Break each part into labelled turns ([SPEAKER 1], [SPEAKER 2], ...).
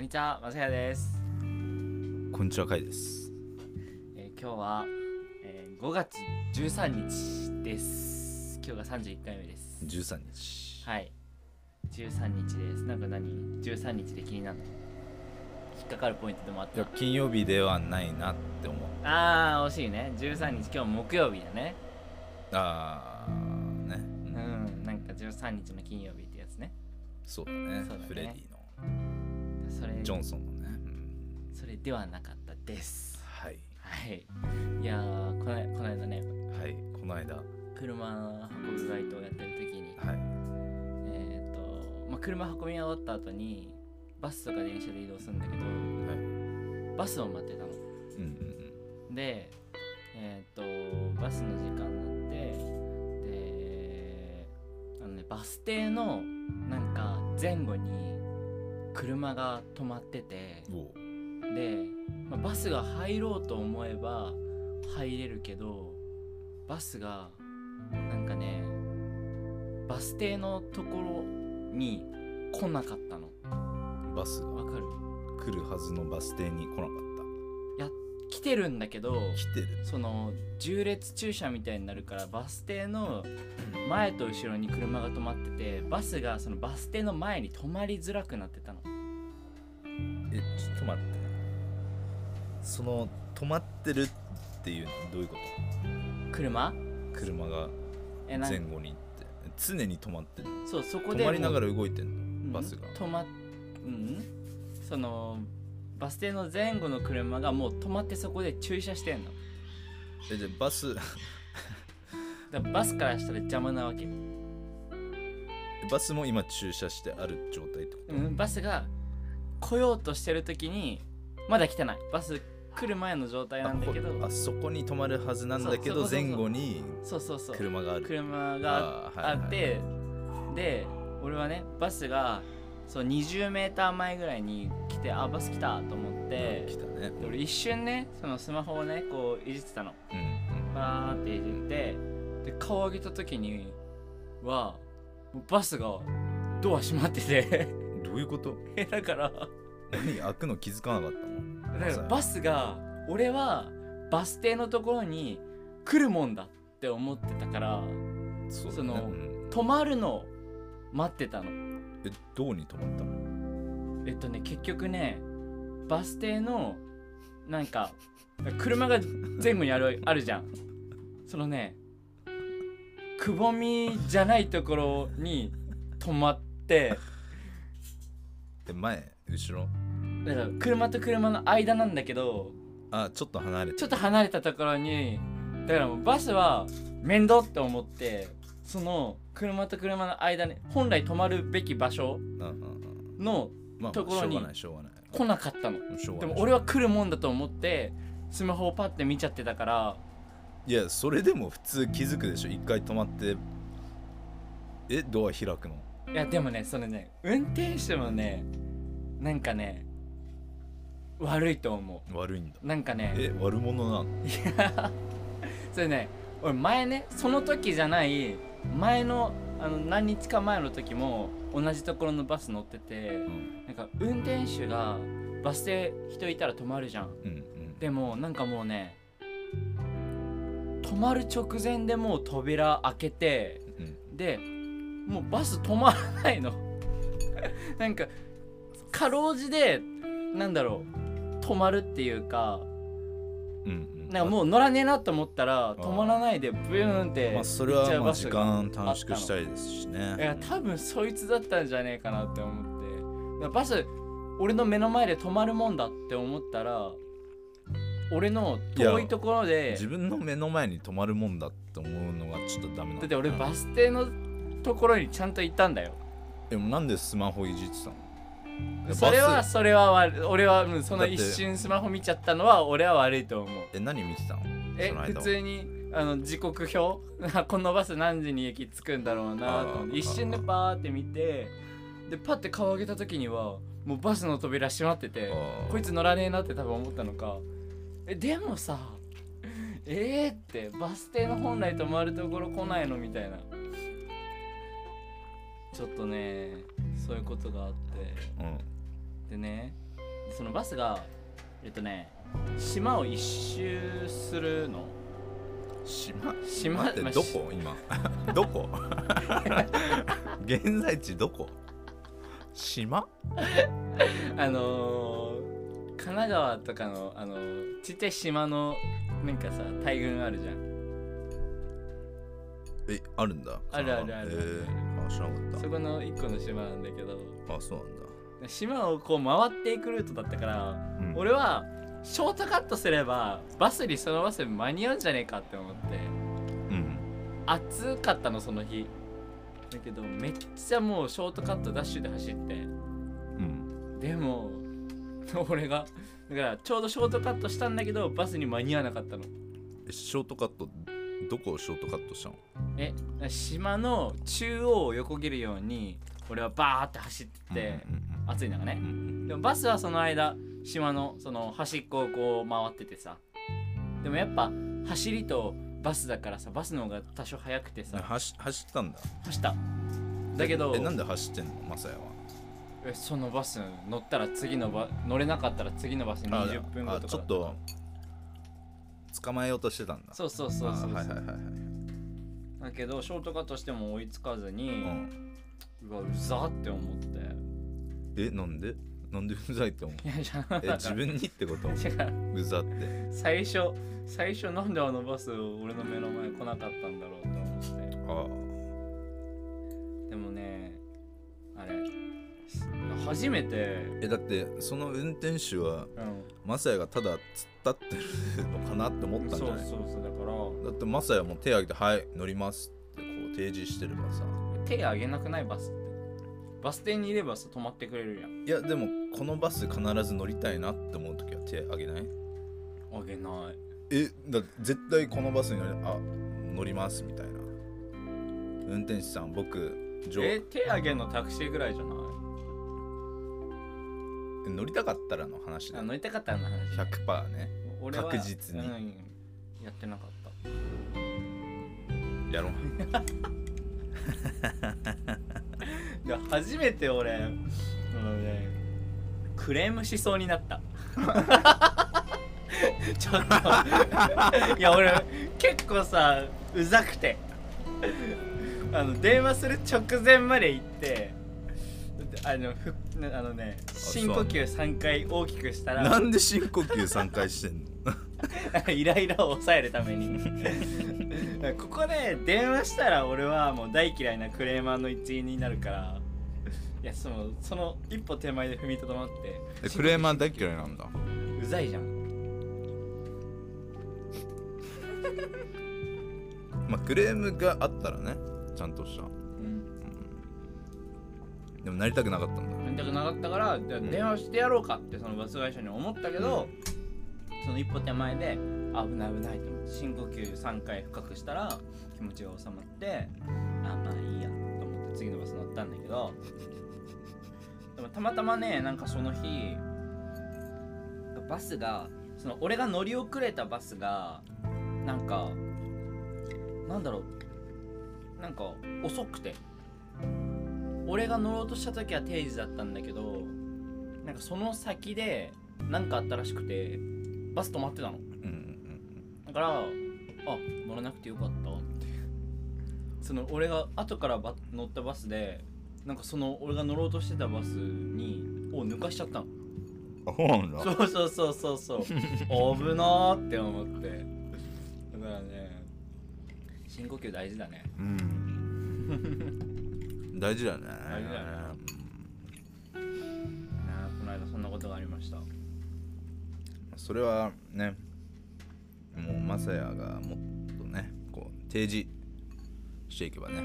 [SPEAKER 1] にちは、まさやです、
[SPEAKER 2] こんにちは、かいです。
[SPEAKER 1] えー今日は、えー5月13日です。今日が31回目です。
[SPEAKER 2] 13日。
[SPEAKER 1] はい。13日です。なんか何 ?13 日で気になるの引っかかるポイントでもあっ
[SPEAKER 2] いや
[SPEAKER 1] た。
[SPEAKER 2] 金曜日ではないなって思う。
[SPEAKER 1] あー、惜しいね。13日、今日木曜日だね。
[SPEAKER 2] あーね。
[SPEAKER 1] う
[SPEAKER 2] うん
[SPEAKER 1] ん、なんか13日の金曜日ってやつね。
[SPEAKER 2] そうだね
[SPEAKER 1] そうだね
[SPEAKER 2] フレディの、
[SPEAKER 1] それ、
[SPEAKER 2] ジョンソンのね。うん
[SPEAKER 1] それではなかったです。
[SPEAKER 2] はい。
[SPEAKER 1] はい。いやー、このこの間ね、
[SPEAKER 2] はい。この間。は
[SPEAKER 1] 車運ぶバイトをやってる時に、
[SPEAKER 2] い。
[SPEAKER 1] えーとまあ、車運び終わった後にバスとか電車で移動するんだけど
[SPEAKER 2] はい。
[SPEAKER 1] バスを待ってたの
[SPEAKER 2] うんうん
[SPEAKER 1] でえっ、とバスの時間になってであの、ね、バス停のなんか前後に車が止まってて
[SPEAKER 2] うん。おう
[SPEAKER 1] で、まあバスが入ろうと思えば入れるけどバスがなんかねバス停のところに来なかったの
[SPEAKER 2] バス
[SPEAKER 1] わ
[SPEAKER 2] が
[SPEAKER 1] かる
[SPEAKER 2] 来るはずのバス停に来なかっ
[SPEAKER 1] 来てるんだけど
[SPEAKER 2] た。来てる。
[SPEAKER 1] その縦列駐車みたいになるからバス停の前と後ろに車が止まっててバスがそのバス停の前に止まりづらくなってたの
[SPEAKER 2] え、ちょっと待って。その、止まってるっていうのはどういうこと
[SPEAKER 1] 車
[SPEAKER 2] 車が
[SPEAKER 1] えなん
[SPEAKER 2] 前後に行って。常に止まってる。
[SPEAKER 1] そうそこで
[SPEAKER 2] 止まりなが
[SPEAKER 1] ら
[SPEAKER 2] ら動いてんのバスが。
[SPEAKER 1] 止まっうんそのバス停の前後の車がもう止まってそこで駐車してんの
[SPEAKER 2] え、じゃあバス。
[SPEAKER 1] だからバスからしたら邪魔なわけ、
[SPEAKER 2] バスも今駐車してある状態ってこと、
[SPEAKER 1] うん、バスが来ようとしてる時にまだ来てないバス来る前の状態なんだけど
[SPEAKER 2] あこあそこに止まるはずなんだけど
[SPEAKER 1] そうそうそうそう
[SPEAKER 2] 前後に
[SPEAKER 1] そうそうそう
[SPEAKER 2] 車がある
[SPEAKER 1] 車が
[SPEAKER 2] あーはい
[SPEAKER 1] あ
[SPEAKER 2] はい
[SPEAKER 1] って、で俺はねバスがそう 20m 前ぐらいに来てあバス来たと思って
[SPEAKER 2] 来たね
[SPEAKER 1] で俺一瞬ねそのスマホをねこういじってたの
[SPEAKER 2] うんうん
[SPEAKER 1] バーっていじってで顔上げた時にはもうバスがドア閉まってて
[SPEAKER 2] どういうこと
[SPEAKER 1] えだから
[SPEAKER 2] 何開くの気づかなかったの
[SPEAKER 1] だからバスが俺はバス停のところに来るもんだって思ってたから
[SPEAKER 2] そう
[SPEAKER 1] そ
[SPEAKER 2] だね
[SPEAKER 1] の
[SPEAKER 2] うん
[SPEAKER 1] 止まるのを待ってたの。
[SPEAKER 2] えどうに止まったの
[SPEAKER 1] えっとね結局ねバス停のなんか車が前後にあるあるじゃんそのねくぼみじゃないところに止まって
[SPEAKER 2] え前後ろ
[SPEAKER 1] だから車と車の間なんだけど
[SPEAKER 2] あちょっと離れて
[SPEAKER 1] ちょっと離れたところにだからもうバスは面倒って思ってその車と車の間に本来止まるべき場所
[SPEAKER 2] うんうんうん
[SPEAKER 1] の
[SPEAKER 2] まあ
[SPEAKER 1] ところに
[SPEAKER 2] しょうがないしょ
[SPEAKER 1] 来なかったの
[SPEAKER 2] うがないしょうが
[SPEAKER 1] で
[SPEAKER 2] ない
[SPEAKER 1] も俺は来るもんだと思ってスマホをパッて見ちゃってたから
[SPEAKER 2] いやそれでも普通気づくでしょ一回止まってえドア開くの
[SPEAKER 1] いやでもねそれね運転手もねなんかね悪いと思
[SPEAKER 2] 悪いんだ
[SPEAKER 1] うなんかね
[SPEAKER 2] え悪者なの
[SPEAKER 1] それね俺前ねその時じゃない前のあの何日か前の時も同じところのバス乗ってて
[SPEAKER 2] うん
[SPEAKER 1] なんか運転手がバス停人いたら止まるじゃん
[SPEAKER 2] うんうん
[SPEAKER 1] でもなんかもうね止まる直前でもう扉開けて
[SPEAKER 2] うん
[SPEAKER 1] でもうバス止まらないの なんかかろうじでなんだろう止まるっていうか
[SPEAKER 2] うんうん
[SPEAKER 1] なんかもう乗らねえなと思ったら止まらないでブーンって
[SPEAKER 2] まあそれ
[SPEAKER 1] 行っちゃう
[SPEAKER 2] はまあ
[SPEAKER 1] バス
[SPEAKER 2] 時
[SPEAKER 1] が
[SPEAKER 2] 間短縮したいですし
[SPEAKER 1] いや
[SPEAKER 2] ね。
[SPEAKER 1] 多分そいつだったんじゃねえかなって思ってだからバス俺の目の前で止まるもんだって思ったら俺の遠いところで
[SPEAKER 2] 自分の目の前に止まるもんだって思うのがちょっとダメなの
[SPEAKER 1] だって俺バス停のところにちゃんと行ったんだよ
[SPEAKER 2] でもなんでスマホいじってたのバス
[SPEAKER 1] それはそれは悪い俺はうんその
[SPEAKER 2] だって
[SPEAKER 1] 一瞬スマホ見ちゃったのは俺は悪いと思う
[SPEAKER 2] え何見てたの
[SPEAKER 1] え
[SPEAKER 2] その
[SPEAKER 1] 普
[SPEAKER 2] 間は
[SPEAKER 1] 通にあの時刻表 このバス何時に駅着くんだろうなと思って
[SPEAKER 2] あー
[SPEAKER 1] 一瞬でパーって見てでパッて顔上げた時にはもうバスの扉閉まってて
[SPEAKER 2] あー
[SPEAKER 1] こいつ乗らねえなって多分思ったのかえでもさえーってバス停の本来止まるところ来ないのみたいなちょっとねそういうことがあって
[SPEAKER 2] うん
[SPEAKER 1] でねそのバスがえっとね島を一周するの
[SPEAKER 2] 島
[SPEAKER 1] 島
[SPEAKER 2] 待ってどこ今 どこ現在地どこ島
[SPEAKER 1] あのー、神奈川とかの、あのー、ちっちゃい島のなんかさ大群あるじゃん
[SPEAKER 2] えあるんだ
[SPEAKER 1] あるあるある
[SPEAKER 2] えー、あ知らなか
[SPEAKER 1] そ
[SPEAKER 2] っ
[SPEAKER 1] この一個の島なんだけど
[SPEAKER 2] たあそうなんだ
[SPEAKER 1] 島をこう回っていくルートだったから、
[SPEAKER 2] うん
[SPEAKER 1] 俺はショートカットすればバスにそのバスに間に合うんじゃねえかって思って
[SPEAKER 2] うん
[SPEAKER 1] 暑かったのその日だけどめっちゃもうショートカットダッシュで走って
[SPEAKER 2] うん
[SPEAKER 1] でも 俺がだからちょうどショートカットしたんだけどバスに間に合わなかったの
[SPEAKER 2] えショートカットどこをショートカットしたの
[SPEAKER 1] え島の中央を横切るように俺はバーって走ってて、暑い中ね
[SPEAKER 2] うんうん
[SPEAKER 1] でもバスはその間島のその端っこをこう回っててさでもやっぱ走りとバスだからさバスの方が多少速くて
[SPEAKER 2] うん
[SPEAKER 1] さ
[SPEAKER 2] 走走ったんだ
[SPEAKER 1] 走っただけど
[SPEAKER 2] えなんで走ってんのマサヤは
[SPEAKER 1] えそのバス乗ったら次のバ乗れなかったら次のバス
[SPEAKER 2] あ
[SPEAKER 1] 20分後
[SPEAKER 2] あ
[SPEAKER 1] とか
[SPEAKER 2] ちょっと捕まえようとしてたんだ
[SPEAKER 1] そうそうそうそう、
[SPEAKER 2] あはいはいはいはい
[SPEAKER 1] だけどショートカットしても追いつかずに、
[SPEAKER 2] う
[SPEAKER 1] うんわうざって思って
[SPEAKER 2] えなんでなんでうざいって思う
[SPEAKER 1] いや じゃあ
[SPEAKER 2] え自分にってこと
[SPEAKER 1] 違う
[SPEAKER 2] うざって
[SPEAKER 1] 最初最初なんであのバス俺の目の前来なかったんだろうと思って
[SPEAKER 2] あ
[SPEAKER 1] でもねあれ初めて
[SPEAKER 2] えだってその運転手は
[SPEAKER 1] うん
[SPEAKER 2] マサヤがただ突っ立ってるのかなって思った
[SPEAKER 1] そ
[SPEAKER 2] ん
[SPEAKER 1] う
[SPEAKER 2] じ
[SPEAKER 1] そ
[SPEAKER 2] ゃ
[SPEAKER 1] う
[SPEAKER 2] ない
[SPEAKER 1] そうだから
[SPEAKER 2] だってマサヤも手挙げて「はい乗ります」ってこう提示してればさ
[SPEAKER 1] 手あげなくないバスってバス停にいればさ止まってくれるやん
[SPEAKER 2] いやでもこのバス必ず乗りたいなって思う時は手挙げない
[SPEAKER 1] あげない
[SPEAKER 2] えだ絶対このバスに乗りあ乗りますみたいな運転手さん僕乗
[SPEAKER 1] え手あげんのタクシーぐらいじゃない
[SPEAKER 2] 乗りたかったらの話だ
[SPEAKER 1] あ乗りたかったの話
[SPEAKER 2] 100%ね
[SPEAKER 1] 俺は
[SPEAKER 2] 確実に
[SPEAKER 1] うんやってなかった
[SPEAKER 2] やろう
[SPEAKER 1] で初めて俺あのねクレームしそうになった ちょっといや俺結構さうざくてあの電話する直前まで行ってあのふあのね深呼吸3回大きくした
[SPEAKER 2] な
[SPEAKER 1] ら
[SPEAKER 2] んで深呼吸3回してんの
[SPEAKER 1] イライラを抑えるために ここで電話したら俺はもう大嫌いなクレーマーの一員になるからいやそのその一歩手前で踏みとどまって
[SPEAKER 2] えクレーマー大嫌いなんだ
[SPEAKER 1] うざいじゃん
[SPEAKER 2] まあクレームがあったらねちゃんとした
[SPEAKER 1] うん
[SPEAKER 2] でもなりたくなかったんだ
[SPEAKER 1] やりたくなかったからじゃあ電話してやろうかってそのバス会社に思ったけど、その一歩手前であ危ない危ないと思って深呼吸3回深くしたら気持ちが収まってあまあいいやと思って次のバス乗ったんだけどでもたまたまねなんかその日バスがその俺が乗り遅れたバスがなんかなんだろうなんか遅くて俺が乗ろうとした時は定時だったんだけどなんかその先で何かあったらしくてバス止まってたの
[SPEAKER 2] うんうん
[SPEAKER 1] だからあ乗らなくてよかったってその俺が後からバ乗ったバスでなんかその俺が乗ろうとしてたバスにを抜かしちゃったの
[SPEAKER 2] あそうなんだ
[SPEAKER 1] そうそうそうそうそう危なーって思ってだからね深呼吸大事だね
[SPEAKER 2] うん 大事だね
[SPEAKER 1] 大事だねあーこの間そんなことがありました
[SPEAKER 2] うんそれはねもうマサヤがもっとねこう提示していけばね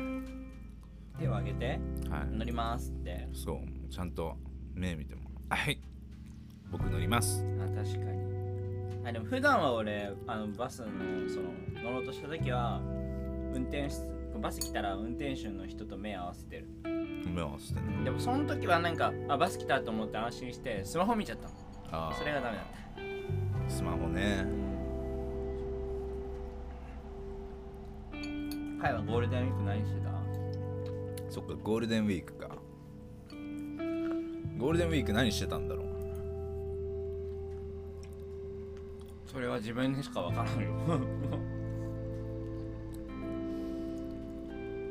[SPEAKER 1] 手を挙げて
[SPEAKER 2] はい
[SPEAKER 1] 乗りますって
[SPEAKER 2] そうちゃんと目見ても「はい僕乗ります
[SPEAKER 1] あ確かにあでも普段は俺あのバスのその乗ろうとした時は運転手バス来たら運転手の人と目合わせてる」
[SPEAKER 2] 目を合わせてね
[SPEAKER 1] でもその時はなんかあバス来たと思って安心してスマホ見ちゃったの
[SPEAKER 2] あー
[SPEAKER 1] それがダメだっ
[SPEAKER 2] スマホね
[SPEAKER 1] たはいはゴールデンウィーク何してた
[SPEAKER 2] そっかゴールデンウィークかゴールデンウィーク何してたんだろう
[SPEAKER 1] それは自分にしか分からんよ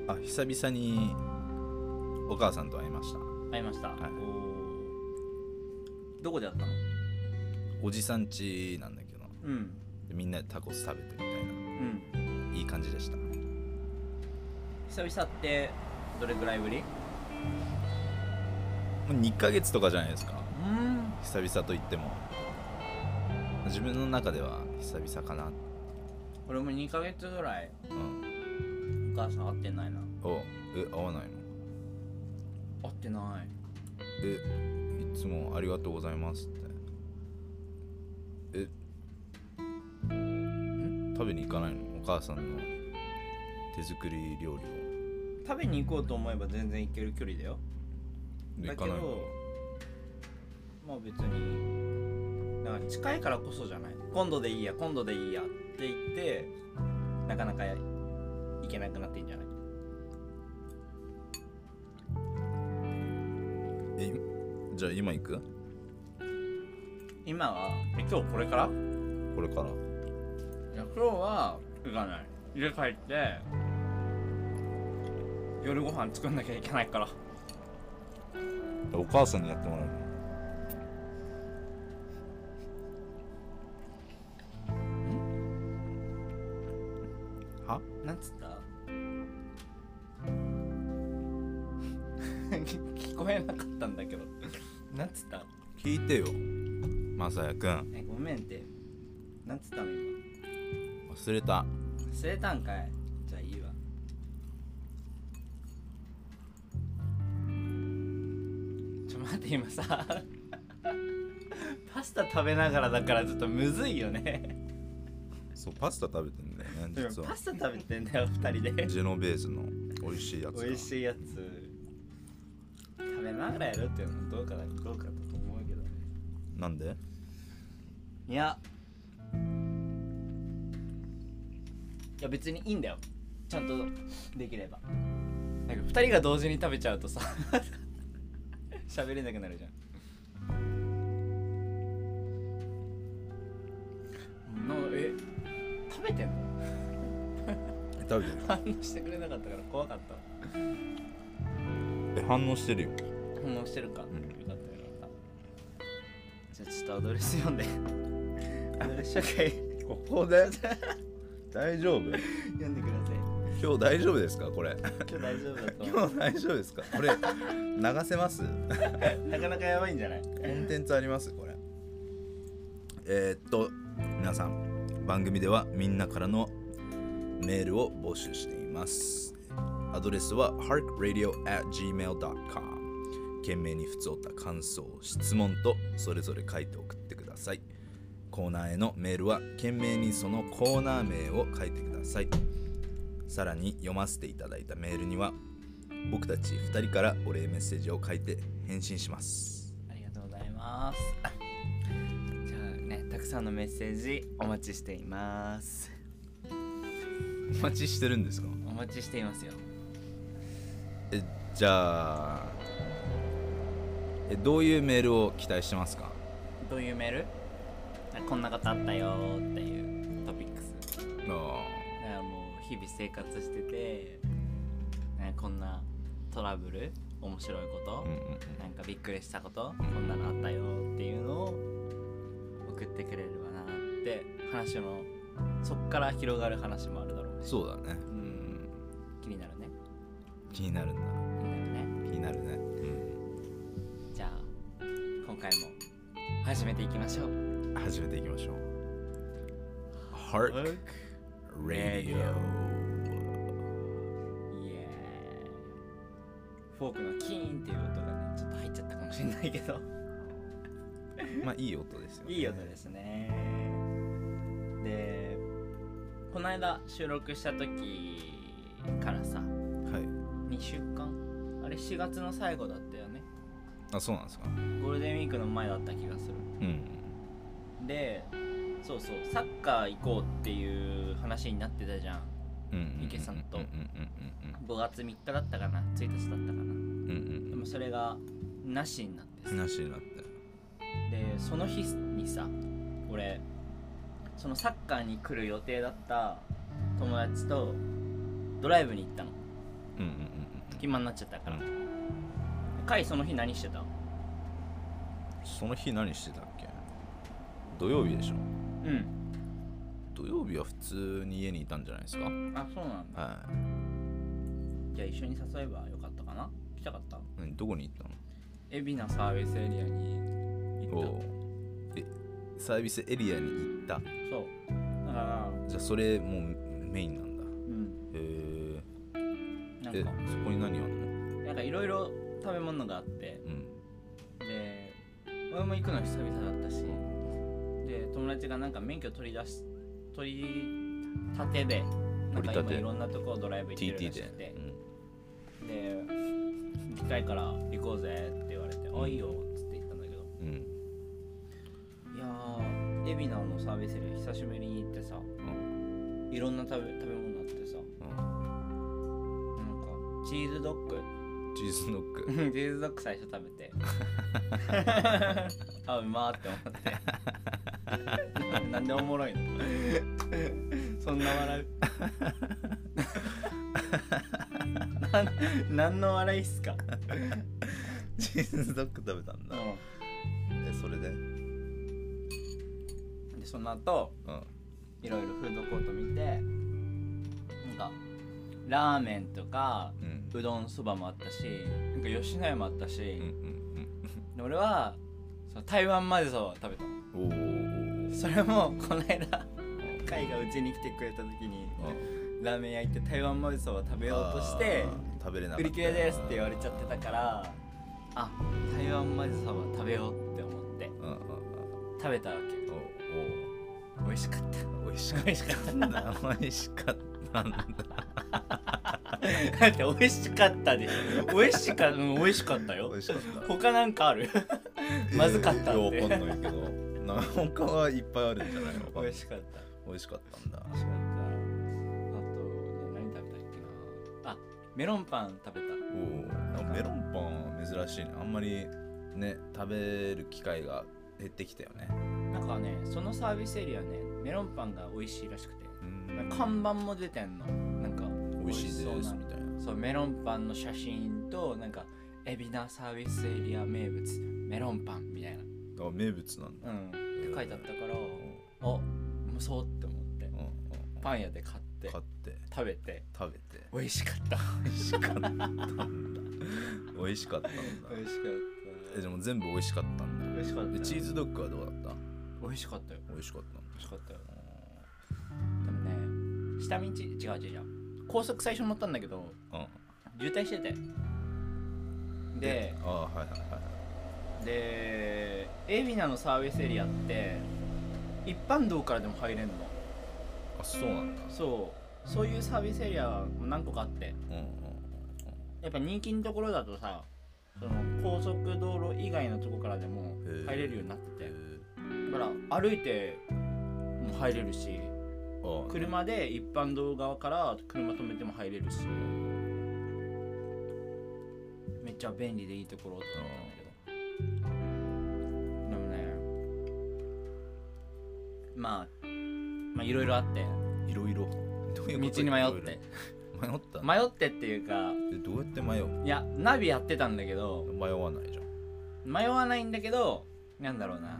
[SPEAKER 2] あ久々にお母さんと会いました
[SPEAKER 1] 会いました、
[SPEAKER 2] はい
[SPEAKER 1] おーどこで会ったの
[SPEAKER 2] おじさん家なんだけど
[SPEAKER 1] うん
[SPEAKER 2] でみんなでタコス食べてみたい
[SPEAKER 1] うん
[SPEAKER 2] ないい感じでした
[SPEAKER 1] 久々ってどれぐらいぶり
[SPEAKER 2] もう2ヶ月とかじゃないですか
[SPEAKER 1] うん
[SPEAKER 2] 久々といっても自分の中では久々かな
[SPEAKER 1] 俺も2ヶ月ぐらい
[SPEAKER 2] うん
[SPEAKER 1] お母さん会ってないな
[SPEAKER 2] おえ会わないの
[SPEAKER 1] 会ってない
[SPEAKER 2] えいつもありがとうございますってえ食べに行かないのお母さんの手作り料理を
[SPEAKER 1] 食べに行こうと思えば全然行ける距離だよ
[SPEAKER 2] で
[SPEAKER 1] だ
[SPEAKER 2] 行
[SPEAKER 1] け
[SPEAKER 2] かないの
[SPEAKER 1] どまあ別にだから近いからこそじゃない今度でいいや今度でいいやって言ってなかなか行けなくなってんじゃない
[SPEAKER 2] えじゃあ今行く
[SPEAKER 1] 今はえ今日これから
[SPEAKER 2] これから
[SPEAKER 1] いや今日は行かない家帰って夜ご飯作んなきゃいけないから
[SPEAKER 2] お母さんにやってもらうのは
[SPEAKER 1] なんつった 聞こえなかったんだけどなんつった
[SPEAKER 2] 聞いてよまさやくん
[SPEAKER 1] えごめんってなんつったの今
[SPEAKER 2] 忘れた
[SPEAKER 1] 忘れたんかいじゃあいいわちょ待って今さ パスタ食べながらだからちょっとむずいよね
[SPEAKER 2] そうパスタ食べてんだよね実は
[SPEAKER 1] パスタ食べてんだよ2人で
[SPEAKER 2] ジェノベーゼの美味しいやつが
[SPEAKER 1] 美味しいやつ食べながらやるっていうのもどうかだどうかだと思うけどね
[SPEAKER 2] なんで
[SPEAKER 1] いやいや別にいいんだよちゃんとできればなんか2人が同時に食べちゃうとさ 喋れなくなるじゃんなえ食べてんの
[SPEAKER 2] 食べてる
[SPEAKER 1] 反応してくれなかったから怖かった
[SPEAKER 2] え反応してるよ
[SPEAKER 1] 反応してるか、よ
[SPEAKER 2] ん
[SPEAKER 1] かったよかったじゃあちょっとアドレス読んでアドレス紹介
[SPEAKER 2] ここで 大丈夫
[SPEAKER 1] 読んでください
[SPEAKER 2] 今日大丈夫ですかこれ
[SPEAKER 1] 今日大丈夫だと思う
[SPEAKER 2] 今日大丈夫ですかこれ流せます
[SPEAKER 1] なかなかやばいんじゃない
[SPEAKER 2] コンテンツありますこれえーっと皆さん番組ではみんなからのメールを募集していますアドレスは harkradio.gmail.com 懸命に普通おった感想質問とそれぞれ書いて送ってくださいコーナーへのメールは懸命にそのコーナー名を書いてくださいさらに読ませていただいたメールには僕たち2人からお礼メッセージを書いて返信します
[SPEAKER 1] ありがとうございますじゃあねたくさんのメッセージお待ちしています
[SPEAKER 2] お待ちしてるんですか
[SPEAKER 1] お待ちしていますよ
[SPEAKER 2] えじゃあえどういうメールを期待してますか
[SPEAKER 1] どういうメールあこんなことあったよーっていうトピックスだか
[SPEAKER 2] あ
[SPEAKER 1] らもう日々生活しててねこんなトラブル面白いこと、
[SPEAKER 2] ーうんうん
[SPEAKER 1] なんかびっくりしたことこんなのあったよっていうのを送ってくれればなって話もそっから広がる話もあるだろう
[SPEAKER 2] うん
[SPEAKER 1] し
[SPEAKER 2] そうだね
[SPEAKER 1] うん気になるね
[SPEAKER 2] 気になるん
[SPEAKER 1] 気
[SPEAKER 2] だ
[SPEAKER 1] になるね
[SPEAKER 2] 気になるねう
[SPEAKER 1] じゃあ今回も始めていきましょうん
[SPEAKER 2] 始めていきましょう Hark Radio
[SPEAKER 1] イエーイフォークのキーンっていう音がねちょっと入っちゃったかもしれないけど
[SPEAKER 2] まあいい音ですよ、ね、
[SPEAKER 1] いい音ですねでこの間収録した時からさ
[SPEAKER 2] はい
[SPEAKER 1] 2週間あれ4月の最後だったよね
[SPEAKER 2] あそうなんですか
[SPEAKER 1] ゴールデンウィークの前だった気がする
[SPEAKER 2] うん
[SPEAKER 1] でそうそうサッカー行こうっていう話になってたじゃん
[SPEAKER 2] うん
[SPEAKER 1] 池さんと
[SPEAKER 2] うん
[SPEAKER 1] 5月3日だったかな1日だったかな
[SPEAKER 2] うんうんうんうん
[SPEAKER 1] で
[SPEAKER 2] うん
[SPEAKER 1] もそれがなしになって
[SPEAKER 2] う
[SPEAKER 1] さ
[SPEAKER 2] んなしになって
[SPEAKER 1] でその日にさ俺そのサッカーに来る予定だった友達とドライブに行ったの
[SPEAKER 2] うんうん
[SPEAKER 1] 暇になっちゃったから、
[SPEAKER 2] う
[SPEAKER 1] カイその日何してた
[SPEAKER 2] うんその日何してたっけ土曜日でしょ
[SPEAKER 1] うん
[SPEAKER 2] 土曜日は普通に家にいたんじゃないですか
[SPEAKER 1] あそうなんだ
[SPEAKER 2] は
[SPEAKER 1] じゃあ一緒に誘えばよかったかな来たかった
[SPEAKER 2] い何どこに行っ
[SPEAKER 1] 海老名サービスエリアに
[SPEAKER 2] たの
[SPEAKER 1] 行
[SPEAKER 2] お
[SPEAKER 1] っ
[SPEAKER 2] うえサービスエリアに行った
[SPEAKER 1] たそうだから
[SPEAKER 2] じゃあそれもうメインなんだ
[SPEAKER 1] うん
[SPEAKER 2] へえ
[SPEAKER 1] なん
[SPEAKER 2] え
[SPEAKER 1] か
[SPEAKER 2] そこに何あんの
[SPEAKER 1] なんかいろいろ食べ物があって
[SPEAKER 2] うん
[SPEAKER 1] で俺も行くの久々だったしで友達がなんか免許取り出し取り立てでなんか
[SPEAKER 2] 取
[SPEAKER 1] 今
[SPEAKER 2] り立て
[SPEAKER 1] いろんなとこドライブ行って
[SPEAKER 2] TT
[SPEAKER 1] るらしく
[SPEAKER 2] で
[SPEAKER 1] て、で行きたいから行こうぜって言われて「あいいよ」っつって言ったんだけど
[SPEAKER 2] うんうん
[SPEAKER 1] いやー海老名のサービスエリア久しぶりに行ってさいろんな食べ食べ物あってさ
[SPEAKER 2] うん
[SPEAKER 1] なんかチーズドッグ
[SPEAKER 2] チーズノッ
[SPEAKER 1] チ
[SPEAKER 2] ク
[SPEAKER 1] ーズドッグ最初食べ てあうまーって思って なんでおもろいのそんな笑う なんなんの笑いっすか、
[SPEAKER 2] チーズドッグ食べたんだ
[SPEAKER 1] う
[SPEAKER 2] えそれでうん
[SPEAKER 1] ん、でその後いろいろフードコート見てなんかラーメンとか
[SPEAKER 2] うん
[SPEAKER 1] うどんそばもあったしなんか吉野家もあったし、
[SPEAKER 2] うんうん
[SPEAKER 1] で俺はその台湾まぜそばを食べたの
[SPEAKER 2] うんおー
[SPEAKER 1] それもこの間海がうちに来てくれた時に
[SPEAKER 2] うん
[SPEAKER 1] ラーメン屋行って台湾まぜそば食べようとして
[SPEAKER 2] あー食べれなか
[SPEAKER 1] 売
[SPEAKER 2] った
[SPEAKER 1] り切れですって言われちゃってたからあ台湾まぜそば食べようって思って
[SPEAKER 2] うんうんうん
[SPEAKER 1] 食べたわけ
[SPEAKER 2] おー
[SPEAKER 1] 美味しかっ
[SPEAKER 2] おー美味しか
[SPEAKER 1] た 美味しかっ
[SPEAKER 2] ったんだ美味しかったんだ
[SPEAKER 1] ただって美味しかったでしょ美味しかった美味しかったよ
[SPEAKER 2] 美味しかった
[SPEAKER 1] 他なんかある まずかった
[SPEAKER 2] いや
[SPEAKER 1] って
[SPEAKER 2] わかんないけどな他はいっぱいあるんじゃない の
[SPEAKER 1] 美味しかった
[SPEAKER 2] 美味しかったんだ
[SPEAKER 1] 美味しかったあと何食べたっけなあメロンパン食べた
[SPEAKER 2] おおメロンパンは珍しいねあんまりね食べる機会が減ってきたよね
[SPEAKER 1] なんかねそのサービスエリアねメロンパンが美味しいらしくて
[SPEAKER 2] うん
[SPEAKER 1] 看板も出てんのなんか
[SPEAKER 2] 美味しいです
[SPEAKER 1] そう
[SPEAKER 2] み
[SPEAKER 1] な
[SPEAKER 2] たいな
[SPEAKER 1] そうメロンパンの写真となんか海老名サービスエリア名物メロンパンみたい
[SPEAKER 2] あ名物なんだ
[SPEAKER 1] なうんって書いてあったから
[SPEAKER 2] うん
[SPEAKER 1] あもうそうって思って
[SPEAKER 2] うんうん
[SPEAKER 1] パン屋で買って
[SPEAKER 2] 買って
[SPEAKER 1] 食べて
[SPEAKER 2] 食べて
[SPEAKER 1] 美味しかった
[SPEAKER 2] 美味し かったんだ美味しかったんだ
[SPEAKER 1] 味しか
[SPEAKER 2] えでも全部美味しかったんだ
[SPEAKER 1] 美味しかった
[SPEAKER 2] でチーズドッグはどうだった
[SPEAKER 1] 美味しかったよ
[SPEAKER 2] 美味しかったんだ
[SPEAKER 1] 美味しかったよでもね下道違う違う違う高速最初乗ったんだけど
[SPEAKER 2] うん
[SPEAKER 1] 渋滞しててで
[SPEAKER 2] ああはいはいはい
[SPEAKER 1] で海老名のサービスエリアって一般道からでも入れんの
[SPEAKER 2] あそうなんだ
[SPEAKER 1] そうそういうサービスエリアは何個かあって
[SPEAKER 2] うんうん
[SPEAKER 1] やっぱ人気のところだとさその高速道路以外のとこからでも
[SPEAKER 2] へえ
[SPEAKER 1] 入れるようになっ
[SPEAKER 2] うん
[SPEAKER 1] て
[SPEAKER 2] へ
[SPEAKER 1] て
[SPEAKER 2] え
[SPEAKER 1] だから歩いても入れるし
[SPEAKER 2] ああ
[SPEAKER 1] 車で一般道側から車止めても入れるしめっちゃ便利でいいところって思ったんだけどでもねまあまあいろいろあって
[SPEAKER 2] いろいろどういうこと
[SPEAKER 1] 道に迷って
[SPEAKER 2] 迷った
[SPEAKER 1] 迷ってっていうか
[SPEAKER 2] えどうやって迷う
[SPEAKER 1] いやナビやってたんだけど
[SPEAKER 2] 迷わないじゃん
[SPEAKER 1] 迷わないんだけどなんだろうな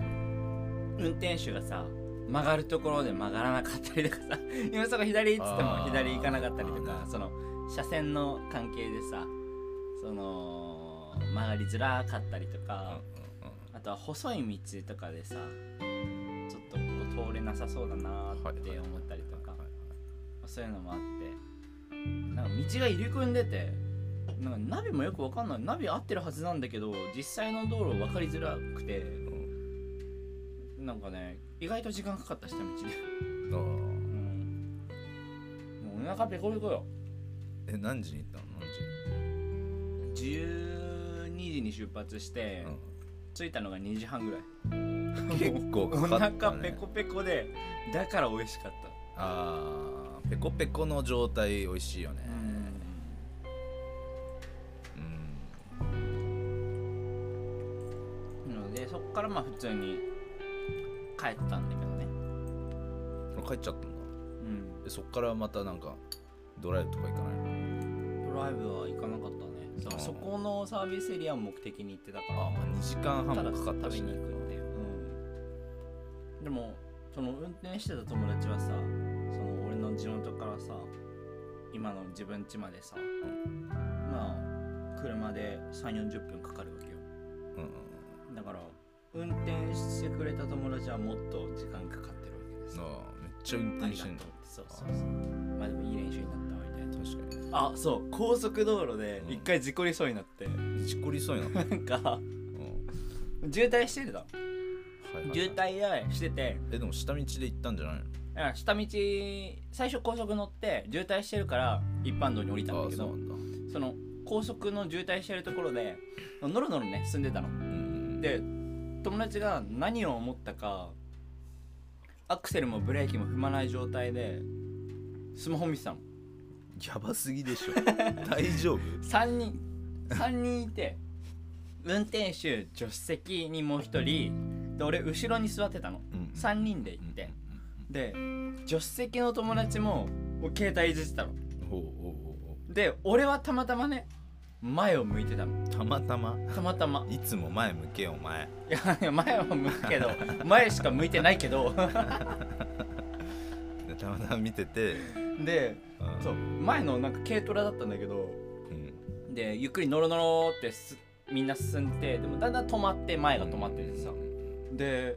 [SPEAKER 1] 運転手がさ曲がるところで曲がらなかったりとかさ 今そこ左っつって
[SPEAKER 2] あ
[SPEAKER 1] も
[SPEAKER 2] ー
[SPEAKER 1] 左行かなかったりと
[SPEAKER 2] なる
[SPEAKER 1] か
[SPEAKER 2] ほど
[SPEAKER 1] その車線の関係でさその曲がりづらかったりとか、あとは細い道とかでさちょっとここ通れなさそうだなーって思ったりとか、そういうのもあってなんか道が入り組んでてなんかナビもよくわかんないナビ合ってるはずなんだけど実際の道路分かりづらくて
[SPEAKER 2] うん
[SPEAKER 1] なんかね意外と時間かかった下道で、う
[SPEAKER 2] あー
[SPEAKER 1] ん、もうお腹ペコペコよ
[SPEAKER 2] え何時に行ったの何時
[SPEAKER 1] 12時に出発して、着いたのが2時半ぐらい
[SPEAKER 2] 結構
[SPEAKER 1] お
[SPEAKER 2] かかった、
[SPEAKER 1] 腹
[SPEAKER 2] ね、
[SPEAKER 1] ペコペコでだから美味しかった
[SPEAKER 2] あーペコペコの状態美味しいよねうん
[SPEAKER 1] なのでそこからまあ普通に帰ったんだけどね
[SPEAKER 2] から帰っちゃったんだ
[SPEAKER 1] うん
[SPEAKER 2] でそっからまたなんかドライブとか行かないの
[SPEAKER 1] ドライブは行かなかったねそううんそこのサービスエリアを目的に行ってたから
[SPEAKER 2] あまあ2時間
[SPEAKER 1] た
[SPEAKER 2] 半
[SPEAKER 1] だ
[SPEAKER 2] もかかった
[SPEAKER 1] 食べ
[SPEAKER 2] し、
[SPEAKER 1] に行くっていう、うん、でもその運転してた友達はさその俺の地元からさ今の自分家までさ、まあ車で3 4 0分かかるわけよ
[SPEAKER 2] うんうん
[SPEAKER 1] だから運転してくれた友達はもっと時間かかってるわけで
[SPEAKER 2] うん、
[SPEAKER 1] す
[SPEAKER 2] な
[SPEAKER 1] よ
[SPEAKER 2] あめっちゃ運
[SPEAKER 1] あ
[SPEAKER 2] 転
[SPEAKER 1] り
[SPEAKER 2] し
[SPEAKER 1] が
[SPEAKER 2] て
[SPEAKER 1] とうんっ
[SPEAKER 2] の
[SPEAKER 1] てそうそうそうまあでもいい練習になったわみたいな
[SPEAKER 2] 確かに
[SPEAKER 1] あそう高速道路で
[SPEAKER 2] うん
[SPEAKER 1] 一回事故りそうになって、
[SPEAKER 2] 事故りそうになった、
[SPEAKER 1] なんか
[SPEAKER 2] うんはい
[SPEAKER 1] 渋滞してた
[SPEAKER 2] はいはい
[SPEAKER 1] 渋滞やしてて
[SPEAKER 2] えでも下道で行ったんじゃないの
[SPEAKER 1] だから下道最初高速乗って渋滞してるから一般道に降りたん
[SPEAKER 2] あ
[SPEAKER 1] だ
[SPEAKER 2] あ
[SPEAKER 1] け
[SPEAKER 2] そうな
[SPEAKER 1] ど
[SPEAKER 2] んだ
[SPEAKER 1] その高速の渋滞してるところでノロノロね進んでたの
[SPEAKER 2] うんうん
[SPEAKER 1] で友達が何を思ったかアクセルもブレーキも踏まない状態でスマホ見てたの
[SPEAKER 2] やばすぎ でしょ大丈夫
[SPEAKER 1] 3人3人いて運転手助手席にもう1人で俺後ろに座ってたの
[SPEAKER 2] うん
[SPEAKER 1] 3人で行
[SPEAKER 2] うん
[SPEAKER 1] ってで助手席の友達も携帯いじってたの
[SPEAKER 2] おうおうおう
[SPEAKER 1] で俺はたまたまね前を向いてたの
[SPEAKER 2] おうたまたま
[SPEAKER 1] たまたま
[SPEAKER 2] いつも前向けお前
[SPEAKER 1] いやいや前は向くけど前しか向いてないけど
[SPEAKER 2] でたまたま見てて、
[SPEAKER 1] で
[SPEAKER 2] うん
[SPEAKER 1] そう前のなんか軽トラだったんだけど
[SPEAKER 2] うん
[SPEAKER 1] でゆっくりノロノロってすみんな進んででもだんだん止まって前が止まっててさで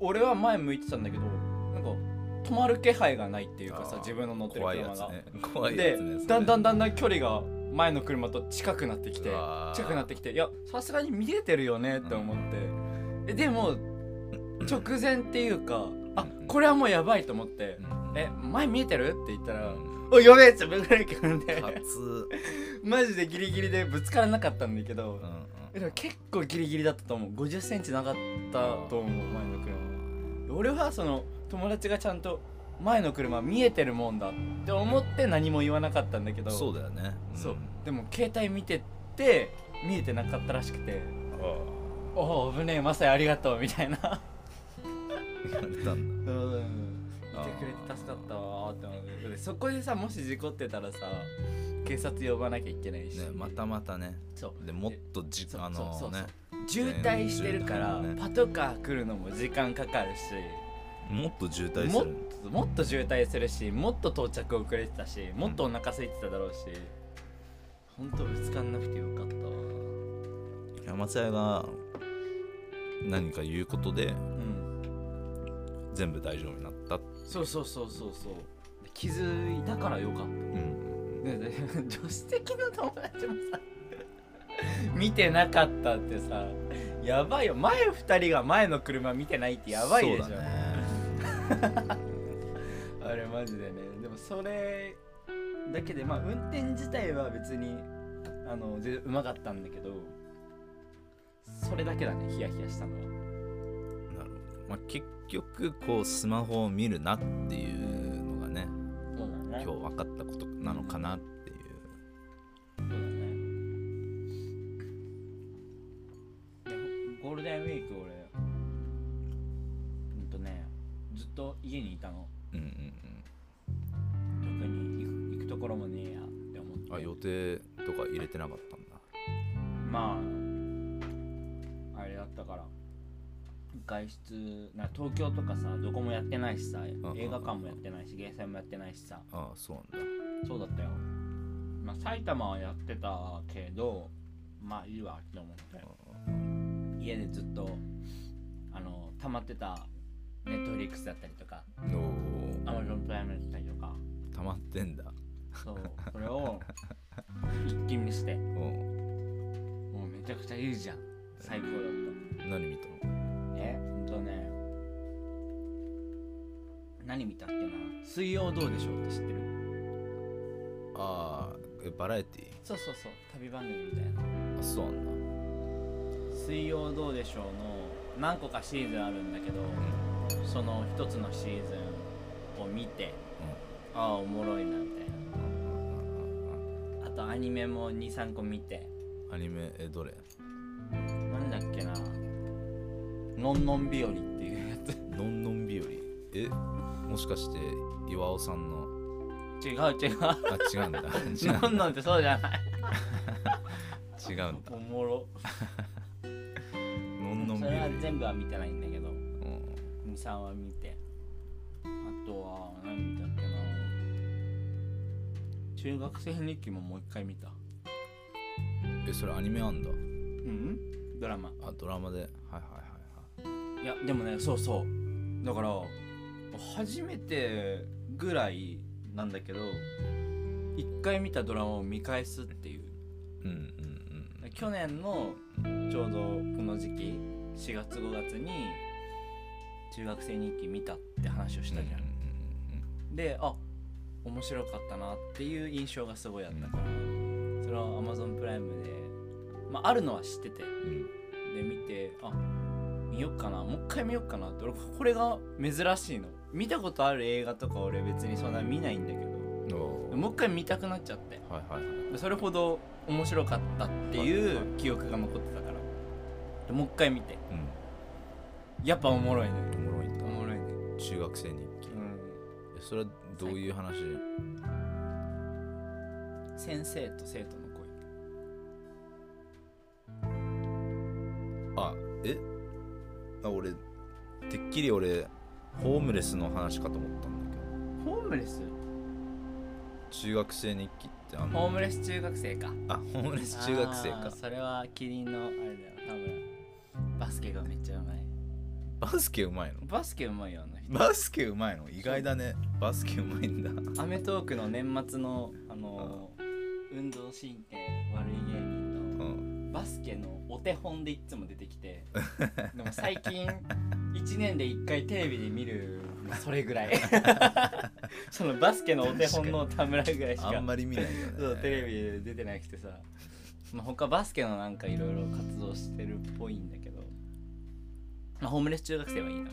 [SPEAKER 1] 俺は前向いてたんだけどなんか止まる気配がないっていうかさ
[SPEAKER 2] あー
[SPEAKER 1] 自分の乗ってる
[SPEAKER 2] 怖いや
[SPEAKER 1] 車
[SPEAKER 2] つ
[SPEAKER 1] が、
[SPEAKER 2] ね怖いや
[SPEAKER 1] で
[SPEAKER 2] つね
[SPEAKER 1] だんだん
[SPEAKER 2] ん
[SPEAKER 1] だんだん距離が前の車と近くなってきて
[SPEAKER 2] うわー
[SPEAKER 1] 近くなってきていやさすがに見えてるよねって思って、えでも直前っていうかあこれはもうやばいと思って「え前見えてる?」って言ったら「おやべえ!」ってブレーキ踏んで
[SPEAKER 2] かつ
[SPEAKER 1] マジでギリギリでぶつからなかったんだけ
[SPEAKER 2] う
[SPEAKER 1] ど
[SPEAKER 2] んう、ん
[SPEAKER 1] えでも結構ギリギリだったと思う5 0ンチなかったと思う前の車は俺はその友達がちゃんと前の車見えてるもんだって思って何も言わなかったんだけど
[SPEAKER 2] そうだよね
[SPEAKER 1] そうんでも携帯見てて見えてなかったらしくて「おお危ねえマサイありがとう」みたいな
[SPEAKER 2] やれた んだ
[SPEAKER 1] うん
[SPEAKER 2] あー
[SPEAKER 1] いてくれて助かったわーって思ってでそこでさもし事故ってたらさ警察呼ばなきゃいけないし、
[SPEAKER 2] ねまたまたね
[SPEAKER 1] そう
[SPEAKER 2] でもっとじ
[SPEAKER 1] そう
[SPEAKER 2] あ
[SPEAKER 1] そ
[SPEAKER 2] の
[SPEAKER 1] うそう
[SPEAKER 2] ね
[SPEAKER 1] 渋滞してるから、
[SPEAKER 2] ね
[SPEAKER 1] パトカー来るのも時間かかるし
[SPEAKER 2] もっと渋滞
[SPEAKER 1] も
[SPEAKER 2] す
[SPEAKER 1] っ
[SPEAKER 2] る
[SPEAKER 1] ともっと渋滞するしもっと到着遅れてたしもっとお腹空いてただろうし、ほんとぶつかんなくてよかったわ
[SPEAKER 2] 山田屋が何か言うことで
[SPEAKER 1] うん
[SPEAKER 2] 全部大丈夫になった
[SPEAKER 1] そうそうそうそうそうで気づいたからよかった
[SPEAKER 2] うん
[SPEAKER 1] ねで 助手席の友達も さ見てなかったってさやばいよ前2人が前の車見てないってやばいでしょ、
[SPEAKER 2] そうだね
[SPEAKER 1] あれマジでねでもそれだけでまあ運転自体は別にあのぜうまかったんだけどそれだけだねヒヤヒヤしたのは
[SPEAKER 2] なるほど、まあ、結局こうスマホを見るなっていうのがね
[SPEAKER 1] そうだね
[SPEAKER 2] 今日分かったことなのかなっていう
[SPEAKER 1] そうだねでゴールデンウィーク俺うんとねずっと家にいたの
[SPEAKER 2] うんうん
[SPEAKER 1] 特に行く行くところもねえやって思って
[SPEAKER 2] うんあ予定とか入れてなかったんだ
[SPEAKER 1] まああれだったから外出な東京とかさどこもやってないしさ
[SPEAKER 2] うん
[SPEAKER 1] 映画館もやってないし芸祭もやってないしさ
[SPEAKER 2] ああそうなんだ
[SPEAKER 1] そうだったよまあ埼玉はやってたけどまあいいわって思って家でずっとあの溜まってたネットフリックスだったりとか
[SPEAKER 2] お
[SPEAKER 1] アマゾンプライムだったりとか
[SPEAKER 2] お溜まってんだ
[SPEAKER 1] そうそれを一気見して
[SPEAKER 2] おう
[SPEAKER 1] もうめちゃくちゃいいじゃん最高だった
[SPEAKER 2] 何見た
[SPEAKER 1] えほんとね何見たっけな「水曜どうでしょう」って知ってる
[SPEAKER 2] のああえバラエティ
[SPEAKER 1] そうそうそう旅番組みたいな
[SPEAKER 2] あそうなんだ
[SPEAKER 1] 「水曜どうでしょう」の何個かシーズンあるんだけどその一つのシーズンを見てああおもろいなみたいなあとアニメも23個見て
[SPEAKER 2] うんアニメえどれ
[SPEAKER 1] なんだっけな「のんのん日和」っていうやつ
[SPEAKER 2] のんのん日和えもしかして岩尾さんの
[SPEAKER 1] 違う違う
[SPEAKER 2] あ違 うんだ
[SPEAKER 1] の
[SPEAKER 2] 違うんんだ
[SPEAKER 1] のんってそうじゃない
[SPEAKER 2] 違うんだ
[SPEAKER 1] おもろ
[SPEAKER 2] のんのん
[SPEAKER 1] そ
[SPEAKER 2] ビ
[SPEAKER 1] れは
[SPEAKER 2] ール
[SPEAKER 1] 全部は見てないんだけど
[SPEAKER 2] うん
[SPEAKER 1] 23は見てあとは何見たっけな中学生日記ももう一回見た
[SPEAKER 2] えそれアニメあんだ
[SPEAKER 1] うんドラマ
[SPEAKER 2] あドラマではいはいはい
[SPEAKER 1] いやでもねそうそうだから初めてぐらいなんだけど一回見たドラマを見返すっていう
[SPEAKER 2] うんうん
[SPEAKER 1] 去年のちょうどこの時期4月5月に中学生日記見たって話をしたじゃん、
[SPEAKER 2] うん
[SPEAKER 1] であ面白かったなっていう印象がすごいあったから、それは Amazon プライムで、まあ、あるのは知ってて
[SPEAKER 2] うんうん
[SPEAKER 1] で見てあ見よっかなもう一回見よっかなって俺これが珍しいの見たことある映画とか俺別にそんな見ないんだけど
[SPEAKER 2] うんおー
[SPEAKER 1] もう一回見たくなっちゃって
[SPEAKER 2] はいはいはい
[SPEAKER 1] それほど面白かったっていう記憶が残ってたからでもう一回見て
[SPEAKER 2] う
[SPEAKER 1] やっぱおもろいね
[SPEAKER 2] んおもろいん
[SPEAKER 1] お
[SPEAKER 2] だ
[SPEAKER 1] もろいね
[SPEAKER 2] 中学生日記えそれはどういう話
[SPEAKER 1] うん先生と生徒の恋
[SPEAKER 2] あえあ俺てっきり俺ホームレスの話かと思ったんだけど
[SPEAKER 1] ホームレス
[SPEAKER 2] 中学生日記ってあの
[SPEAKER 1] ホームレス中学生か
[SPEAKER 2] あホームレス中学生
[SPEAKER 1] あ
[SPEAKER 2] か
[SPEAKER 1] ーそれはキリンのあれだよ多分バスケがめっちゃうまい
[SPEAKER 2] バスケうまいの
[SPEAKER 1] バスケうまいよあの人
[SPEAKER 2] バスケうまいの意外だねバスケうまいんだ
[SPEAKER 1] アメトーークの年末のあのー運動神経悪い芸人
[SPEAKER 2] う
[SPEAKER 1] の
[SPEAKER 2] ん
[SPEAKER 1] バスケのお手本でいつも出てきて でも最近1年で1回テレビで見るそれぐらい そのバスケのお手本の田村ぐらいしか
[SPEAKER 2] あんまり見ないよね
[SPEAKER 1] そうテレビで出てなくてさ、まあ、他バスケのなんかいろいろ活動してるっぽいんだけど、まあ、ホームレス中学生はいいな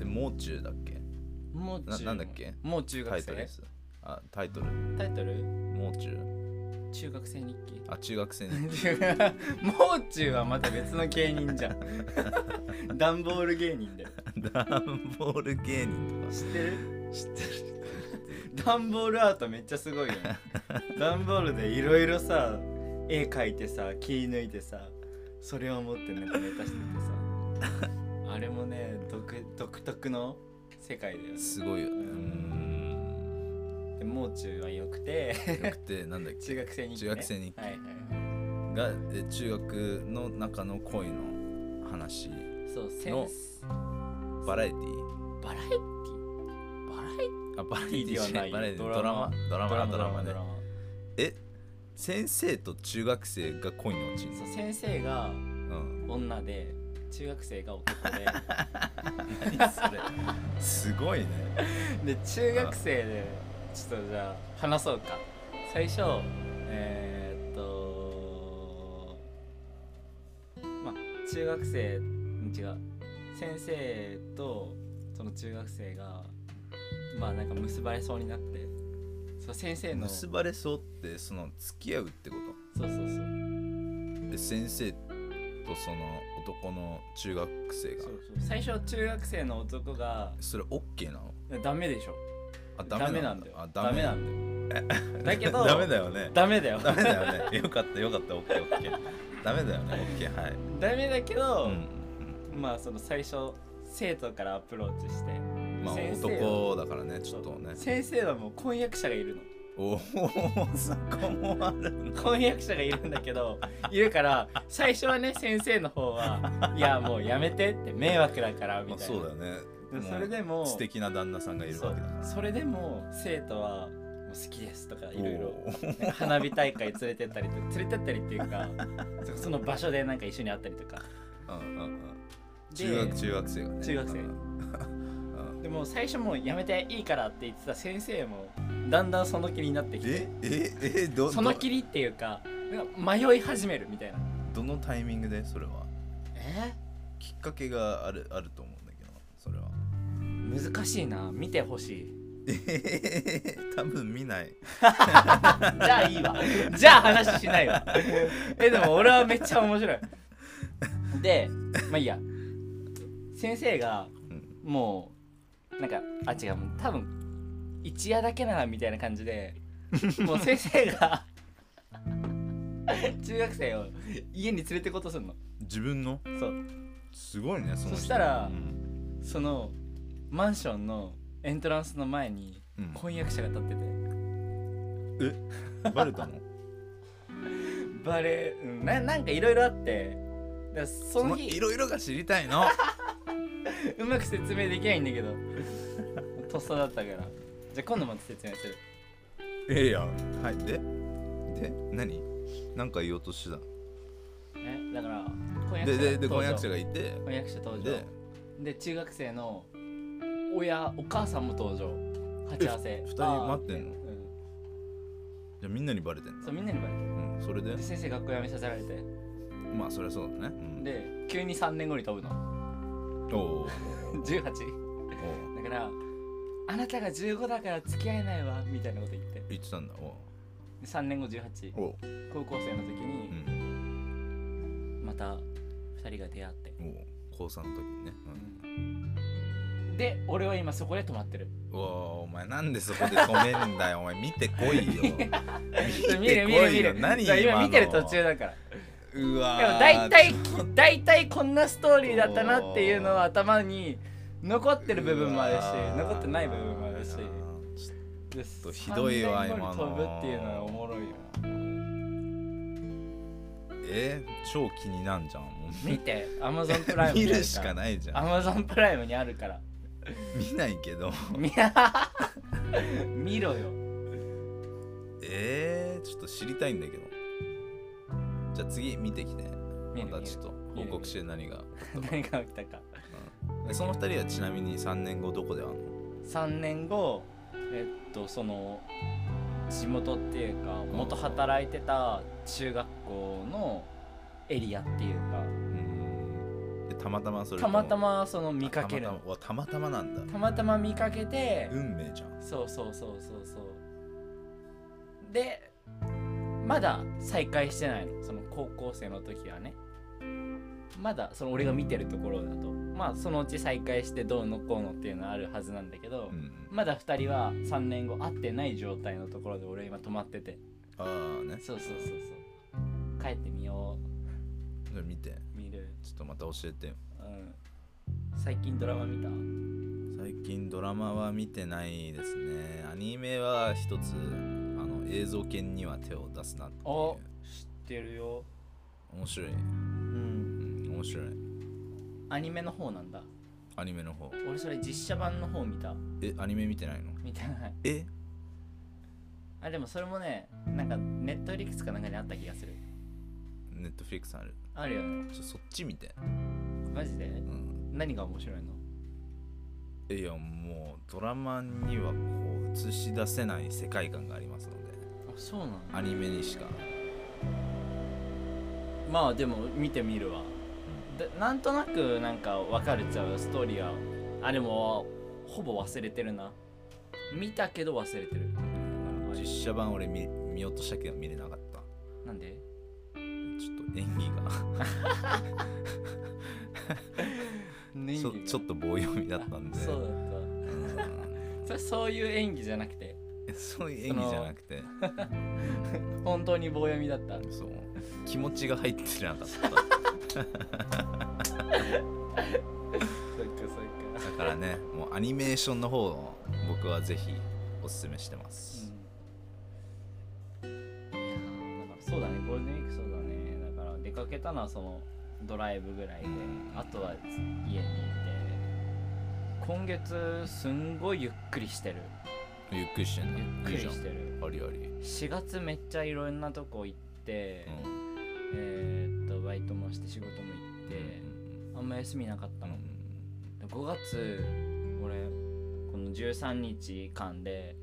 [SPEAKER 2] でもう中だっけ
[SPEAKER 1] もう中
[SPEAKER 2] ななんだっけ
[SPEAKER 1] もう中
[SPEAKER 2] タ
[SPEAKER 1] 学
[SPEAKER 2] イト
[SPEAKER 1] 生
[SPEAKER 2] ルですあタイトル
[SPEAKER 1] タイトル
[SPEAKER 2] もう中
[SPEAKER 1] 中学生日記
[SPEAKER 2] あ中学生日
[SPEAKER 1] もう中はまた別の芸人じゃん 段ボール芸人だよ
[SPEAKER 2] 記ダンボール芸人とか
[SPEAKER 1] 知ってる知ってる段ボールアートめっちゃすごいよね段ボールでいろいろさ絵描いてさ切り抜いてさそれを持ってなんかネタしててさあれもね独独特の世界だよね
[SPEAKER 2] すごいよねう ーん
[SPEAKER 1] でもう中は良くて
[SPEAKER 2] よくてなんだっけ
[SPEAKER 1] 中学生に、ね、
[SPEAKER 2] 中学生日記
[SPEAKER 1] はいはいは
[SPEAKER 2] がえ中学の中の恋の話
[SPEAKER 1] いそうセ
[SPEAKER 2] の
[SPEAKER 1] ンス
[SPEAKER 2] バラエティ
[SPEAKER 1] バラエティバラエテ
[SPEAKER 2] あバラエテ
[SPEAKER 1] ィ
[SPEAKER 2] ィ
[SPEAKER 1] ではない
[SPEAKER 2] バラエティ
[SPEAKER 1] ド
[SPEAKER 2] ド
[SPEAKER 1] ラ
[SPEAKER 2] ラ
[SPEAKER 1] マ
[SPEAKER 2] マドラ
[SPEAKER 1] ィ
[SPEAKER 2] マあドラマ
[SPEAKER 1] ドラ
[SPEAKER 2] ね
[SPEAKER 1] マ
[SPEAKER 2] え先生と中学生が恋に落ちる
[SPEAKER 1] そう先生が
[SPEAKER 2] うん
[SPEAKER 1] 女で中学生が男で
[SPEAKER 2] 何それすごいね
[SPEAKER 1] で中学生でちょっとじゃあ話そうか最初えーっとまあ中学生ん違う先生とその中学生がまあなんか結ばれそうになってそう先生の
[SPEAKER 2] 結ばれそうってその付き合うってこ
[SPEAKER 1] そうそうそう
[SPEAKER 2] とで先生とその男の中学生が
[SPEAKER 1] そうそう最初中学生の男が
[SPEAKER 2] それオッケーなの
[SPEAKER 1] ダメでしょ
[SPEAKER 2] あ
[SPEAKER 1] ダメなんだよ
[SPEAKER 2] あ
[SPEAKER 1] ダ
[SPEAKER 2] ダ
[SPEAKER 1] メ
[SPEAKER 2] メ
[SPEAKER 1] なんだよ だけど
[SPEAKER 2] ダメだよね
[SPEAKER 1] ダメだよ
[SPEAKER 2] ダメだよねよかったよかったオッケーオッケーダメだよねオッケーはい
[SPEAKER 1] ダメだけど、
[SPEAKER 2] うん
[SPEAKER 1] まあその最初生徒からアプローチして
[SPEAKER 2] まあ
[SPEAKER 1] 先生
[SPEAKER 2] 男だからねちょっとね
[SPEAKER 1] 先生はもう婚約者がいる
[SPEAKER 2] おお そこもあるんだ
[SPEAKER 1] の婚約者がいるんだけどいるから最初はね先生の方は「いやもうやめて」って迷惑だからみ
[SPEAKER 2] ま
[SPEAKER 1] たい
[SPEAKER 2] あ
[SPEAKER 1] な、
[SPEAKER 2] そうだよね
[SPEAKER 1] でそれで
[SPEAKER 2] も
[SPEAKER 1] も
[SPEAKER 2] う素敵な旦那さんがいる
[SPEAKER 1] そ
[SPEAKER 2] わ
[SPEAKER 1] う
[SPEAKER 2] けだから
[SPEAKER 1] それでも生徒は「もう好きです」とかいろいろ
[SPEAKER 2] おー
[SPEAKER 1] なんか花火大会連れてったりとか連れてったりっていうかそその場所でなんか一緒に会ったりとか
[SPEAKER 2] うんうんうん
[SPEAKER 1] で
[SPEAKER 2] 中学中学生がね
[SPEAKER 1] 中学生
[SPEAKER 2] うん
[SPEAKER 1] でも最初もうやめていいからって言ってた先生もだんだんその気になってきて
[SPEAKER 2] えええど
[SPEAKER 1] その
[SPEAKER 2] ど
[SPEAKER 1] 気にっていうかなんか迷い始めるみたいな
[SPEAKER 2] どのタイミングでそれは
[SPEAKER 1] え
[SPEAKER 2] きっかけがあるあると思うんだけどそれは
[SPEAKER 1] 難しいな見てほしい
[SPEAKER 2] え多分見ない
[SPEAKER 1] じゃあいいわ じゃあ話しない わえでも俺はめっちゃ面白いでまあいいや先生が
[SPEAKER 2] うん
[SPEAKER 1] もうなんかあ違うもう多分一夜だけならみたいな感じ でもう先生が中学生を家に連れてこうとするの
[SPEAKER 2] 自分の
[SPEAKER 1] そう
[SPEAKER 2] すごいねその人
[SPEAKER 1] そしたら
[SPEAKER 2] うん
[SPEAKER 1] そのマンションのエントランスの前に
[SPEAKER 2] うん
[SPEAKER 1] 婚約者が立ってて
[SPEAKER 2] バレたの
[SPEAKER 1] バレうんななんかいろいろあってだからそ
[SPEAKER 2] そ
[SPEAKER 1] の
[SPEAKER 2] の
[SPEAKER 1] 日
[SPEAKER 2] いろいろが知りたい の
[SPEAKER 1] うまく説明できないんだけどとっさだったからじゃあ今度また説明する
[SPEAKER 2] いやいやはいでで何なんか言おうとしてたの
[SPEAKER 1] ねだから婚約
[SPEAKER 2] で
[SPEAKER 1] 者
[SPEAKER 2] でで
[SPEAKER 1] 登場
[SPEAKER 2] 婚約者がいて
[SPEAKER 1] 婚約者登場
[SPEAKER 2] で
[SPEAKER 1] で中学生の親お母さんも登場鉢合わせ
[SPEAKER 2] えふ二人待ってんの
[SPEAKER 1] あー
[SPEAKER 2] じゃあみんなにバレてん
[SPEAKER 1] うん
[SPEAKER 2] の、
[SPEAKER 1] そうみんなにバレて
[SPEAKER 2] うん、それで
[SPEAKER 1] で先生学校辞めさせられて
[SPEAKER 2] まあそりゃそうだね、うん、
[SPEAKER 1] で急に3年後に飛ぶの
[SPEAKER 2] おお
[SPEAKER 1] 18だからあなたが15だから付き合えないわみたいなこと言って
[SPEAKER 2] 言ってたんだおう
[SPEAKER 1] 3年後18
[SPEAKER 2] おう
[SPEAKER 1] 高校生の時
[SPEAKER 2] う
[SPEAKER 1] に
[SPEAKER 2] ん
[SPEAKER 1] また2人が出会って
[SPEAKER 2] おう高3の時にね、
[SPEAKER 1] で俺は今そこで止ま ってる
[SPEAKER 2] うん、うわお前なんでそこで止めんだよお前見てこいよ
[SPEAKER 1] 見る見る見
[SPEAKER 2] よ
[SPEAKER 1] る
[SPEAKER 2] 何
[SPEAKER 1] だから
[SPEAKER 2] 今
[SPEAKER 1] 今
[SPEAKER 2] の
[SPEAKER 1] 見てる途中だから
[SPEAKER 2] うわ
[SPEAKER 1] でも大体大体こんなストーリーだったなっていうのは頭に残ってる部分もあるし残ってない部分もあるし
[SPEAKER 2] し
[SPEAKER 1] で
[SPEAKER 2] とひどいわ
[SPEAKER 1] 3年後に
[SPEAKER 2] 今の
[SPEAKER 1] 飛ぶっていうのはおもろいよ
[SPEAKER 2] えー、超気になんじゃんもう
[SPEAKER 1] 見て Amazon プライム
[SPEAKER 2] 見
[SPEAKER 1] にあ
[SPEAKER 2] るしか
[SPEAKER 1] い
[SPEAKER 2] ないじゃん
[SPEAKER 1] Amazon プライムにあるから
[SPEAKER 2] 見ないけど
[SPEAKER 1] み 見ろよ
[SPEAKER 2] えー、ちょっと知りたいんだけどじゃあ次見てきて
[SPEAKER 1] 見る
[SPEAKER 2] また
[SPEAKER 1] 見
[SPEAKER 2] ちょっと
[SPEAKER 1] 見
[SPEAKER 2] 報
[SPEAKER 1] る
[SPEAKER 2] 告して何が
[SPEAKER 1] る何が起きたか
[SPEAKER 2] えその二人はちなみに3年後どこで会うの
[SPEAKER 1] 3年後えっとその地元っていうか元働いてた中学校のエリアっていうか
[SPEAKER 2] うんでたまたまそれ
[SPEAKER 1] た
[SPEAKER 2] とも
[SPEAKER 1] またまその見かける
[SPEAKER 2] たまたまうわたまたまなんだ
[SPEAKER 1] たまたま見かけて、
[SPEAKER 2] 運命じゃん
[SPEAKER 1] そうそうそうそうそうでまだ再会してないのその高校生の時はねまだその俺が見てるところだとまあそのうち再会してどうのこうのっていうのはあるはずなんだけど、
[SPEAKER 2] うん
[SPEAKER 1] まだ2人は3年後会ってない状態のところで俺今止まってて
[SPEAKER 2] ああね
[SPEAKER 1] そうそうそうそう帰ってみよ
[SPEAKER 2] じゃあ見て
[SPEAKER 1] う見る
[SPEAKER 2] ちょっとまた教えてよ
[SPEAKER 1] うん最近ドラマ見た
[SPEAKER 2] 最近ドラマは見てないですねアニメは一つあの映像犬には手を出すなっていう
[SPEAKER 1] お知ってるよ
[SPEAKER 2] 面白い、
[SPEAKER 1] うん
[SPEAKER 2] うん、面白い
[SPEAKER 1] アニメの方なんだ
[SPEAKER 2] アニメの方
[SPEAKER 1] 俺それ実写版の方見た
[SPEAKER 2] えアニメ見てないの
[SPEAKER 1] 見てない
[SPEAKER 2] え
[SPEAKER 1] あでもそれもねなんかネットリックスかなんかにあった気がする
[SPEAKER 2] ネットフリックスある
[SPEAKER 1] あるよね
[SPEAKER 2] ちょそっち見て、
[SPEAKER 1] マジで
[SPEAKER 2] うん、
[SPEAKER 1] 何が面白いの
[SPEAKER 2] いやもうドラマにはこう映し出せない世界観がありますので
[SPEAKER 1] あそうなの
[SPEAKER 2] アニメにしか
[SPEAKER 1] まあでも見てみるわでなんとなくなんか分かれちゃうストーリーはあでもほぼ忘れてるな見たけど忘れてる
[SPEAKER 2] 実写版俺見見ようとしたけど見れなかった
[SPEAKER 1] なんで
[SPEAKER 2] ちょっと演技が
[SPEAKER 1] 演
[SPEAKER 2] ちょちょっと棒読みだったんで
[SPEAKER 1] そうだっ
[SPEAKER 2] うん
[SPEAKER 1] たそれそういう演技じゃなくて
[SPEAKER 2] そういう演技じゃなくて
[SPEAKER 1] 本当に棒読みだった
[SPEAKER 2] そう気持ちが入ってなかった
[SPEAKER 1] そっかそっか
[SPEAKER 2] だからねもうアニメーションの方を僕はぜひおすすめしてます、
[SPEAKER 1] うんいやーだからそうだねゴールデンウィークそうだねだから出かけたのはそのドライブぐらいで、
[SPEAKER 2] うん
[SPEAKER 1] あとは家にいて今月すんごいゆっくりしてる
[SPEAKER 2] ゆっくりしてんの
[SPEAKER 1] ゆっくり
[SPEAKER 2] いいじゃ
[SPEAKER 1] してる
[SPEAKER 2] んありあり、
[SPEAKER 1] 4月めっちゃいろんなとこ行って、
[SPEAKER 2] うん
[SPEAKER 1] えーっとバイトもして仕事も行って、あんま休みなかったの、で5月俺この13日間で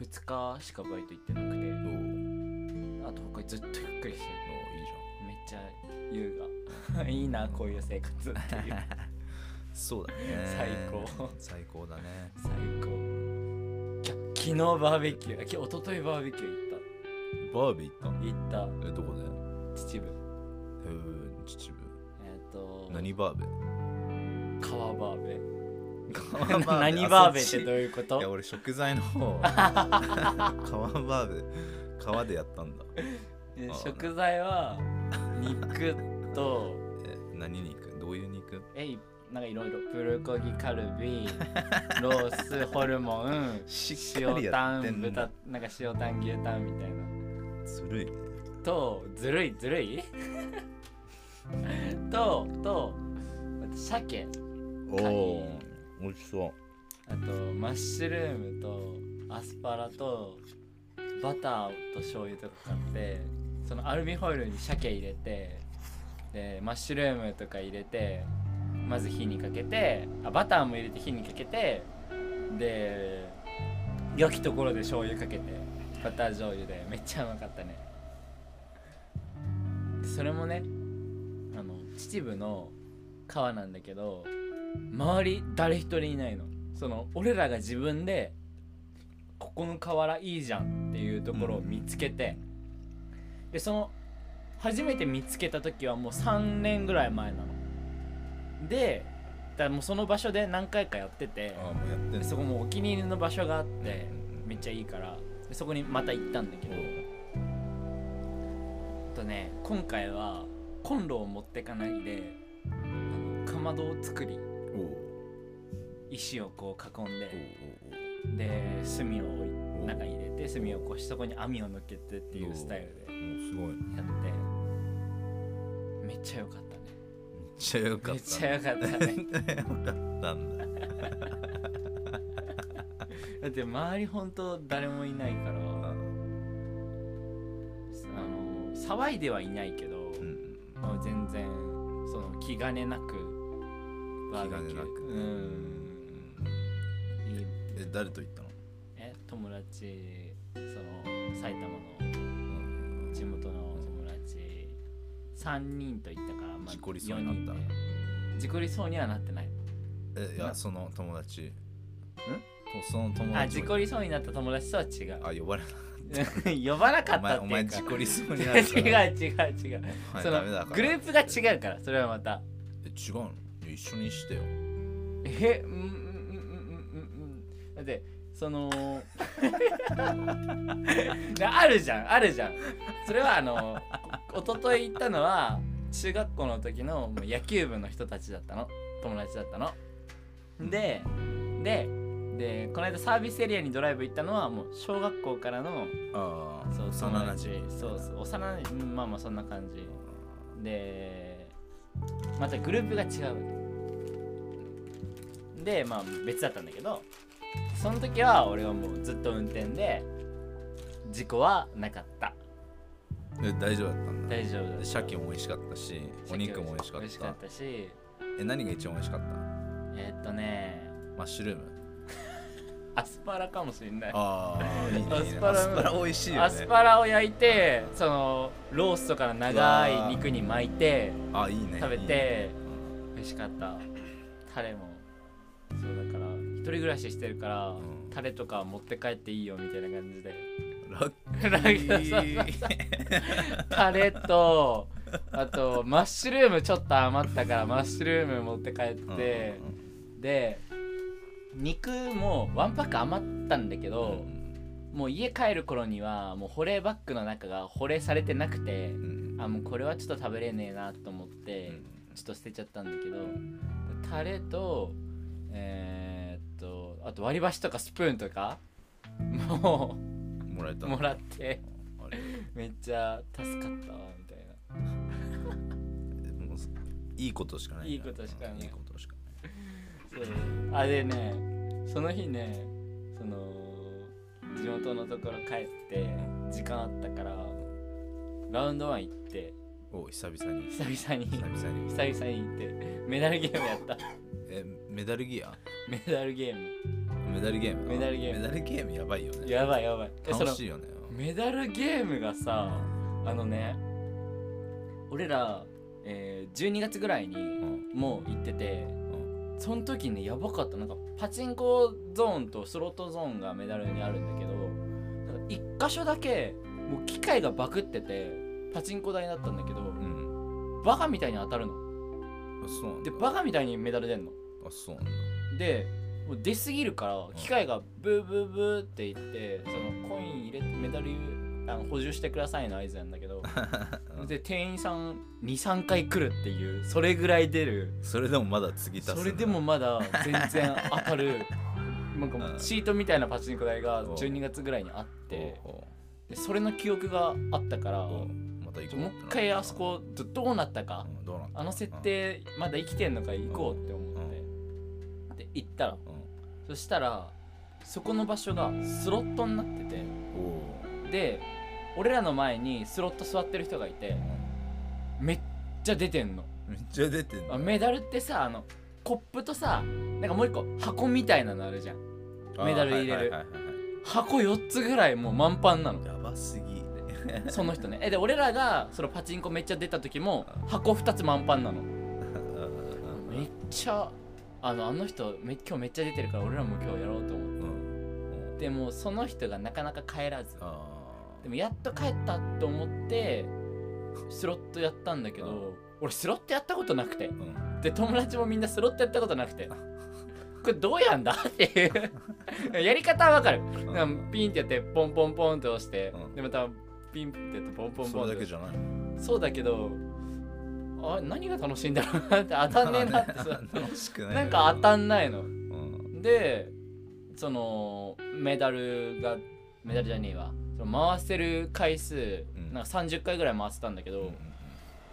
[SPEAKER 1] 2日しかバイト行ってなくて、
[SPEAKER 2] うんうん、
[SPEAKER 1] あと他ずっとゆっくりしてる
[SPEAKER 2] おおいいじ
[SPEAKER 1] めっちゃ優雅 いいなこういう生活っていう
[SPEAKER 2] ゃんそうだね
[SPEAKER 1] 最高
[SPEAKER 2] 最高だね
[SPEAKER 1] 最高きゃ昨日バーベキューあき一昨日バーベキュー行っ
[SPEAKER 2] バービー行った
[SPEAKER 1] た行っ
[SPEAKER 2] のえどこでへ
[SPEAKER 1] た秩父
[SPEAKER 2] え秩父
[SPEAKER 1] えっ、と
[SPEAKER 2] 何バーベ
[SPEAKER 1] 川バーベ
[SPEAKER 2] 川バーベ
[SPEAKER 1] 何バーベっ
[SPEAKER 2] そ
[SPEAKER 1] て
[SPEAKER 2] ち
[SPEAKER 1] どういうこ
[SPEAKER 2] いや
[SPEAKER 1] と
[SPEAKER 2] 俺食材の方川バーベ川でやったんだ
[SPEAKER 1] え食材は肉と
[SPEAKER 2] え何肉どういう肉
[SPEAKER 1] えいなんかいろいろブルコギカル ビロースホルモン
[SPEAKER 2] し
[SPEAKER 1] 塩タ
[SPEAKER 2] って
[SPEAKER 1] ン
[SPEAKER 2] んな
[SPEAKER 1] 豚なんか塩タン牛タンみたいな
[SPEAKER 2] ずるいね
[SPEAKER 1] とずるいずるい ととあと鮭
[SPEAKER 2] おお美味しそう
[SPEAKER 1] あとマッシュルームとアスパラとバターと醤油とか買ってそのアルミホイルに鮭入れてでマッシュルームとか入れてまず火にかけてあバターも入れて火にかけてで良きところで醤油かけてバター醤油でめっちゃうまかったねでそれもねあの秩父の川なんだけど周り誰一人いないのその俺らが自分でここの河原いいじゃんっていうところを見つけて、でその初めて見つけた時はもう3年ぐらい前なのでだからもうその場所で何回かやってて
[SPEAKER 2] ああもうやってん
[SPEAKER 1] で
[SPEAKER 2] の
[SPEAKER 1] そこもお気に入りの場所があって
[SPEAKER 2] うんうん
[SPEAKER 1] めっちゃいいからでそこにまた行ったんだけどあとね今回はコンロを持ってかないであのかまどを作り
[SPEAKER 2] おお
[SPEAKER 1] 石をこう囲んで。
[SPEAKER 2] お
[SPEAKER 1] で炭を置い
[SPEAKER 2] おお
[SPEAKER 1] 中に入れて炭をこうしそこに網を乗っけてっていうスタイルで
[SPEAKER 2] もうすごいめ
[SPEAKER 1] やってめ
[SPEAKER 2] っ
[SPEAKER 1] っちゃ良かったね
[SPEAKER 2] ちゃよかった
[SPEAKER 1] めっちゃ良かったね
[SPEAKER 2] なんだ
[SPEAKER 1] だって周り本当誰もいないからあの騒いではいないけど、
[SPEAKER 2] うん
[SPEAKER 1] もう全然その気兼ねなくバーベキュ
[SPEAKER 2] 気兼ねな
[SPEAKER 1] ー
[SPEAKER 2] く
[SPEAKER 1] うんいい
[SPEAKER 2] え誰と行ったの
[SPEAKER 1] え友達その埼玉の
[SPEAKER 2] うん
[SPEAKER 1] 地元の友達3人と行ったから、まあ、
[SPEAKER 2] 事故りそうになった
[SPEAKER 1] 4人で事故りそうにはなってない
[SPEAKER 2] えいや
[SPEAKER 1] な
[SPEAKER 2] その友達んとその友達
[SPEAKER 1] あ事故
[SPEAKER 2] り
[SPEAKER 1] りそうになった友達とは違う
[SPEAKER 2] あ呼ばれな
[SPEAKER 1] 呼ばなか
[SPEAKER 2] お
[SPEAKER 1] っ
[SPEAKER 2] 前
[SPEAKER 1] たっ
[SPEAKER 2] お
[SPEAKER 1] てい
[SPEAKER 2] 前
[SPEAKER 1] うか
[SPEAKER 2] 事故りそうになる
[SPEAKER 1] 違う
[SPEAKER 2] から
[SPEAKER 1] 違う違う
[SPEAKER 2] お前
[SPEAKER 1] そ
[SPEAKER 2] ダメだか
[SPEAKER 1] の
[SPEAKER 2] ら
[SPEAKER 1] グループが違うからそれはまた
[SPEAKER 2] え違うのいや一緒にしてよ
[SPEAKER 1] えうんうんうんうんうんうんだってその あるじゃんあるじゃんそれはあの一昨日行ったのは中学校の時のもう野球部の人たちだったの友達だったのでででこの間サービスエリアにドライブ行ったのはもう小学校からの
[SPEAKER 2] ああ
[SPEAKER 1] そう
[SPEAKER 2] 幼
[SPEAKER 1] 友
[SPEAKER 2] な
[SPEAKER 1] 達
[SPEAKER 2] じみ
[SPEAKER 1] そうそう幼なじみうんまあまあそんな感じでまたグループが違うわけでまあ別だったんだけどその時は俺はもうずっと運転で事故はなかった
[SPEAKER 2] え大丈夫だったんだ
[SPEAKER 1] 大丈夫だった
[SPEAKER 2] 鮭も美味しかったしお肉も美味しかっ
[SPEAKER 1] 美
[SPEAKER 2] た
[SPEAKER 1] 味しかったし
[SPEAKER 2] え何が一番美味しかった
[SPEAKER 1] えーっとね
[SPEAKER 2] マッシュルーム
[SPEAKER 1] アスパラかもしれない
[SPEAKER 2] ああいいねいいね
[SPEAKER 1] アスパラ
[SPEAKER 2] アスパラ美味しいよね
[SPEAKER 1] アスパラを焼いてそのローストから長い肉に巻いて
[SPEAKER 2] あいいね
[SPEAKER 1] 食べ
[SPEAKER 2] いいね
[SPEAKER 1] て美味しかったタレもそうだから一人暮らししてるから、
[SPEAKER 2] ん
[SPEAKER 1] タレとか持って帰っていいよみたいな感じで
[SPEAKER 2] ラッ
[SPEAKER 1] なんか
[SPEAKER 2] キ
[SPEAKER 1] さ
[SPEAKER 2] ー
[SPEAKER 1] タレとあとマッシュルームちょっと余ったからマッシュルーム持って帰って、で肉もワンパック余ったんだけ
[SPEAKER 2] うんう
[SPEAKER 1] ど、
[SPEAKER 2] ん
[SPEAKER 1] もう家帰る頃にはもう保冷バッグの中が保冷されてなくて
[SPEAKER 2] うんうん
[SPEAKER 1] あもうこれはちょっと食べれねえなと思って。ちょっと捨てちゃったんだけどタレとえーっとあと割り箸とかスプーンとかも
[SPEAKER 2] うんもらえ
[SPEAKER 1] う
[SPEAKER 2] た
[SPEAKER 1] もらって
[SPEAKER 2] あれ
[SPEAKER 1] めっちゃ助かったわみたいな
[SPEAKER 2] もういいことしかない
[SPEAKER 1] いいことしかない
[SPEAKER 2] いいことしかない
[SPEAKER 1] そうあでねその日ねその地元のところ帰って時間あったからラウンドワン行って
[SPEAKER 2] お久々に
[SPEAKER 1] 久々に
[SPEAKER 2] 久々に
[SPEAKER 1] 久々に行ってメダルゲームやった
[SPEAKER 2] えメダルギア
[SPEAKER 1] メダルゲーム
[SPEAKER 2] メダルゲーム
[SPEAKER 1] メダルゲーム
[SPEAKER 2] メダルゲームやばいよね
[SPEAKER 1] やばいやばいえその
[SPEAKER 2] 楽しいよね
[SPEAKER 1] メダルゲームがさあのね俺ら、えー12月ぐらいに
[SPEAKER 2] うん
[SPEAKER 1] もう行ってて
[SPEAKER 2] うん
[SPEAKER 1] その時ねやばかったなんかパチンコゾーンとスロットゾーンがメダルにあるんだけどなんか1箇所だけもう機械がバクっててパチンコ台だったんだけど
[SPEAKER 2] うん
[SPEAKER 1] バカみたいに当たるの
[SPEAKER 2] あそうなん
[SPEAKER 1] で
[SPEAKER 2] だ
[SPEAKER 1] バカみたいにメダル出んの
[SPEAKER 2] あそうなんだ
[SPEAKER 1] でもう出すぎるから機械がブーブーブーって言ってそのコイン入れてメダルあの補充してくださいの合図なんだけど
[SPEAKER 2] うん
[SPEAKER 1] で店員さん23回来るっていうそれぐらい出る
[SPEAKER 2] それでもまだ継ぎ足すんだ
[SPEAKER 1] それでもまだ全然当たる なんかもう
[SPEAKER 2] うん
[SPEAKER 1] チートみたいなパチンコ台が
[SPEAKER 2] おう
[SPEAKER 1] 12月ぐらいにあって
[SPEAKER 2] おう
[SPEAKER 1] でそれの記憶があったから
[SPEAKER 2] おうおう
[SPEAKER 1] も
[SPEAKER 2] また行こ
[SPEAKER 1] う一回あそこどどうなったか
[SPEAKER 2] うんどうなった
[SPEAKER 1] あの設定まだ生きてんのか行こうって思ってで行ったら
[SPEAKER 2] うん
[SPEAKER 1] そしたらそこの場所がスロットになってて
[SPEAKER 2] おう
[SPEAKER 1] で俺らの前にスロット座ってる人がいてめっちゃ出てんの
[SPEAKER 2] うんめっちゃ出てん
[SPEAKER 1] あ
[SPEAKER 2] だ
[SPEAKER 1] メダルってさあのコップとさなんかもう一個箱みたいなのあるじゃん
[SPEAKER 2] あー
[SPEAKER 1] メダル入れる
[SPEAKER 2] はいはいはいはい
[SPEAKER 1] 箱4つぐらいもう満帆なの
[SPEAKER 2] やば すぎ。
[SPEAKER 1] その人ねえで俺らがそのパチンコめっちゃ出た時も箱2つ満帆なのめっちゃあのあの人め今日めっちゃ出てるから俺らも今日やろうと思っ
[SPEAKER 2] うん。
[SPEAKER 1] てでもその人がなかなか帰らず
[SPEAKER 2] あ
[SPEAKER 1] でもやっと帰ったと思ってスロットやったんだけ
[SPEAKER 2] う
[SPEAKER 1] ど俺スロットやったことなくて
[SPEAKER 2] ーうん
[SPEAKER 1] で友達もみんなスロットやったことなくてこれどうやんだっていうやり方はわかる
[SPEAKER 2] うん
[SPEAKER 1] なんかピンってやってポンポンポンって押して、
[SPEAKER 2] うん
[SPEAKER 1] でまたピンってやってポンポン
[SPEAKER 2] そ
[SPEAKER 1] ポンっ
[SPEAKER 2] れ
[SPEAKER 1] て
[SPEAKER 2] だけじゃない。
[SPEAKER 1] そうだけどあ何が楽しいんだろうなって当たんねえなって さ
[SPEAKER 2] 楽しくない。
[SPEAKER 1] なんか当た
[SPEAKER 2] ん。
[SPEAKER 1] んないの
[SPEAKER 2] うん。
[SPEAKER 1] でそのメダルがメダルじゃねえわその回せる回数、
[SPEAKER 2] うん
[SPEAKER 1] なんか30回ぐらい回せたんだけど、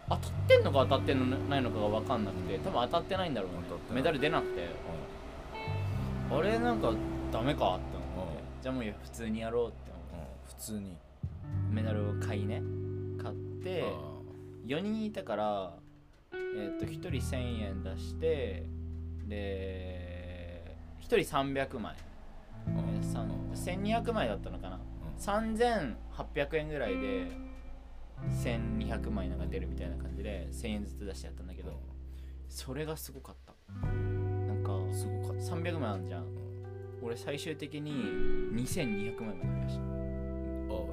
[SPEAKER 1] 当たってんのか当たってんのないのかが分かんなくて多分当たってないんだろうね
[SPEAKER 2] 当たってない
[SPEAKER 1] メダル出なくてあれなんかダメかって思ってじゃあもう普通にやろうって思って
[SPEAKER 2] うん普通に。
[SPEAKER 1] メダルを買いね買って4人いたから、えっと1人1000円出してで1人300枚、
[SPEAKER 2] あー
[SPEAKER 1] えーさん1200枚だったのかな3800円ぐらいで1200枚なんか出るみたいな感じで1000円ずつ出してやったんだけど、それがすごかったなんか
[SPEAKER 2] うんすごかった。
[SPEAKER 1] 300枚あんじゃん俺最終的に2200枚まで出した
[SPEAKER 2] あ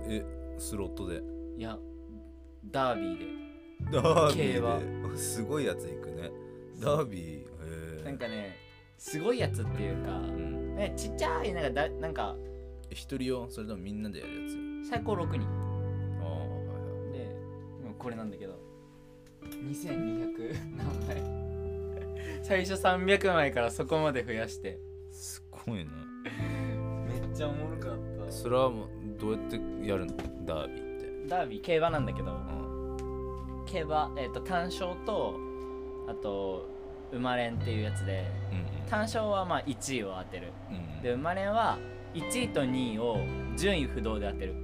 [SPEAKER 2] えスロットで。
[SPEAKER 1] いやダービーで
[SPEAKER 2] ダービ
[SPEAKER 1] 競
[SPEAKER 2] ーで。すごいやつ行くね。ダービー。へー
[SPEAKER 1] なんかねすごいやつっていうか、
[SPEAKER 2] うん
[SPEAKER 1] ね、ちっちゃいなんかだなんか
[SPEAKER 2] 一人用それともみんなでやるやつ。
[SPEAKER 1] 最高6人
[SPEAKER 2] ああはいはい。
[SPEAKER 1] でもうこれなんだけど2200何枚 最初300枚からそこまで増やして
[SPEAKER 2] すごいな。
[SPEAKER 1] めっちゃおもろかった
[SPEAKER 2] それはもうどうやってやるのダービーって。
[SPEAKER 1] ダービー競馬なんだけど
[SPEAKER 2] うん。
[SPEAKER 1] 競馬えっ、と単勝とあと馬連っていうやつで
[SPEAKER 2] うん
[SPEAKER 1] 単勝はまあ1位を当てる
[SPEAKER 2] うん。
[SPEAKER 1] で馬連は1位と2位を順位不動で当てる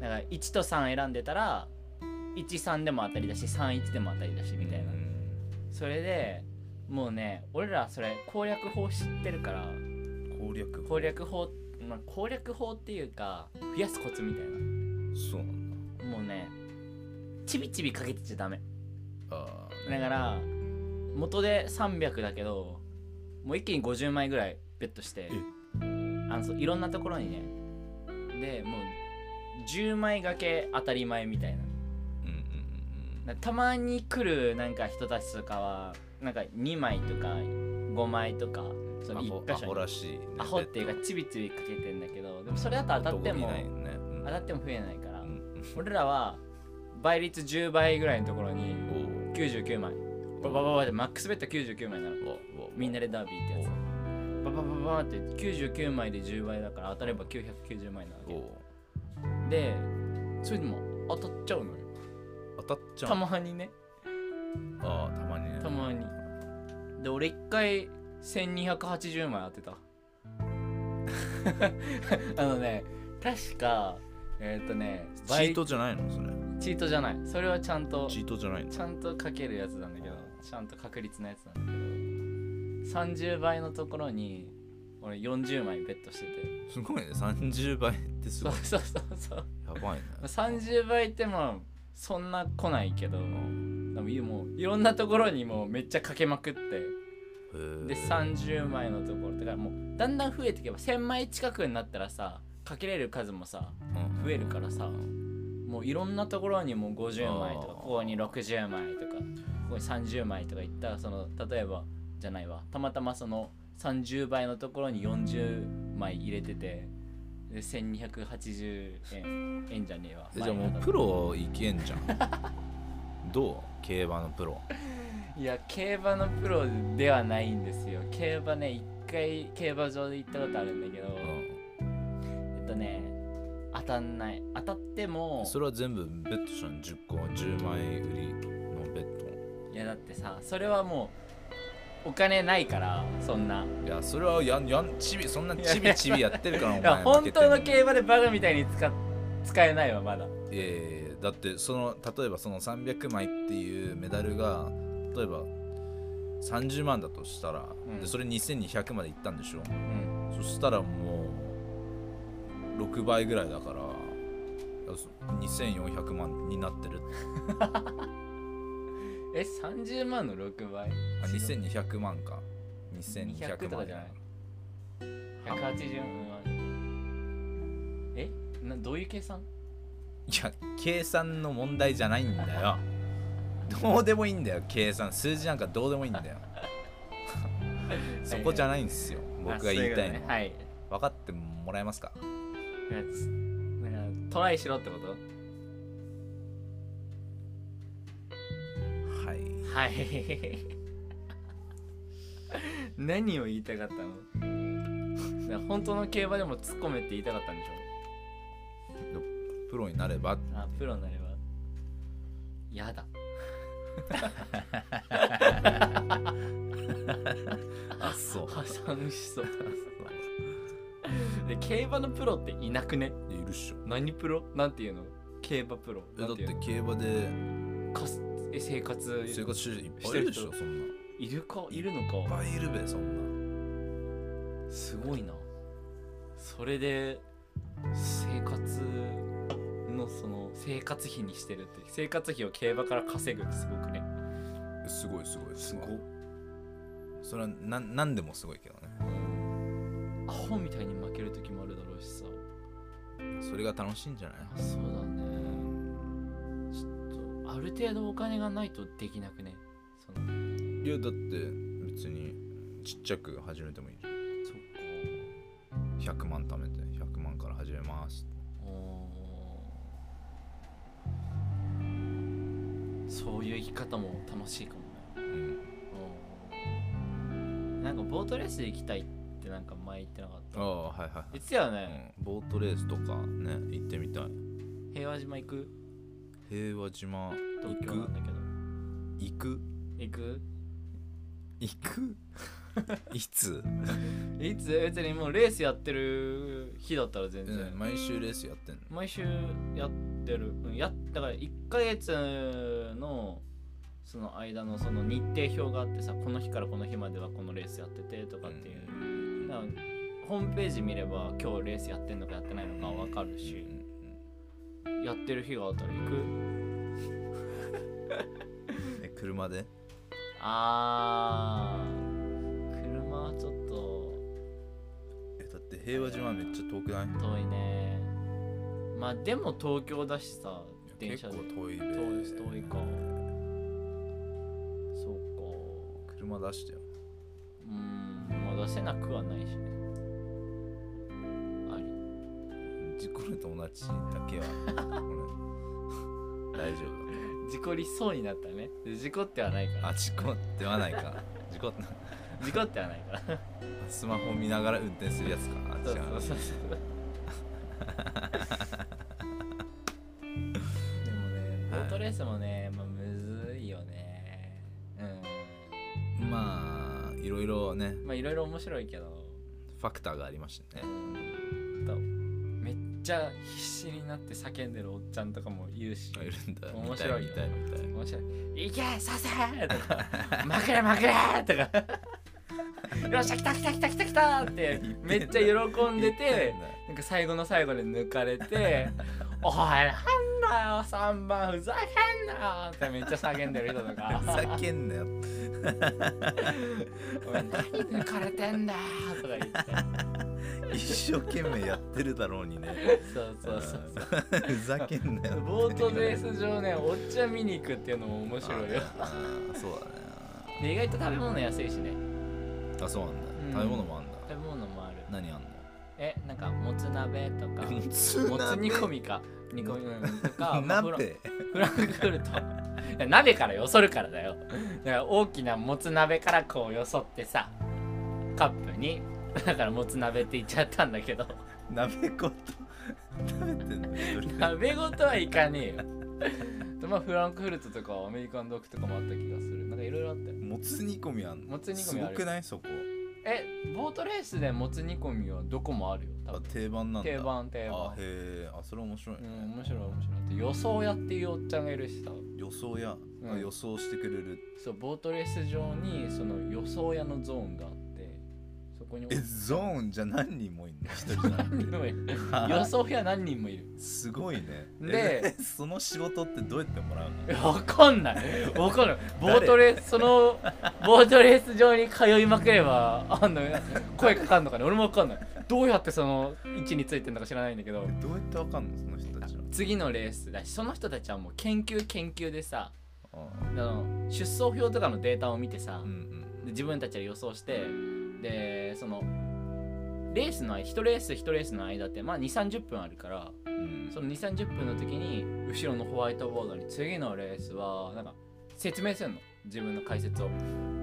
[SPEAKER 1] だから1と3選んでたら13でも当たりだし31でも当たりだしみたいな、それでもうね俺らそれ攻略法知ってるから
[SPEAKER 2] 攻略
[SPEAKER 1] 攻略法、まあ、攻略法っていうか増やすコツみたい
[SPEAKER 2] そうなんだ
[SPEAKER 1] なもうねちびちびかけてちゃダメ
[SPEAKER 2] あー
[SPEAKER 1] だから元で300だけどもう一気に50枚ぐらいベットして
[SPEAKER 2] え
[SPEAKER 1] あのそういろんなところにねでもう10枚掛け当たり前みたいな
[SPEAKER 2] うんうんうん
[SPEAKER 1] なたまに来るなんか人たちとかはなんか2枚とか5枚とかそ
[SPEAKER 2] うん
[SPEAKER 1] の
[SPEAKER 2] アホ
[SPEAKER 1] 1
[SPEAKER 2] ア
[SPEAKER 1] 箇所
[SPEAKER 2] ホ
[SPEAKER 1] に
[SPEAKER 2] らしいね
[SPEAKER 1] アホっていうかちびちびかけてんだけどでもそれだと当たって
[SPEAKER 2] 男
[SPEAKER 1] も
[SPEAKER 2] 気ないよねうん
[SPEAKER 1] 当たっても増えないか
[SPEAKER 2] う
[SPEAKER 1] ら
[SPEAKER 2] ん
[SPEAKER 1] 俺らは倍率10倍ぐらいのところに
[SPEAKER 2] うん
[SPEAKER 1] 99枚バババババってマックスベット99枚なの
[SPEAKER 2] おうおうおう
[SPEAKER 1] みんなでダービーってや
[SPEAKER 2] おう
[SPEAKER 1] つバババババって99枚で10倍だから当たれば990枚なわ
[SPEAKER 2] お
[SPEAKER 1] け
[SPEAKER 2] う
[SPEAKER 1] でそれでも当たっちゃうのよ
[SPEAKER 2] 当たっちゃう
[SPEAKER 1] たまにね
[SPEAKER 2] あーたまにね
[SPEAKER 1] たまにで俺一回1280枚当て たあのね確かえーっ、とね
[SPEAKER 2] チートじゃないのそれ
[SPEAKER 1] 倍チートじゃないそれはちゃんと
[SPEAKER 2] チートじゃないの
[SPEAKER 1] ちゃんとかけるやつなんだけどちゃんと確率のやつなんだけど30倍のところに俺40枚ベットしてて
[SPEAKER 2] すごいね30倍ってす
[SPEAKER 1] そ
[SPEAKER 2] ご
[SPEAKER 1] う
[SPEAKER 2] い
[SPEAKER 1] そうそうそう
[SPEAKER 2] やばいね
[SPEAKER 1] 30倍ってまあそんな来ないけどでもいもういろんなところにもうめっちゃかけまくってで30枚のところだからもうだんだん増えていけば1000枚近くになったらさかけれる数もさ増えるからさもういろんなところにもう50枚とか
[SPEAKER 2] あー
[SPEAKER 1] ここに60枚とかここに30枚とかいったらその例えばじゃないわたまたまその30倍のところに40枚入れててで1280円円じゃねえわ
[SPEAKER 2] えじゃあもうプロいけんじゃん どう競馬のプロ
[SPEAKER 1] いや競馬のプロではないんですよ競馬ね一回競馬場で行ったことあるんだけど、
[SPEAKER 2] う
[SPEAKER 1] えっとね当たんない当たっても
[SPEAKER 2] んそれは全部ベッドしたの10個10枚売りのベッ
[SPEAKER 1] いやだってさそれはもうお金ないからそんな
[SPEAKER 2] ドいやそれはやんやんちびそんなちびちびやってるからお
[SPEAKER 1] いや
[SPEAKER 2] 前負
[SPEAKER 1] 本
[SPEAKER 2] けてん
[SPEAKER 1] 当の競馬でバカみたいに使っ使えないわまだ
[SPEAKER 2] えーだってその例えばその300枚っていうメダルが例えば30万だとしたら、
[SPEAKER 1] うん
[SPEAKER 2] でそれ2200までいったんでしょ
[SPEAKER 1] うん
[SPEAKER 2] そしたらもう6倍ぐらいだからあそ2400万になってる
[SPEAKER 1] え30万の6倍
[SPEAKER 2] あ2200万か
[SPEAKER 1] 200
[SPEAKER 2] 2200
[SPEAKER 1] と
[SPEAKER 2] 万
[SPEAKER 1] かじゃない180万えなどういう計算
[SPEAKER 2] いや計算の問題じゃないんだよどうでもいいんだよ計算数字なんかどうでもいいんだよそこじゃないんですよ僕が言いたい
[SPEAKER 1] あそうう
[SPEAKER 2] の
[SPEAKER 1] ことね
[SPEAKER 2] は
[SPEAKER 1] はい
[SPEAKER 2] 分かってもらえますか
[SPEAKER 1] やつなんかトライしろってこと
[SPEAKER 2] はい
[SPEAKER 1] はい何を言いたかったのだから本当の競馬でも突っ込めって言いたかったんでしょ
[SPEAKER 2] プロになれば
[SPEAKER 1] あプロになればやだ
[SPEAKER 2] あそ
[SPEAKER 1] 破産しそうで競馬のプロっていなくね
[SPEAKER 2] いるっしょ
[SPEAKER 1] 何プロなんていうの競馬プロ
[SPEAKER 2] えだ
[SPEAKER 1] なん
[SPEAKER 2] って
[SPEAKER 1] いうの
[SPEAKER 2] 競馬で
[SPEAKER 1] かすえ生活
[SPEAKER 2] 生活してる人いっぱいいるでしょそんないっ
[SPEAKER 1] いるかいるのか
[SPEAKER 2] ぱいいるべそんな
[SPEAKER 1] すごいなそれで生活のその生活費にしてるって生活費を競馬から稼ぐってすごくね
[SPEAKER 2] えすごいすごい
[SPEAKER 1] すご
[SPEAKER 2] いそれはなん何でもすごいけどね
[SPEAKER 1] アホみたいに負ける時もあるだろうしさ
[SPEAKER 2] それが楽しいんじゃない
[SPEAKER 1] あそうだねちょっとある程度お金がないとできなくねその
[SPEAKER 2] いやだって別にちっちゃく始めてもいいじゃ
[SPEAKER 1] そっか
[SPEAKER 2] ん100万貯めて100万から始めます
[SPEAKER 1] おーそういう生き方も楽しいかも
[SPEAKER 2] う
[SPEAKER 1] ね
[SPEAKER 2] ん
[SPEAKER 1] うんなんかボートレースで行きたいってなんか前言ってなかっ
[SPEAKER 2] ああはいはいは
[SPEAKER 1] た
[SPEAKER 2] い
[SPEAKER 1] 言ってたよ
[SPEAKER 2] う
[SPEAKER 1] ね、
[SPEAKER 2] ん、ボートレースとかね行ってみたい
[SPEAKER 1] 平和島行く
[SPEAKER 2] 平和島行
[SPEAKER 1] 東京な
[SPEAKER 2] く
[SPEAKER 1] んだけど
[SPEAKER 2] 行く
[SPEAKER 1] 行く
[SPEAKER 2] 行く いつ、
[SPEAKER 1] いつ別にもうレースやってる日だったら全
[SPEAKER 2] う
[SPEAKER 1] 然、
[SPEAKER 2] ん、毎週レースやってんの
[SPEAKER 1] 毎週やってる、うん、やだから1ヶ月のその間のその日程表があってさこの日からこの日まではこのレースやっててとかっていう、だからホームページ見れば今日レースやってんのかやってないのかわかるし
[SPEAKER 2] う、ん
[SPEAKER 1] やってる日があったら行く
[SPEAKER 2] え車で
[SPEAKER 1] あー車はちょっと
[SPEAKER 2] えだって平和島めっちゃ遠くない
[SPEAKER 1] 遠いねまあでも東京だしさ電車
[SPEAKER 2] 結
[SPEAKER 1] で
[SPEAKER 2] 構遠いべ
[SPEAKER 1] 遠い遠いかそうか
[SPEAKER 2] 車出してよ
[SPEAKER 1] うん、まあ出せなくはないしね。あり。
[SPEAKER 2] 事故の友達だけは俺大丈夫だ
[SPEAKER 1] 事故りそうになったね。で事故ってはないから。
[SPEAKER 2] あ事故ってはないか事故って
[SPEAKER 1] 事故ってはないから。
[SPEAKER 2] スマホ見ながら運転するやつかあ
[SPEAKER 1] そう
[SPEAKER 2] 違う
[SPEAKER 1] そうそうそう。でもね、ボ
[SPEAKER 2] はい
[SPEAKER 1] ートレースもね、まあむずいよね。う
[SPEAKER 2] まあいろいろね
[SPEAKER 1] ん。まあいろいろ面白いけど、
[SPEAKER 2] ファクターがありましたね
[SPEAKER 1] とめっちゃ必死になって叫んでるおっちゃんとかもいるし
[SPEAKER 2] あ。いるんだ
[SPEAKER 1] 面白いよ
[SPEAKER 2] 見たい見たい見
[SPEAKER 1] 面白い「いけさせ!」とか 「まくれまくれ!」と か「よっしゃ来た来た来た来た来た!」ってめっちゃ喜ん
[SPEAKER 2] た
[SPEAKER 1] で
[SPEAKER 2] い
[SPEAKER 1] てなんか最後の最後で抜かれ て「おいなんだよ3番ふざけんなよ!」ってめっちゃ叫んでる人とか
[SPEAKER 2] ふざけんなよ
[SPEAKER 1] 「おい何抜かれてんだよ!」とか言っ
[SPEAKER 2] 一生懸命やってるだろうにね
[SPEAKER 1] てそうそうそうそう
[SPEAKER 2] うんふざけんなよ
[SPEAKER 1] ボートレース場ねおっちゃん見に行くっていうのも面白いよ
[SPEAKER 2] あーそうだね
[SPEAKER 1] で意外と食べ物安いしね
[SPEAKER 2] あそうなんだ
[SPEAKER 1] うん
[SPEAKER 2] 食べ物もあんだ
[SPEAKER 1] 食べ物もある
[SPEAKER 2] 何あんの
[SPEAKER 1] えなんかもつ鍋とか
[SPEAKER 2] も
[SPEAKER 1] も
[SPEAKER 2] つ
[SPEAKER 1] つ煮込
[SPEAKER 2] み
[SPEAKER 1] みか煮込みうんと かまあフラ
[SPEAKER 2] 鍋
[SPEAKER 1] フランクフルトいや鍋からよそるからだよだから大きなもつ鍋からこうよそってさカップにだからもつ鍋って言っちゃったんだけど
[SPEAKER 2] 鍋ごと食べてんの一人
[SPEAKER 1] 鍋ごとはいかねえよでまあフランクフルトとかアメリカンドッグとかもあった気がするなんかいろいろあったよ
[SPEAKER 2] もつ煮込みあんの
[SPEAKER 1] もつ煮込みある
[SPEAKER 2] すごくないそこ
[SPEAKER 1] えボートレースでもつ煮込みはどこもあるよ多
[SPEAKER 2] あ
[SPEAKER 1] 分
[SPEAKER 2] 定番なんだ
[SPEAKER 1] 定番定
[SPEAKER 2] あ
[SPEAKER 1] 番
[SPEAKER 2] へえあそれ面白いね
[SPEAKER 1] うん、面白い面白い予想屋っていうおっちゃんがいるしさ
[SPEAKER 2] 予想や、あ
[SPEAKER 1] うん
[SPEAKER 2] 予想してくれる
[SPEAKER 1] そうボートレース場にその予想屋のゾーンがあってそこに
[SPEAKER 2] えゾーンじゃ何人もいんの一人じゃなく
[SPEAKER 1] 何人もいる
[SPEAKER 2] て
[SPEAKER 1] 予想屋何人もいる
[SPEAKER 2] すごいね
[SPEAKER 1] で
[SPEAKER 2] えその仕事ってどうやってもらうの
[SPEAKER 1] いやわかんないわかんないボートレースそのボートレース場に通いまくればあんの声かかんのかね俺もわかんないどうやってその位置についてんのか知らないんだけど
[SPEAKER 2] どうやってわかんのその人たちは
[SPEAKER 1] 次のレースだしその人たちはもう研究研究でさ
[SPEAKER 2] あ
[SPEAKER 1] あの出走表とかのデータを見てさ、
[SPEAKER 2] ーうん
[SPEAKER 1] で自分たちで予想してでそのレースの間1レース1レースの間ってまあ2 3 0分あるから
[SPEAKER 2] うんうん
[SPEAKER 1] その2 3 0分の時に後ろのホワイトボードに次のレースはなんか説明するの自分の解説を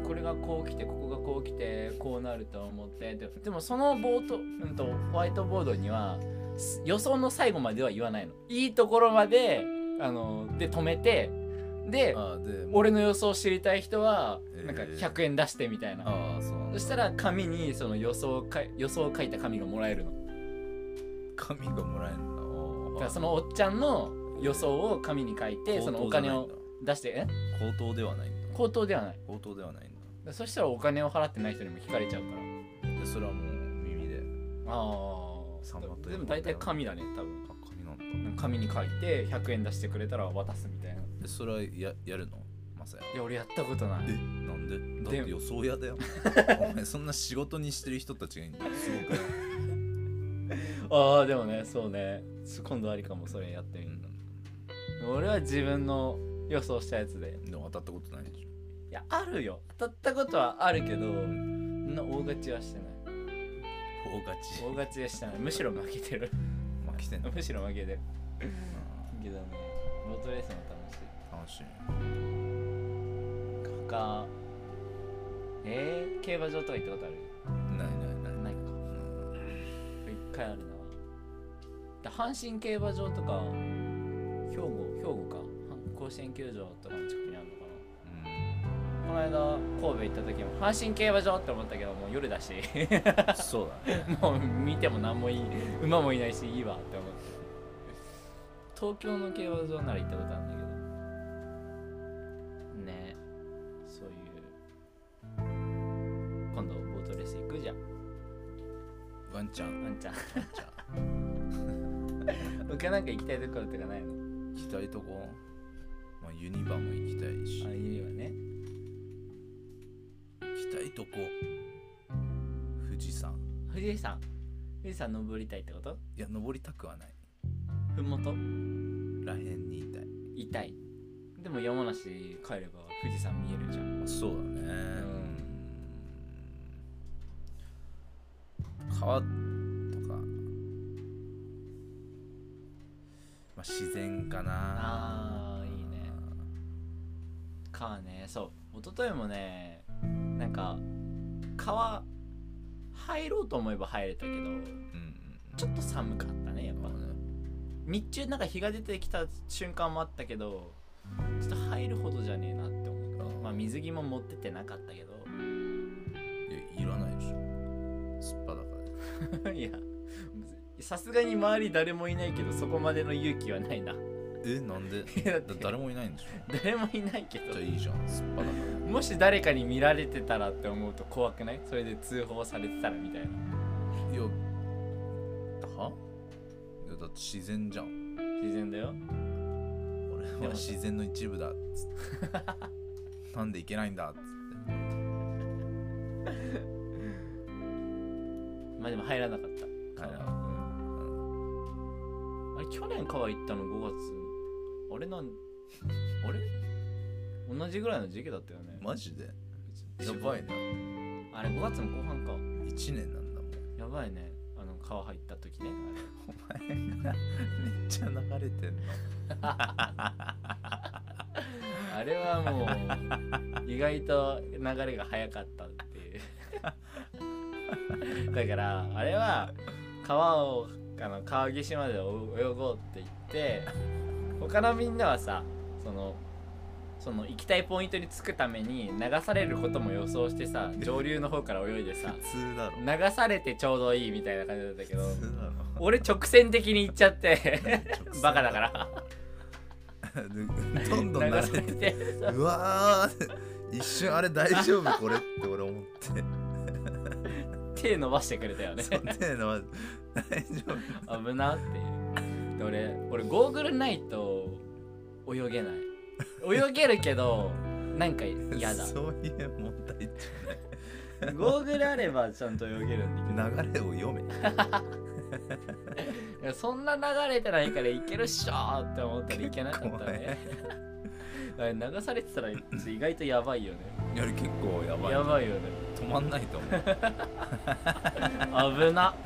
[SPEAKER 1] これがこう来てここがこう来てこうなると思ってででもそのボート、うん、とホワイトボードにはす予想の最後までは言わないのいいところまであので止めてで
[SPEAKER 2] あーで
[SPEAKER 1] 俺の予想を知りたい人は
[SPEAKER 2] えー
[SPEAKER 1] なんか100円出してみたいな、
[SPEAKER 2] ああそうなん
[SPEAKER 1] そ
[SPEAKER 2] だ
[SPEAKER 1] したら紙にその予想をか予想を書いた紙がもらえるの
[SPEAKER 2] 紙がもらえるんだ
[SPEAKER 1] だ
[SPEAKER 2] お
[SPEAKER 1] か
[SPEAKER 2] ー
[SPEAKER 1] らそのおっちゃんの予想を紙に書いてそのお金を出してえ
[SPEAKER 2] 口頭じゃないんだ
[SPEAKER 1] 口頭ではない
[SPEAKER 2] 口頭ではないんだ口頭ではないん
[SPEAKER 1] そしたらお金を払ってない人にも引かれちゃうから
[SPEAKER 2] だでそれはもう耳で
[SPEAKER 1] あ
[SPEAKER 2] 三万
[SPEAKER 1] あ
[SPEAKER 2] と
[SPEAKER 1] でも
[SPEAKER 2] いうもんだ
[SPEAKER 1] 大
[SPEAKER 2] よ
[SPEAKER 1] 体紙だね多分
[SPEAKER 2] あ紙なんだ
[SPEAKER 1] 紙に書いて100円出してくれたら渡すみたいな
[SPEAKER 2] でそれはややるのまさや
[SPEAKER 1] いや俺やったことない
[SPEAKER 2] えなんでだっ
[SPEAKER 1] で
[SPEAKER 2] て予想 屋だよお前そんな仕事にしてる人たちがいいんだよすごくない
[SPEAKER 1] ああでもねそうね今度ありかもそれやってみ
[SPEAKER 2] う
[SPEAKER 1] る
[SPEAKER 2] ん
[SPEAKER 1] 俺は自分の予想したやつで
[SPEAKER 2] でも当たったことないでしょ
[SPEAKER 1] いやあるよ当たったことはあるけどそんな大勝ちはしてない
[SPEAKER 2] 大勝ち
[SPEAKER 1] 大勝ちはしてないむしろ負けてる
[SPEAKER 2] 負けてんの
[SPEAKER 1] むしろ負けてる
[SPEAKER 2] うん
[SPEAKER 1] けどねボートレースも楽しい
[SPEAKER 2] 楽しいね
[SPEAKER 1] 他えー、競馬場とか行ったことあ
[SPEAKER 2] ないない
[SPEAKER 1] る
[SPEAKER 2] ない
[SPEAKER 1] ないか
[SPEAKER 2] うん
[SPEAKER 1] 一回あるなだ阪神競馬場とか兵庫兵庫かは甲子園球場とかの近くにあるのかなこの間神戸行った時も阪神競馬場って思ったけどもう夜だし
[SPEAKER 2] うんそうだね
[SPEAKER 1] もう見ても何もいい馬もいないしいいわって思って東京の競馬場なら行ったことあるんだけどねそういう今度ボートレース行くじゃん
[SPEAKER 2] ワンちゃん
[SPEAKER 1] ワンちゃん他なんか行きたいところとかないの
[SPEAKER 2] 行きたいとこまあユニバも行きたいし
[SPEAKER 1] ああいうはね
[SPEAKER 2] 行きたいとこ富士山
[SPEAKER 1] 富士山富士山登りたいってこと
[SPEAKER 2] いや登りたくはない
[SPEAKER 1] ふもと
[SPEAKER 2] らへんにいたい
[SPEAKER 1] 痛いでも山梨帰れば富士山見えるじゃん
[SPEAKER 2] そうだねうん川とかまあ自然かな
[SPEAKER 1] ああいいね川ねそう一昨日もねなんか川入ろうと思えば入れたけど
[SPEAKER 2] うん
[SPEAKER 1] ちょっと寒かったねやっ
[SPEAKER 2] う
[SPEAKER 1] ぱ
[SPEAKER 2] んうん
[SPEAKER 1] 日中なんか日が出てきた瞬間もあったけどちょっと入るほどじゃねえなって思った
[SPEAKER 2] あー
[SPEAKER 1] まあ水着も持ってってなかったけ
[SPEAKER 2] いやいらないでしょすっぱだから
[SPEAKER 1] ど いやさすがに周り誰もいないけどそこまでの勇気はないな
[SPEAKER 2] えなん で
[SPEAKER 1] いやだって
[SPEAKER 2] だ誰もいないんでしょ
[SPEAKER 1] 誰もいないけど
[SPEAKER 2] じゃあいいじゃんすっぱだから
[SPEAKER 1] もし誰かに見られてたらって思うと怖くないそれで通報されてたらみたいない
[SPEAKER 2] やはいやだって自然じゃん
[SPEAKER 1] 自然だよ
[SPEAKER 2] 俺
[SPEAKER 1] で
[SPEAKER 2] は
[SPEAKER 1] も
[SPEAKER 2] 自然の一部だっつ ってなんでいけないんだっつって
[SPEAKER 1] まあでも入らなかった
[SPEAKER 2] 帰らなかった
[SPEAKER 1] うんあれ去年川行ったの5月あれなんあれ同じぐらいの時期だったよね、
[SPEAKER 2] マジで
[SPEAKER 1] 仕
[SPEAKER 2] や
[SPEAKER 1] 事
[SPEAKER 2] ばいな
[SPEAKER 1] あれ5月の後半か
[SPEAKER 2] 1年なんだもん
[SPEAKER 1] やばいねあの川入った時ねあれ
[SPEAKER 2] お前がめっちゃ流れてんの
[SPEAKER 1] あれはもう意外と流れが早かったって いうだからあれは川をあの川岸まで泳ごうって言って他のみんなはさそのその行きたいポイントに着くために流されることも予想してさ上流の方から泳いでさ
[SPEAKER 2] 普通だろ
[SPEAKER 1] 流されてちょうどいいみたいな感じだったけど
[SPEAKER 2] 普通だろ
[SPEAKER 1] 俺直線的に行っちゃって バカだからら
[SPEAKER 2] どんどん流
[SPEAKER 1] 流さ
[SPEAKER 2] れ
[SPEAKER 1] れ
[SPEAKER 2] て
[SPEAKER 1] て
[SPEAKER 2] うわー一瞬あれ大丈夫これって俺思って
[SPEAKER 1] 手伸ばしてくれたよね
[SPEAKER 2] そんなの大丈夫
[SPEAKER 1] 危なっていうで俺俺ゴーグルないと泳げない泳げるけどなんか嫌だ
[SPEAKER 2] そういう問題じ
[SPEAKER 1] ゴーグルあればちゃんと泳げるんだ
[SPEAKER 2] ゃない流れを読め
[SPEAKER 1] けどいやそんな流れてないからいけるっしょーって思ったらいけなかったねあれ流されてたら意外とやばいよね
[SPEAKER 2] いや結構やばい
[SPEAKER 1] やばいよね
[SPEAKER 2] 止まんないと思う
[SPEAKER 1] 危な危ない危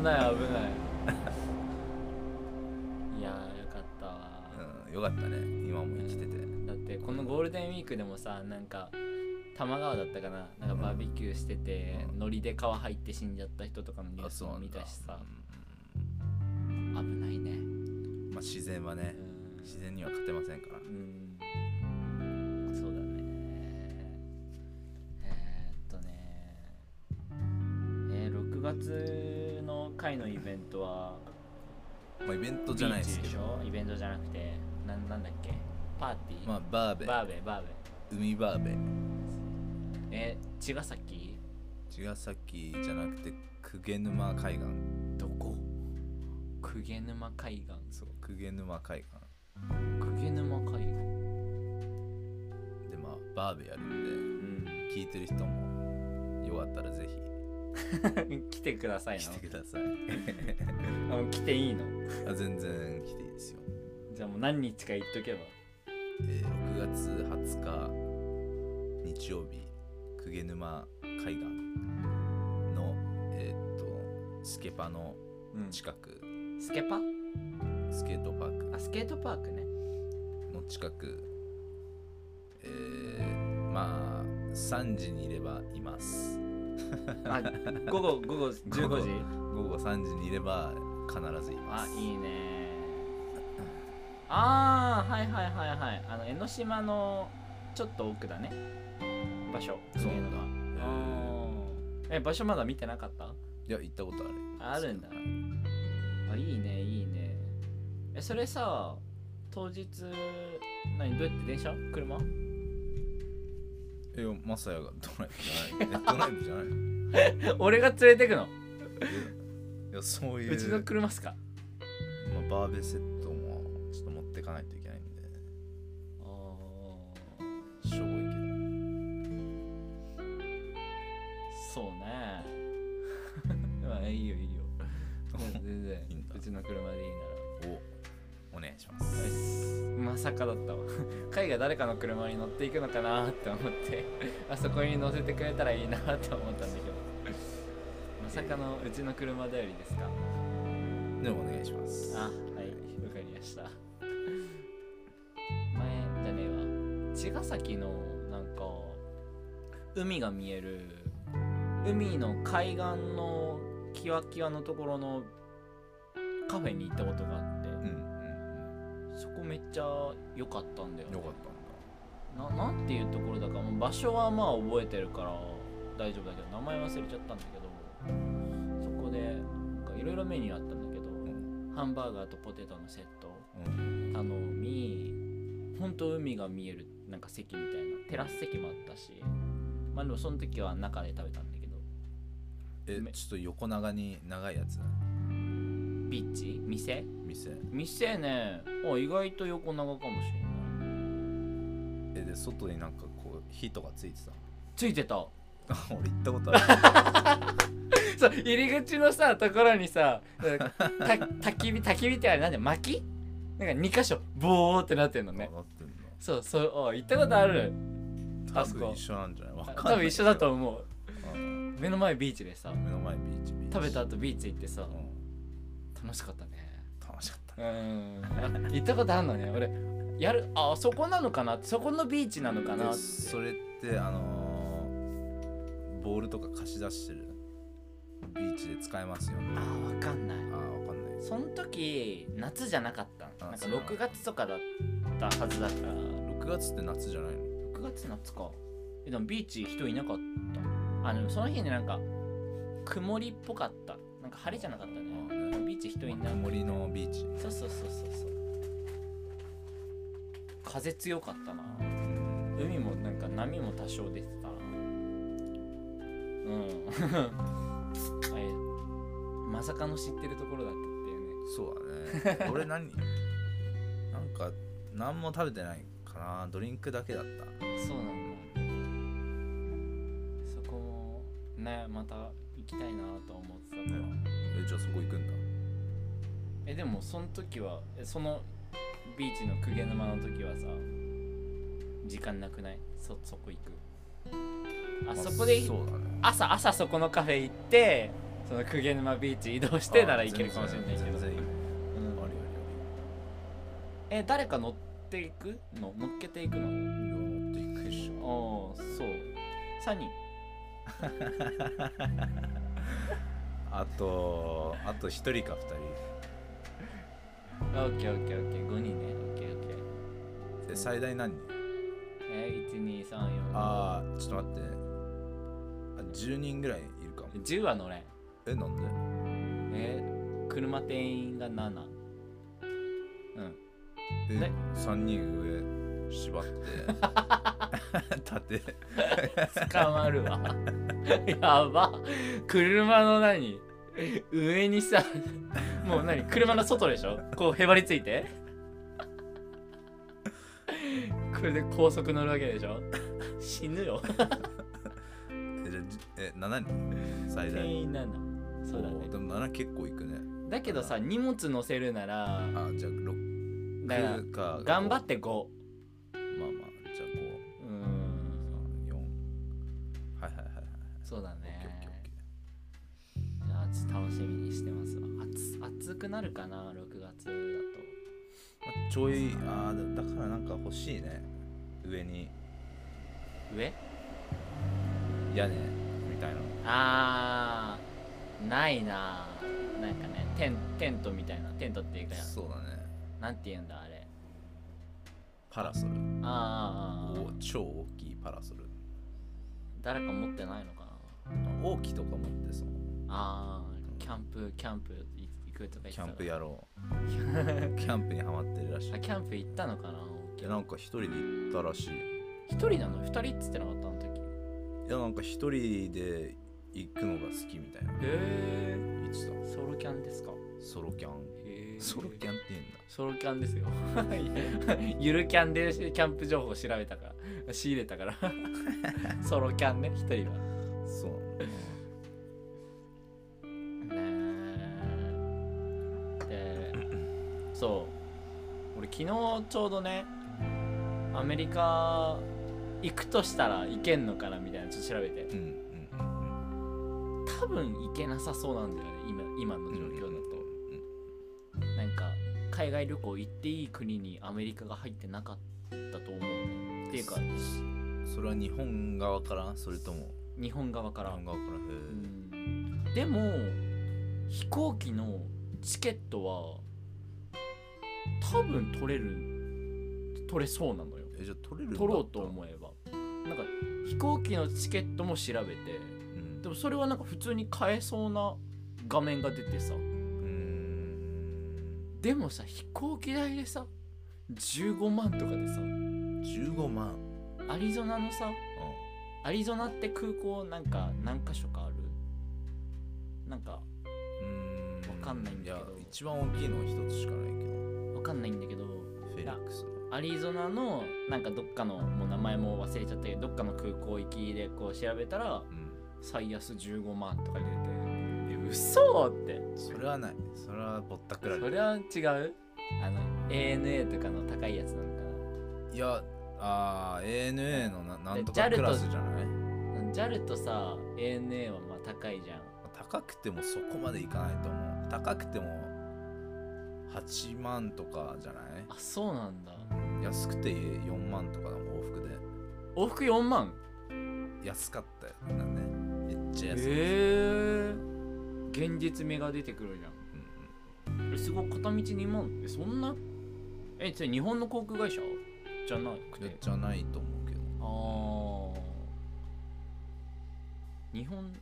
[SPEAKER 1] ないいやーよかったわ
[SPEAKER 2] うんよかったね今も生きてて
[SPEAKER 1] だってこのゴールデンウィークでもさなんか多摩川だったかななんかバーベキューしてて、
[SPEAKER 2] うん
[SPEAKER 1] ノリで川入って死んじゃった人とかのニュースも
[SPEAKER 2] なん
[SPEAKER 1] 見たしさ
[SPEAKER 2] うん
[SPEAKER 1] 危ないね
[SPEAKER 2] まあ自然はね
[SPEAKER 1] うん
[SPEAKER 2] 自然には勝てませんから
[SPEAKER 1] うんそうだねえー、っとねえー、6月の会のイベントは
[SPEAKER 2] まあイベントじゃないです
[SPEAKER 1] ビー
[SPEAKER 2] け
[SPEAKER 1] チでし
[SPEAKER 2] ど
[SPEAKER 1] ょイベントじゃなくてなんなんだっけパーティー、
[SPEAKER 2] まあバーベ
[SPEAKER 1] バーベバーベ
[SPEAKER 2] 海バーベ
[SPEAKER 1] え茅ヶ崎
[SPEAKER 2] 茅ヶ崎じゃなくて鵠沼海岸
[SPEAKER 1] どこ鵠沼海岸
[SPEAKER 2] そう鵠沼海岸
[SPEAKER 1] 鵠沼海岸
[SPEAKER 2] でまあバーベやるん
[SPEAKER 1] う
[SPEAKER 2] で聞いてる人もよかったらぜひ
[SPEAKER 1] ん 来てください
[SPEAKER 2] 来
[SPEAKER 1] な
[SPEAKER 2] てください
[SPEAKER 1] あもう来ていいの
[SPEAKER 2] あ全然来ていいですよ、
[SPEAKER 1] じゃあもう何日か言っとけば
[SPEAKER 2] えー6月20日日曜日鵠沼海岸のえーっとスケパの
[SPEAKER 1] うん
[SPEAKER 2] 近く
[SPEAKER 1] スケパ
[SPEAKER 2] スケートパーク
[SPEAKER 1] あスケートパークね
[SPEAKER 2] の近くえー、まあ3時にいればいます
[SPEAKER 1] あ 午後午後
[SPEAKER 2] 午後
[SPEAKER 1] 15時
[SPEAKER 2] 午後3時にいれば必ずいま
[SPEAKER 1] あ
[SPEAKER 2] す
[SPEAKER 1] いいねああはいはいはいはいあの江ノ島のちょっと奥だね場所
[SPEAKER 2] そう
[SPEAKER 1] っていのが
[SPEAKER 2] なんだ
[SPEAKER 1] あーえ場所まだ見てなかった
[SPEAKER 2] いや行ったこと
[SPEAKER 1] あ
[SPEAKER 2] ある
[SPEAKER 1] るんだあいいねいいねえそれさ当日何どうやって電車車
[SPEAKER 2] えマサヤがドライブ じゃないえドライブじゃないの
[SPEAKER 1] 俺が連れてくの
[SPEAKER 2] いやそういう
[SPEAKER 1] うちの車っすか
[SPEAKER 2] まあ、バーベセットもちょっと持ってかないといけないんでしょぼいけど
[SPEAKER 1] そうね まあいいよいい よ全然
[SPEAKER 2] いいんだ
[SPEAKER 1] うちの車でいいなら
[SPEAKER 2] おお願いします
[SPEAKER 1] まさかだったわ 海が誰かの車に乗っていくのかなって思って あそこに乗せてくれたらいいなって思ったんだけどまさかのうちの車だよりですか
[SPEAKER 2] でもお願いします
[SPEAKER 1] あはいわかりました前じゃねえわ茅ヶ崎のなんか海が見える海の海岸のキワキワのところのカフェに行ったことがあって
[SPEAKER 2] うんうん
[SPEAKER 1] そこめっちゃ良かったんだよね
[SPEAKER 2] よかっ
[SPEAKER 1] ななんていうところだかもう場所はまあ覚えてるから大丈夫だけど名前忘れちゃったんだけどそこでなんかいろいろメニューあったんだけど、ハンバーガーとポテトのセット
[SPEAKER 2] たんだうん
[SPEAKER 1] 頼み本当海が見えるなんか席みたいなテラス席もあったしまあでもその時は中で食べたんだけど
[SPEAKER 2] え
[SPEAKER 1] め
[SPEAKER 2] ちょっと横長に長いやつ
[SPEAKER 1] ビーチ店
[SPEAKER 2] 店
[SPEAKER 1] 店ねあ意外と横長かもしれない
[SPEAKER 2] えで外になんかこう火とかついてた
[SPEAKER 1] ついてた
[SPEAKER 2] 俺行ったことあ
[SPEAKER 1] そう入り口のさところにさた焚き火焚き火ってあれなんで薪なんか2箇所ボーってなってんの
[SPEAKER 2] るね
[SPEAKER 1] ね
[SPEAKER 2] なってんの
[SPEAKER 1] そうそうあ行ったことあるあ
[SPEAKER 2] 多
[SPEAKER 1] そこ
[SPEAKER 2] 分一緒なんじゃないわかんない
[SPEAKER 1] 多分一緒だと思う
[SPEAKER 2] うん
[SPEAKER 1] 目の前ビーチでさ
[SPEAKER 2] 目の前ビーチビーチ
[SPEAKER 1] 食べた後ビーチ行ってさ
[SPEAKER 2] うん
[SPEAKER 1] 楽しかったね
[SPEAKER 2] 楽しかった
[SPEAKER 1] うんあ行ったことあんのね俺やるあそこなのかなってそこのビーチなのかなっ
[SPEAKER 2] で
[SPEAKER 1] て
[SPEAKER 2] それってあのーボールとか貸し出してるビーチで使えますよね
[SPEAKER 1] あーわかんない
[SPEAKER 2] ああわかんない
[SPEAKER 1] その時夏じゃなかった
[SPEAKER 2] あ
[SPEAKER 1] なんか
[SPEAKER 2] そうなの
[SPEAKER 1] 6月とかだったはずだから6
[SPEAKER 2] 6月って夏じゃないの
[SPEAKER 1] 月夏かえでもビーチ人いなかったあでもその日ねなんか曇りっぽかったなんか晴れじゃなかった
[SPEAKER 2] あー
[SPEAKER 1] ねビーチ人いない
[SPEAKER 2] 森のビーチ
[SPEAKER 1] そうそうそうそうそう風強かったな
[SPEAKER 2] うん
[SPEAKER 1] 海もなんか波も多少出てたなうん あれまさかの知ってるところだったっていうね
[SPEAKER 2] そうだね俺何 なんか何も食べてないかなドリンクだけだった
[SPEAKER 1] そうなんだそこもねまた行きたいなと思ってたから、
[SPEAKER 2] えじゃあそこ行くんだ
[SPEAKER 1] えでもその時はえそのビーチの公家沼の時はさ時間なくないそそこ行くあ
[SPEAKER 2] ま
[SPEAKER 1] そこで
[SPEAKER 2] そうだね
[SPEAKER 1] 朝朝そこのカフェ行ってその公家沼ビーチ移動してなら行けるかもしれないけど
[SPEAKER 2] 全然全然いい
[SPEAKER 1] うん
[SPEAKER 2] あるよ
[SPEAKER 1] え誰か乗っていくの乗っけていくの
[SPEAKER 2] あるよ乗っていくでしょ
[SPEAKER 1] ああそう3人
[SPEAKER 2] あとあと1人か2
[SPEAKER 1] あオッケーオッケーオッケー5人ねオッケーオッケー
[SPEAKER 2] 人で最大何人
[SPEAKER 1] えー、1234
[SPEAKER 2] ああちょっと待ってあ10人ぐらいいるかも
[SPEAKER 1] 10は乗れん
[SPEAKER 2] えなんで
[SPEAKER 1] えー、車定員が7うん
[SPEAKER 2] え
[SPEAKER 1] ね
[SPEAKER 2] 3人上縛って 立て
[SPEAKER 1] 捕まるわやば車の何上にさもう何車の外でしょこうへばりついてこれで高速乗るわけでしょ死ぬよ
[SPEAKER 2] えじゃあじえ7人最
[SPEAKER 1] 定
[SPEAKER 2] 大
[SPEAKER 1] 員7そうだ
[SPEAKER 2] お
[SPEAKER 1] ね
[SPEAKER 2] ーでも7結構いくね
[SPEAKER 1] だけどさ荷物乗せるなら
[SPEAKER 2] あじゃあ
[SPEAKER 1] だから
[SPEAKER 2] 6か
[SPEAKER 1] 頑張って5
[SPEAKER 2] まあまあじゃあこ
[SPEAKER 1] うーん
[SPEAKER 2] う4はいはいはいはい
[SPEAKER 1] そうだ
[SPEAKER 2] オッケーオッケ
[SPEAKER 1] ね
[SPEAKER 2] ーオッケ
[SPEAKER 1] じゃあちょっと楽しみにしてますわ暑暑くなるかな6月だと
[SPEAKER 2] ーまあ、ちょいあーだだからなんか欲しいね上に
[SPEAKER 1] 上
[SPEAKER 2] 屋根みたいな
[SPEAKER 1] あーないななんかねテンテントみたいなテントっていうか
[SPEAKER 2] そうだね
[SPEAKER 1] なんて言うんだあれ
[SPEAKER 2] パラソル
[SPEAKER 1] あーあーあー
[SPEAKER 2] お超大きいパラソル
[SPEAKER 1] 誰か持ってないのかな
[SPEAKER 2] 大きいとか持ってその
[SPEAKER 1] あーキャンプキャンプい行くとか言って
[SPEAKER 2] キ
[SPEAKER 1] た
[SPEAKER 2] ャンプ
[SPEAKER 1] や
[SPEAKER 2] 野郎キャンプにハマってるらしい
[SPEAKER 1] あキャンプ行ったのかない
[SPEAKER 2] やなんか一人で行ったらしいい
[SPEAKER 1] 一人なの二人っつってなかったあの時
[SPEAKER 2] やなんか一人で行くのが好きみたいな言
[SPEAKER 1] え
[SPEAKER 2] ってた
[SPEAKER 1] ソロキャンですか
[SPEAKER 2] ソロキャン
[SPEAKER 1] へえ
[SPEAKER 2] ソロキャンって言うんだ
[SPEAKER 1] ソロキャンですよ ゆるキャンでキャンプ情報を調べたから仕入れた からソロキャンね一人は
[SPEAKER 2] そうなんだ
[SPEAKER 1] でそう俺昨日ちょうどねアメリカ行くとしたら行けんのかなみたいなちょっと調べて
[SPEAKER 2] うん
[SPEAKER 1] 多分行けなさそうなんだよね今今の
[SPEAKER 2] うんうん
[SPEAKER 1] 状況だと、
[SPEAKER 2] うん
[SPEAKER 1] なんか海外旅行行っていい国にアメリカが入ってなかったと思うねっていうか
[SPEAKER 2] そそれは日本側からそれとも
[SPEAKER 1] 日本側から
[SPEAKER 2] 日本側からへ
[SPEAKER 1] う
[SPEAKER 2] え
[SPEAKER 1] んでも飛行機のチケットは多分取れる取れそうなのよ
[SPEAKER 2] えじゃあ取れるんだ
[SPEAKER 1] 取ろうと思えばなんか飛行機のチケットも調べて
[SPEAKER 2] うん
[SPEAKER 1] でもそれはなんか普通に買えそうな画面が出てさ
[SPEAKER 2] うーん
[SPEAKER 1] でもさ飛行機代でさ15万とかでさ
[SPEAKER 2] 15万
[SPEAKER 1] アリゾナのさ
[SPEAKER 2] う
[SPEAKER 1] アリゾナって空港なんか何か所かあるなんか
[SPEAKER 2] んうー
[SPEAKER 1] わかんないんだけど
[SPEAKER 2] いや一番大きいのは一つしかないけど
[SPEAKER 1] わかんないんだけど
[SPEAKER 2] フェリックスの
[SPEAKER 1] アリゾナのなんかどっかのもう名前も忘れちゃったけどどっかの空港行きでこう調べたら
[SPEAKER 2] うん
[SPEAKER 1] 最安15万とか出てえ嘘って
[SPEAKER 2] それはないそれはぼったくられ
[SPEAKER 1] そ
[SPEAKER 2] る
[SPEAKER 1] れは違うあの ANA とかの高いやつなのか
[SPEAKER 2] いやあー ANA のななんとか
[SPEAKER 1] で JAL と
[SPEAKER 2] クラスじゃない
[SPEAKER 1] な JAL とさ ANA はまは高いじゃん
[SPEAKER 2] 高くてもそこまでいかないと思う高くても8万とかじゃない
[SPEAKER 1] あそうなんだ
[SPEAKER 2] 安くて4万とかだもん往復で
[SPEAKER 1] 往復4万
[SPEAKER 2] 安かったよなねめっちゃ
[SPEAKER 1] へ
[SPEAKER 2] 安い、
[SPEAKER 1] え現実味が出てくるじゃん
[SPEAKER 2] うん
[SPEAKER 1] えすごい片道2万えそんなえそれ日本の航空会社じゃなく
[SPEAKER 2] うん
[SPEAKER 1] て
[SPEAKER 2] じゃないと思うけど
[SPEAKER 1] あー日本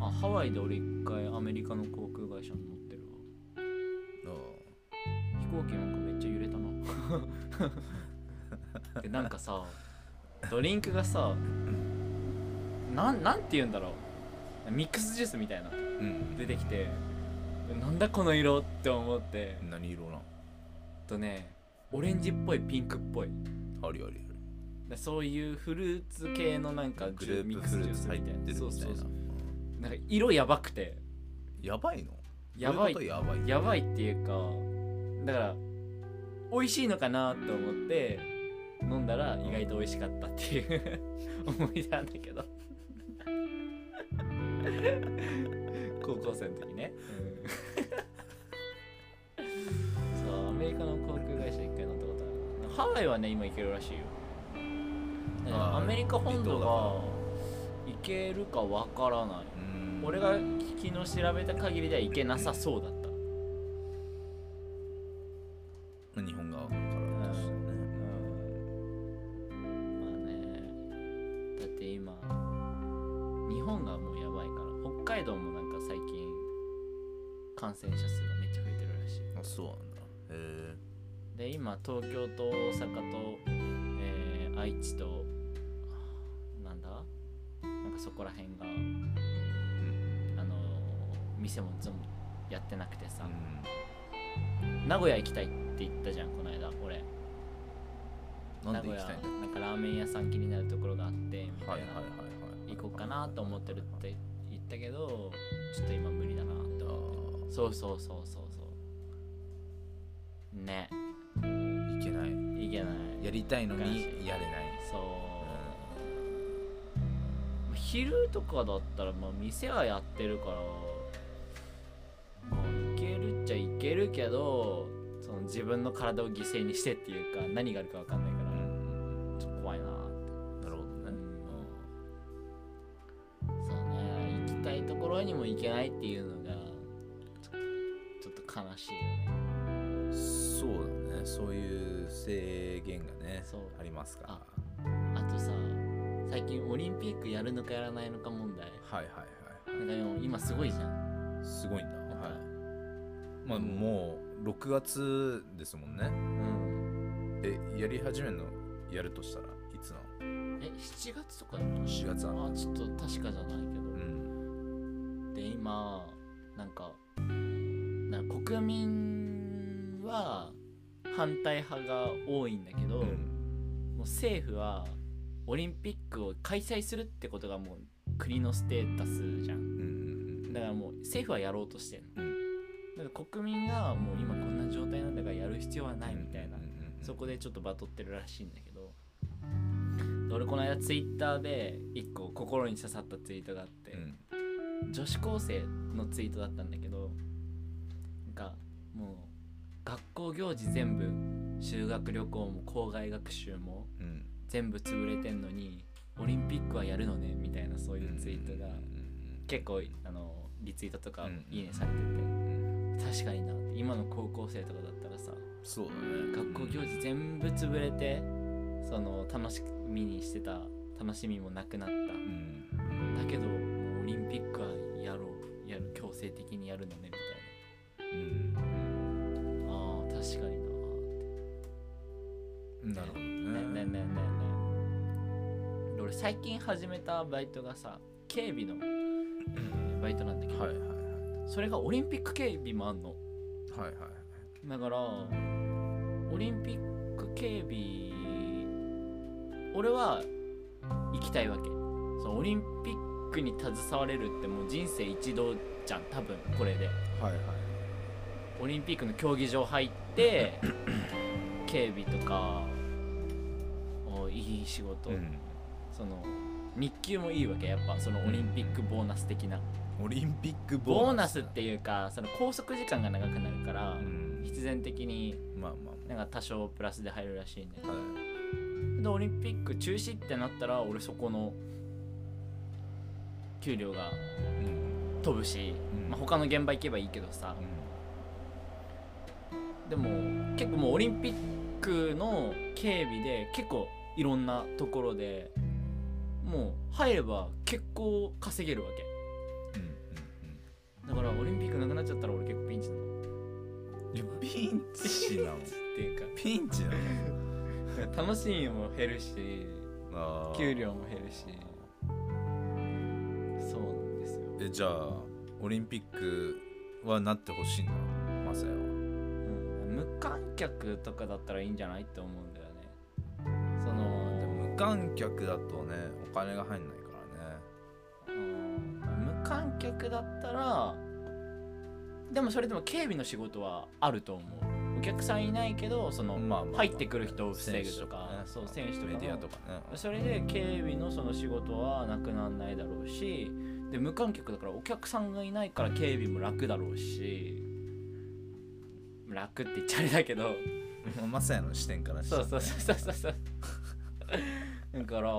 [SPEAKER 1] あハワイで俺一回アメリカの航空会社に乗ってる
[SPEAKER 2] あ
[SPEAKER 1] わ飛行機なんかめっちゃ揺れたな でなんかさドリンクがさなんなんて言うんだろうミックスジュースみたいな
[SPEAKER 2] あうん
[SPEAKER 1] 出てきてなんだこの色って思って
[SPEAKER 2] 何色なん
[SPEAKER 1] とねオレンジっぽいピンクっぽい
[SPEAKER 2] あるある
[SPEAKER 1] でそういうフルーツ系のなん
[SPEAKER 2] あ
[SPEAKER 1] か
[SPEAKER 2] るグレープフルーツ入ってるみたいな
[SPEAKER 1] そうそうそう
[SPEAKER 2] うん
[SPEAKER 1] なんか色やばくて
[SPEAKER 2] やばいの
[SPEAKER 1] やばい
[SPEAKER 2] どううことやばい
[SPEAKER 1] やばいっていうかだから美味しいのかなと思って飲んだら意外と美味しかったっていう 思い出なんだけ ど高校生の時ね、そうアメリカの航空会社一回乗ったことあるなハワイはね今行けるらしいよだから
[SPEAKER 2] あー
[SPEAKER 1] アメリカ本土
[SPEAKER 2] 離
[SPEAKER 1] が
[SPEAKER 2] 島だから
[SPEAKER 1] 行けるかわからないう
[SPEAKER 2] ーん
[SPEAKER 1] 俺が昨日調べた限りではいけなさそうだった
[SPEAKER 2] 日本側からですよね
[SPEAKER 1] まあねだって今日本がもうやばいから北海道もなんか最近感染者数がめっちゃ増えてるらしい
[SPEAKER 2] あそうなんだへ
[SPEAKER 1] で今東京と大阪と、えー愛知となんだなんかそこら辺が
[SPEAKER 2] えうん
[SPEAKER 1] あのー店も全部やってなくてさ、
[SPEAKER 2] うん
[SPEAKER 1] 名古屋行きたいって言ったじゃんこの間俺
[SPEAKER 2] なんで行きたいん
[SPEAKER 1] 名
[SPEAKER 2] だ
[SPEAKER 1] 古屋なんかラーメン屋さん気になるところがあってみたいな、
[SPEAKER 2] はいはいはいはい
[SPEAKER 1] 行こうかなと思ってるって言ったけどちょっと今無理だなって
[SPEAKER 2] あ
[SPEAKER 1] 思って
[SPEAKER 2] ー
[SPEAKER 1] そうそうそうそうそうね
[SPEAKER 2] いけない
[SPEAKER 1] いけない
[SPEAKER 2] やりたいのにやれない
[SPEAKER 1] そう、まあ昼とかだったらまあ店はやってるからまあいけるっちゃいけるけどその自分の体を犠牲にしてっていうか何があるかわかんないか
[SPEAKER 2] う
[SPEAKER 1] ら
[SPEAKER 2] ん
[SPEAKER 1] ちょっと怖いなって
[SPEAKER 2] なるほ
[SPEAKER 1] う
[SPEAKER 2] ど
[SPEAKER 1] ん
[SPEAKER 2] ね
[SPEAKER 1] そうね行きたいところにも行けないっていうのがちょちょっと悲しいよね
[SPEAKER 2] そうだねそういう制限がね
[SPEAKER 1] そう
[SPEAKER 2] ありますから
[SPEAKER 1] ああとさ最近オリンピックやるのかやらないのか問題
[SPEAKER 2] はいはいはい
[SPEAKER 1] なんかでも今すごいじゃん
[SPEAKER 2] はいすごいんだ
[SPEAKER 1] なんか、
[SPEAKER 2] はいまあもう6月ですもんね
[SPEAKER 1] うん
[SPEAKER 2] えやり始めるのやるとしたらいつなの
[SPEAKER 1] え7月とかだよね
[SPEAKER 2] 4月なの
[SPEAKER 1] あちょっと確かじゃないけど、
[SPEAKER 2] うん
[SPEAKER 1] で今なんかなんか国民は反対派が多いんだけど、
[SPEAKER 2] うん
[SPEAKER 1] もう政府はオリンピックを開催するってことがもう国のステータスじゃん
[SPEAKER 2] うんうん
[SPEAKER 1] だからもう政府はやろうとしてんの、
[SPEAKER 2] うん
[SPEAKER 1] だから国民がもう今こんな状態なんだからやる必要はないみたいな、
[SPEAKER 2] うんうんうん
[SPEAKER 1] そこでちょっとバトってるらしいんだけどで俺この間ツイッターで一個心に刺さったツイートがあって、
[SPEAKER 2] うん
[SPEAKER 1] 女子高生のツイートだったんだけどなんかもう学校行事全部修学旅行も校外学習も
[SPEAKER 2] うん
[SPEAKER 1] 全部潰れてんのにオリンピックはやるのねみたいなそういうツイートが結構あのリツイートとか
[SPEAKER 2] うん
[SPEAKER 1] いいねされてて、
[SPEAKER 2] うん
[SPEAKER 1] 確かになって今の高校生とかだったらさ
[SPEAKER 2] そうだね
[SPEAKER 1] 学校行事全部潰れてその楽しみにしてた楽しみもなくなっ
[SPEAKER 2] う
[SPEAKER 1] た
[SPEAKER 2] ん
[SPEAKER 1] だけどもうオリンピックはやろうやる強制的にやるのねみた
[SPEAKER 2] うん
[SPEAKER 1] いなあー確かになって
[SPEAKER 2] うんなるほど
[SPEAKER 1] ねねねね
[SPEAKER 2] ね
[SPEAKER 1] ねで俺最近始めたバイトがさ警備の、えーバイトなんだけど、
[SPEAKER 2] はいはいはい
[SPEAKER 1] それがオリンピック警備もあんの
[SPEAKER 2] はいはい
[SPEAKER 1] だからオリンピック警備俺は行きたいわけそのオリンピックに携われるってもう人生一度じゃん多分これで
[SPEAKER 2] はいはい
[SPEAKER 1] オリンピックの競技場入って 警備とかおいい仕事、
[SPEAKER 2] うん
[SPEAKER 1] その日給もいいわけやっぱそのオリンピックボーナス的な、
[SPEAKER 2] オリンピックボー
[SPEAKER 1] ボーナ
[SPEAKER 2] ナ
[SPEAKER 1] ス
[SPEAKER 2] ス
[SPEAKER 1] っていうかその拘束時間が長くなるから、
[SPEAKER 2] うん
[SPEAKER 1] 必然的に
[SPEAKER 2] まあま
[SPEAKER 1] なんか多少プラスで入るらしいね
[SPEAKER 2] あまあはい
[SPEAKER 1] でオリンピック中止ってなったら俺そこの給料が
[SPEAKER 2] うん
[SPEAKER 1] 飛ぶし、
[SPEAKER 2] うん
[SPEAKER 1] まあ、他の現場行けばいいけどさ、でも結構もうオリンピックの警備で結構いろんなところでもう入れば結構稼げるわけ
[SPEAKER 2] う
[SPEAKER 1] だ
[SPEAKER 2] ん
[SPEAKER 1] からオリンピックなくなっちゃったら俺結構ピンチなのっ
[SPEAKER 2] うんうんいやピンチなの
[SPEAKER 1] ていうか
[SPEAKER 2] ピンチな
[SPEAKER 1] 楽しみも減るし
[SPEAKER 2] のあー
[SPEAKER 1] 給料も減るしそうなんですよ
[SPEAKER 2] えじゃあオリンピックはなってほしいんだマサヤは
[SPEAKER 1] うん無観客とかだったらいいんじゃないって思うんだよねその
[SPEAKER 2] でも無観客だとねお金が入んないからね
[SPEAKER 1] うん無観客だったらでもそれでも警備の仕事はあると思うお客さんいないけどその、
[SPEAKER 2] まあまあ
[SPEAKER 1] 入ってくる人を防ぐとか
[SPEAKER 2] 選手
[SPEAKER 1] そう選手とか
[SPEAKER 2] メ
[SPEAKER 1] の
[SPEAKER 2] ディアとかね
[SPEAKER 1] それで警備のその仕事はなくならないだろうしで無観客だからお客さんがいないから警備も楽だろうし楽って言っちゃあれだけど
[SPEAKER 2] まあマサヤの視点からした
[SPEAKER 1] そ
[SPEAKER 2] ら
[SPEAKER 1] うそうそうそうそうだから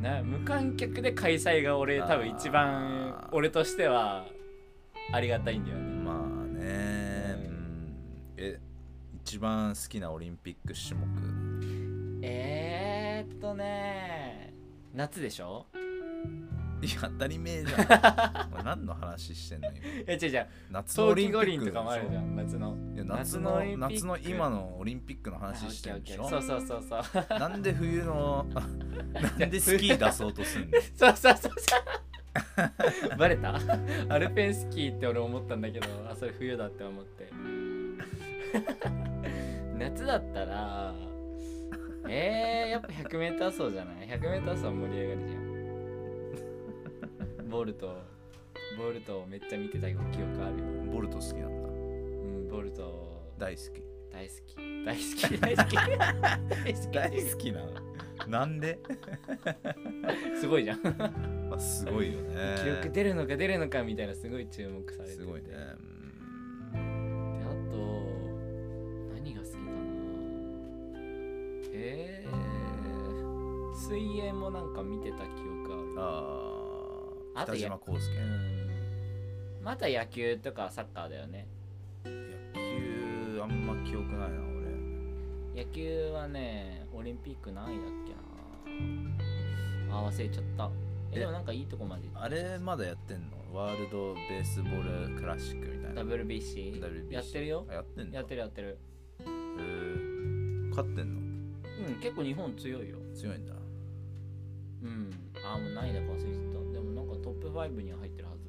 [SPEAKER 1] ね無観客で開催が俺
[SPEAKER 2] あー
[SPEAKER 1] 多分一番俺としてはありがたいんだよね
[SPEAKER 2] まあね
[SPEAKER 1] う
[SPEAKER 2] うんんえ一番好きなオリンピック種目
[SPEAKER 1] えー、っとね夏でしょ
[SPEAKER 2] いや当たり 前じゃんお前何の話してんの今
[SPEAKER 1] え違う違う
[SPEAKER 2] 夏のオ
[SPEAKER 1] 冬
[SPEAKER 2] リ
[SPEAKER 1] 季
[SPEAKER 2] ンピ
[SPEAKER 1] 五輪
[SPEAKER 2] ック
[SPEAKER 1] とかもあるじゃ
[SPEAKER 2] ん
[SPEAKER 1] ん夏の
[SPEAKER 2] 夏
[SPEAKER 1] 夏のオ
[SPEAKER 2] の
[SPEAKER 1] リンピック
[SPEAKER 2] 夏の今のオリンピックの話してるんでし
[SPEAKER 1] あ
[SPEAKER 2] ょ
[SPEAKER 1] オッケーオッケーそうそうそうそう
[SPEAKER 2] なんで冬 のなんでスキー出そうとすんの
[SPEAKER 1] そうそうそうそうバレた アルペンスキーって俺思ったんだけどあそれ冬だって思って 夏だったらえー、やっぱ 100m 走じゃない 100m 走は盛り上がるじゃんボルトボルトをめっちゃ見てた記憶あるよ、
[SPEAKER 2] ボルト好きなんだ
[SPEAKER 1] うん、ボルト
[SPEAKER 2] 大好き
[SPEAKER 1] 大好き大好き大好き 大
[SPEAKER 2] 大
[SPEAKER 1] 好
[SPEAKER 2] 好きなのなんで、
[SPEAKER 1] きすごいじゃん
[SPEAKER 2] まあ、すごいよね
[SPEAKER 1] 記録出るのか出るのかみたいなすごい注目されてて
[SPEAKER 2] すごいね
[SPEAKER 1] で
[SPEAKER 2] うん
[SPEAKER 1] あと何が好きかなえー、水泳もなんか見てた記憶ある
[SPEAKER 2] ああ
[SPEAKER 1] あと
[SPEAKER 2] 北
[SPEAKER 1] や
[SPEAKER 2] 島康介
[SPEAKER 1] うんまた野球とかサッカーだよね
[SPEAKER 2] 野球あんま記憶ないな俺
[SPEAKER 1] 野球はねオリンピック何位だっけなあ忘れちゃったえ
[SPEAKER 2] え
[SPEAKER 1] でもなんかいいとこまで行っ
[SPEAKER 2] あれまだやってんのワールドベースボールクラシックみたい
[SPEAKER 1] た
[SPEAKER 2] な
[SPEAKER 1] WBC,
[SPEAKER 2] WBC
[SPEAKER 1] やってるよ
[SPEAKER 2] あやってんの
[SPEAKER 1] やって
[SPEAKER 2] る
[SPEAKER 1] るやってる
[SPEAKER 2] 勝ってん
[SPEAKER 1] うん結構日本強いよ
[SPEAKER 2] の強いんだ
[SPEAKER 1] うんあもう何位だか忘れちゃったでもなんかトップ5には入ってるはず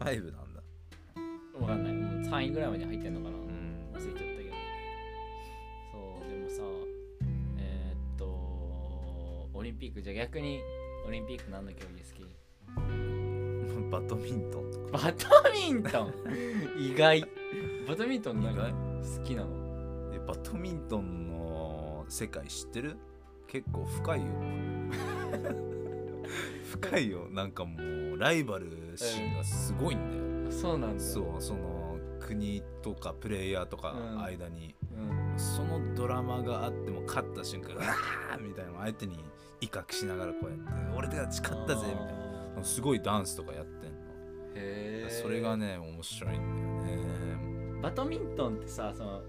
[SPEAKER 2] 5なんだ
[SPEAKER 1] わかんないもう3位ぐらいまで入ってんのかな
[SPEAKER 2] うん
[SPEAKER 1] 忘れちゃったけどそうでもさえーっとオリンピックじゃあ逆にオリンピック何の競技好き
[SPEAKER 2] バドミントンとか
[SPEAKER 1] バドミント ン意外バドミントンなんか好きなの
[SPEAKER 2] えバドミントンの世界知ってる結構深い よ深いよなんかもうライバル心がすごいんだよ、
[SPEAKER 1] そうなんだ
[SPEAKER 2] そうその国とかプレイヤーとか
[SPEAKER 1] うん
[SPEAKER 2] 間に、
[SPEAKER 1] うん、
[SPEAKER 2] そのドラマがあっても勝った瞬間「うわー!」みたいなの相手に威嚇しながらこうやって「俺たち勝ったぜ!」みたい
[SPEAKER 1] な
[SPEAKER 2] なすごいダンスとかやってんの、
[SPEAKER 1] へえ
[SPEAKER 2] それがね面白いんだよね
[SPEAKER 1] バドミントンってさその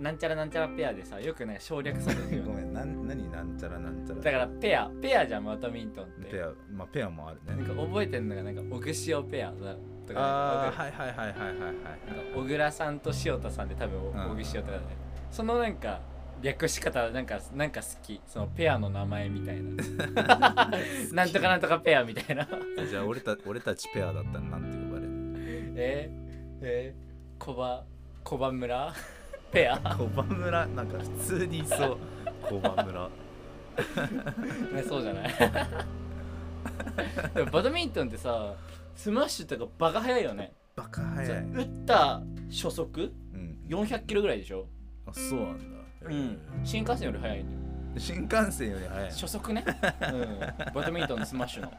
[SPEAKER 1] なんちゃらなんちゃらペアでさよくなんか省略されるよ ね
[SPEAKER 2] んなん何なんちゃらなんちゃら
[SPEAKER 1] だからペアペアじゃんバドミントンって
[SPEAKER 2] ペアまあペアもある
[SPEAKER 1] なん
[SPEAKER 2] ね
[SPEAKER 1] か覚えてるのがなんかオグシオペアだとか
[SPEAKER 2] あ
[SPEAKER 1] わ
[SPEAKER 2] あ
[SPEAKER 1] か
[SPEAKER 2] はいはいはいはいはいはい
[SPEAKER 1] るなんか小倉さんと塩田さんで多
[SPEAKER 2] うん
[SPEAKER 1] 分オグシオとかだねそのなんか略し方なんかなんか好きそのペアの名前みたいな なんとかなんとかペアみたいな
[SPEAKER 2] じゃあ俺た俺たちペアだったらなんて呼ばれる
[SPEAKER 1] えー、えー、小葉小葉 村ペア
[SPEAKER 2] 小葉村なんか普通にいそう小葉村
[SPEAKER 1] ね、そうじゃないでもバドミントンってさスマッシュとかバカ速いよね、
[SPEAKER 2] バカ早い、
[SPEAKER 1] 打った初速
[SPEAKER 2] うん、
[SPEAKER 1] 400キロぐらいでしょ、
[SPEAKER 2] あそうなんだ
[SPEAKER 1] うん、新幹線より速いんだよ
[SPEAKER 2] 新幹線より早い
[SPEAKER 1] 初速ね、うん、バドミントンのスマッシュの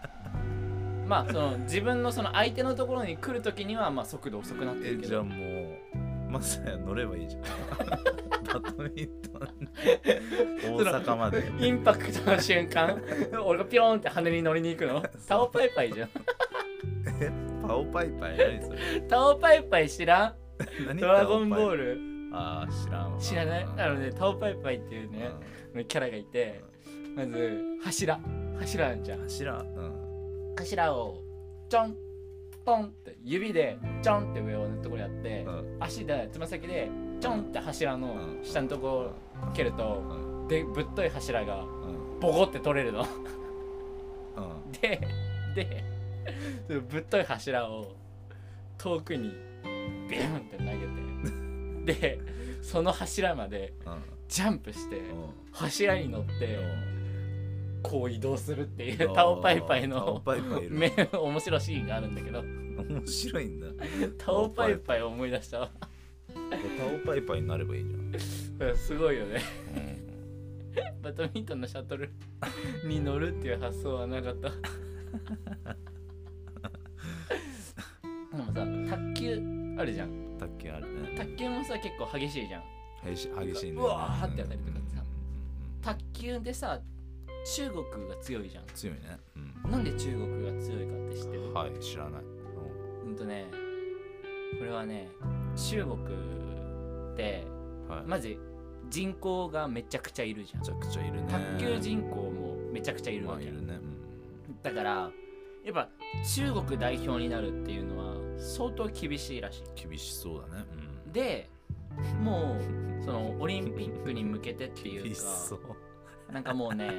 [SPEAKER 1] まあその自分のその相手のところに来るときにはまあ速度遅くなって
[SPEAKER 2] え
[SPEAKER 1] るけ
[SPEAKER 2] じゃあ
[SPEAKER 1] ど
[SPEAKER 2] もうまさや乗ればいいじ ゃんバドミントン
[SPEAKER 1] そ
[SPEAKER 2] で
[SPEAKER 1] の
[SPEAKER 2] 大阪まで
[SPEAKER 1] インパクトの瞬間 俺がピョーンって羽に乗りに行くのタオパイパイじゃん
[SPEAKER 2] パオパイパイ何それ
[SPEAKER 1] タオパイパイ知らん
[SPEAKER 2] 何
[SPEAKER 1] ドラゴンボー
[SPEAKER 2] ル
[SPEAKER 1] ル
[SPEAKER 2] ああ知らんわ
[SPEAKER 1] 知らない
[SPEAKER 2] うん
[SPEAKER 1] あのねタオパイパイっていうねキャラがいてまず柱柱あんじゃ
[SPEAKER 2] うんん柱うん
[SPEAKER 1] 柱をちょんポンって指でちょんって上をところやって
[SPEAKER 2] うん
[SPEAKER 1] 足でつま先でちょんって柱の
[SPEAKER 2] うん
[SPEAKER 1] 下のとこを蹴ると
[SPEAKER 2] うん
[SPEAKER 1] でぶっとい柱が
[SPEAKER 2] うん
[SPEAKER 1] ボコって取れるの
[SPEAKER 2] うん
[SPEAKER 1] ででそのぶっとい柱を遠くにビュンって投げてでその柱まで
[SPEAKER 2] うん
[SPEAKER 1] ジャンプして
[SPEAKER 2] うん
[SPEAKER 1] 柱に乗って
[SPEAKER 2] うん
[SPEAKER 1] こう移動するっていうタオパイパイ
[SPEAKER 2] タオ
[SPEAKER 1] の
[SPEAKER 2] パイパイいる
[SPEAKER 1] め面白いシーンがあるんだけど
[SPEAKER 2] 面白いんだ
[SPEAKER 1] タオパイパイを思い出したわ
[SPEAKER 2] タオパイパイになればいいじゃん
[SPEAKER 1] すごいよねバドミントンのシャトル に乗るっていう発想はなかった でもさ卓球あるじゃん
[SPEAKER 2] 卓球あるね
[SPEAKER 1] 卓球もさ結構激しいじゃん
[SPEAKER 2] 激し激しいね
[SPEAKER 1] うわーってやったりとかさ
[SPEAKER 2] うんうん
[SPEAKER 1] 卓球でさ中国が強いじゃん
[SPEAKER 2] 強いねうん
[SPEAKER 1] なんで中国が強いかって知ってる
[SPEAKER 2] はい知らない
[SPEAKER 1] うんとねこれはね中国って
[SPEAKER 2] うんはいめ
[SPEAKER 1] まず人口がめちゃくちゃいるじゃん
[SPEAKER 2] ちゃくちゃいるね
[SPEAKER 1] 卓球人口もめちゃくちゃいる
[SPEAKER 2] ま
[SPEAKER 1] わ
[SPEAKER 2] あい
[SPEAKER 1] け
[SPEAKER 2] るね
[SPEAKER 1] だからやっぱ中国代表になるっていうのは相当厳しいらし
[SPEAKER 2] うん厳しそうだね
[SPEAKER 1] いでもうそのオリンピックに向けてって
[SPEAKER 2] うん
[SPEAKER 1] いう
[SPEAKER 2] 厳
[SPEAKER 1] か
[SPEAKER 2] しそう
[SPEAKER 1] なんかもうね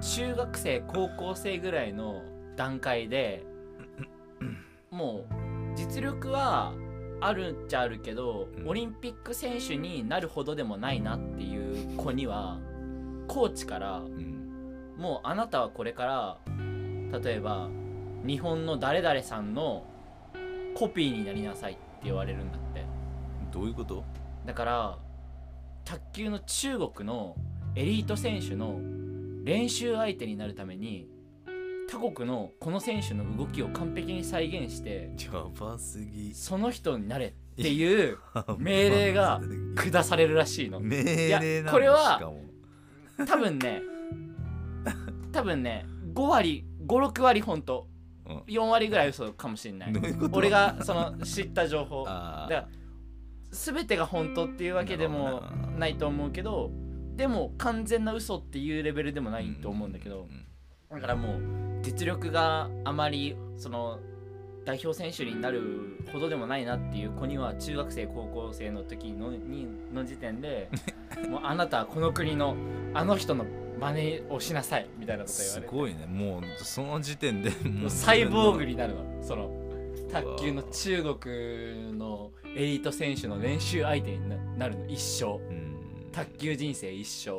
[SPEAKER 1] 中学生高校生ぐらいの段階でもう実力はあるっちゃあるけど、
[SPEAKER 2] うん
[SPEAKER 1] オリンピック選手になるほどでもないなっていう子にはコーチから
[SPEAKER 2] うん
[SPEAKER 1] もうあなたはこれから例えば日本の誰々さんのコピーになりなさいって言われるんだって
[SPEAKER 2] どういうこと
[SPEAKER 1] だから卓球の中国のエリート選手の練習相手になるために他国のこの選手の動きを完璧に再現して
[SPEAKER 2] やばすぎ
[SPEAKER 1] その人になれっていう命令が下されるらしいの
[SPEAKER 2] 命令なの
[SPEAKER 1] これは
[SPEAKER 2] しかも
[SPEAKER 1] 多分ね多分ね5割56割本当
[SPEAKER 2] うん
[SPEAKER 1] 4割ぐらい嘘かもしれない
[SPEAKER 2] どういうこと
[SPEAKER 1] 俺がその知った情報
[SPEAKER 2] あー
[SPEAKER 1] だから全てが本当っていうわけでも
[SPEAKER 2] なるほどな
[SPEAKER 1] ないと思うけどでも完全な嘘っていうレベルでもないと思うんだけど、だからもう実力があまりその代表選手になるほどでもないなっていう子には中学生高校生の時のにの時点 でもうあなたはこの国のあの人の真似をしなさいみたいなこと言わ
[SPEAKER 2] す
[SPEAKER 1] れて
[SPEAKER 2] ごいねもうその時点でも
[SPEAKER 1] も
[SPEAKER 2] う
[SPEAKER 1] うサイボーグ
[SPEAKER 2] リ
[SPEAKER 1] になるのその卓球の中国のエリート選手の練習相手にななるの一生
[SPEAKER 2] うん
[SPEAKER 1] 卓球人生一生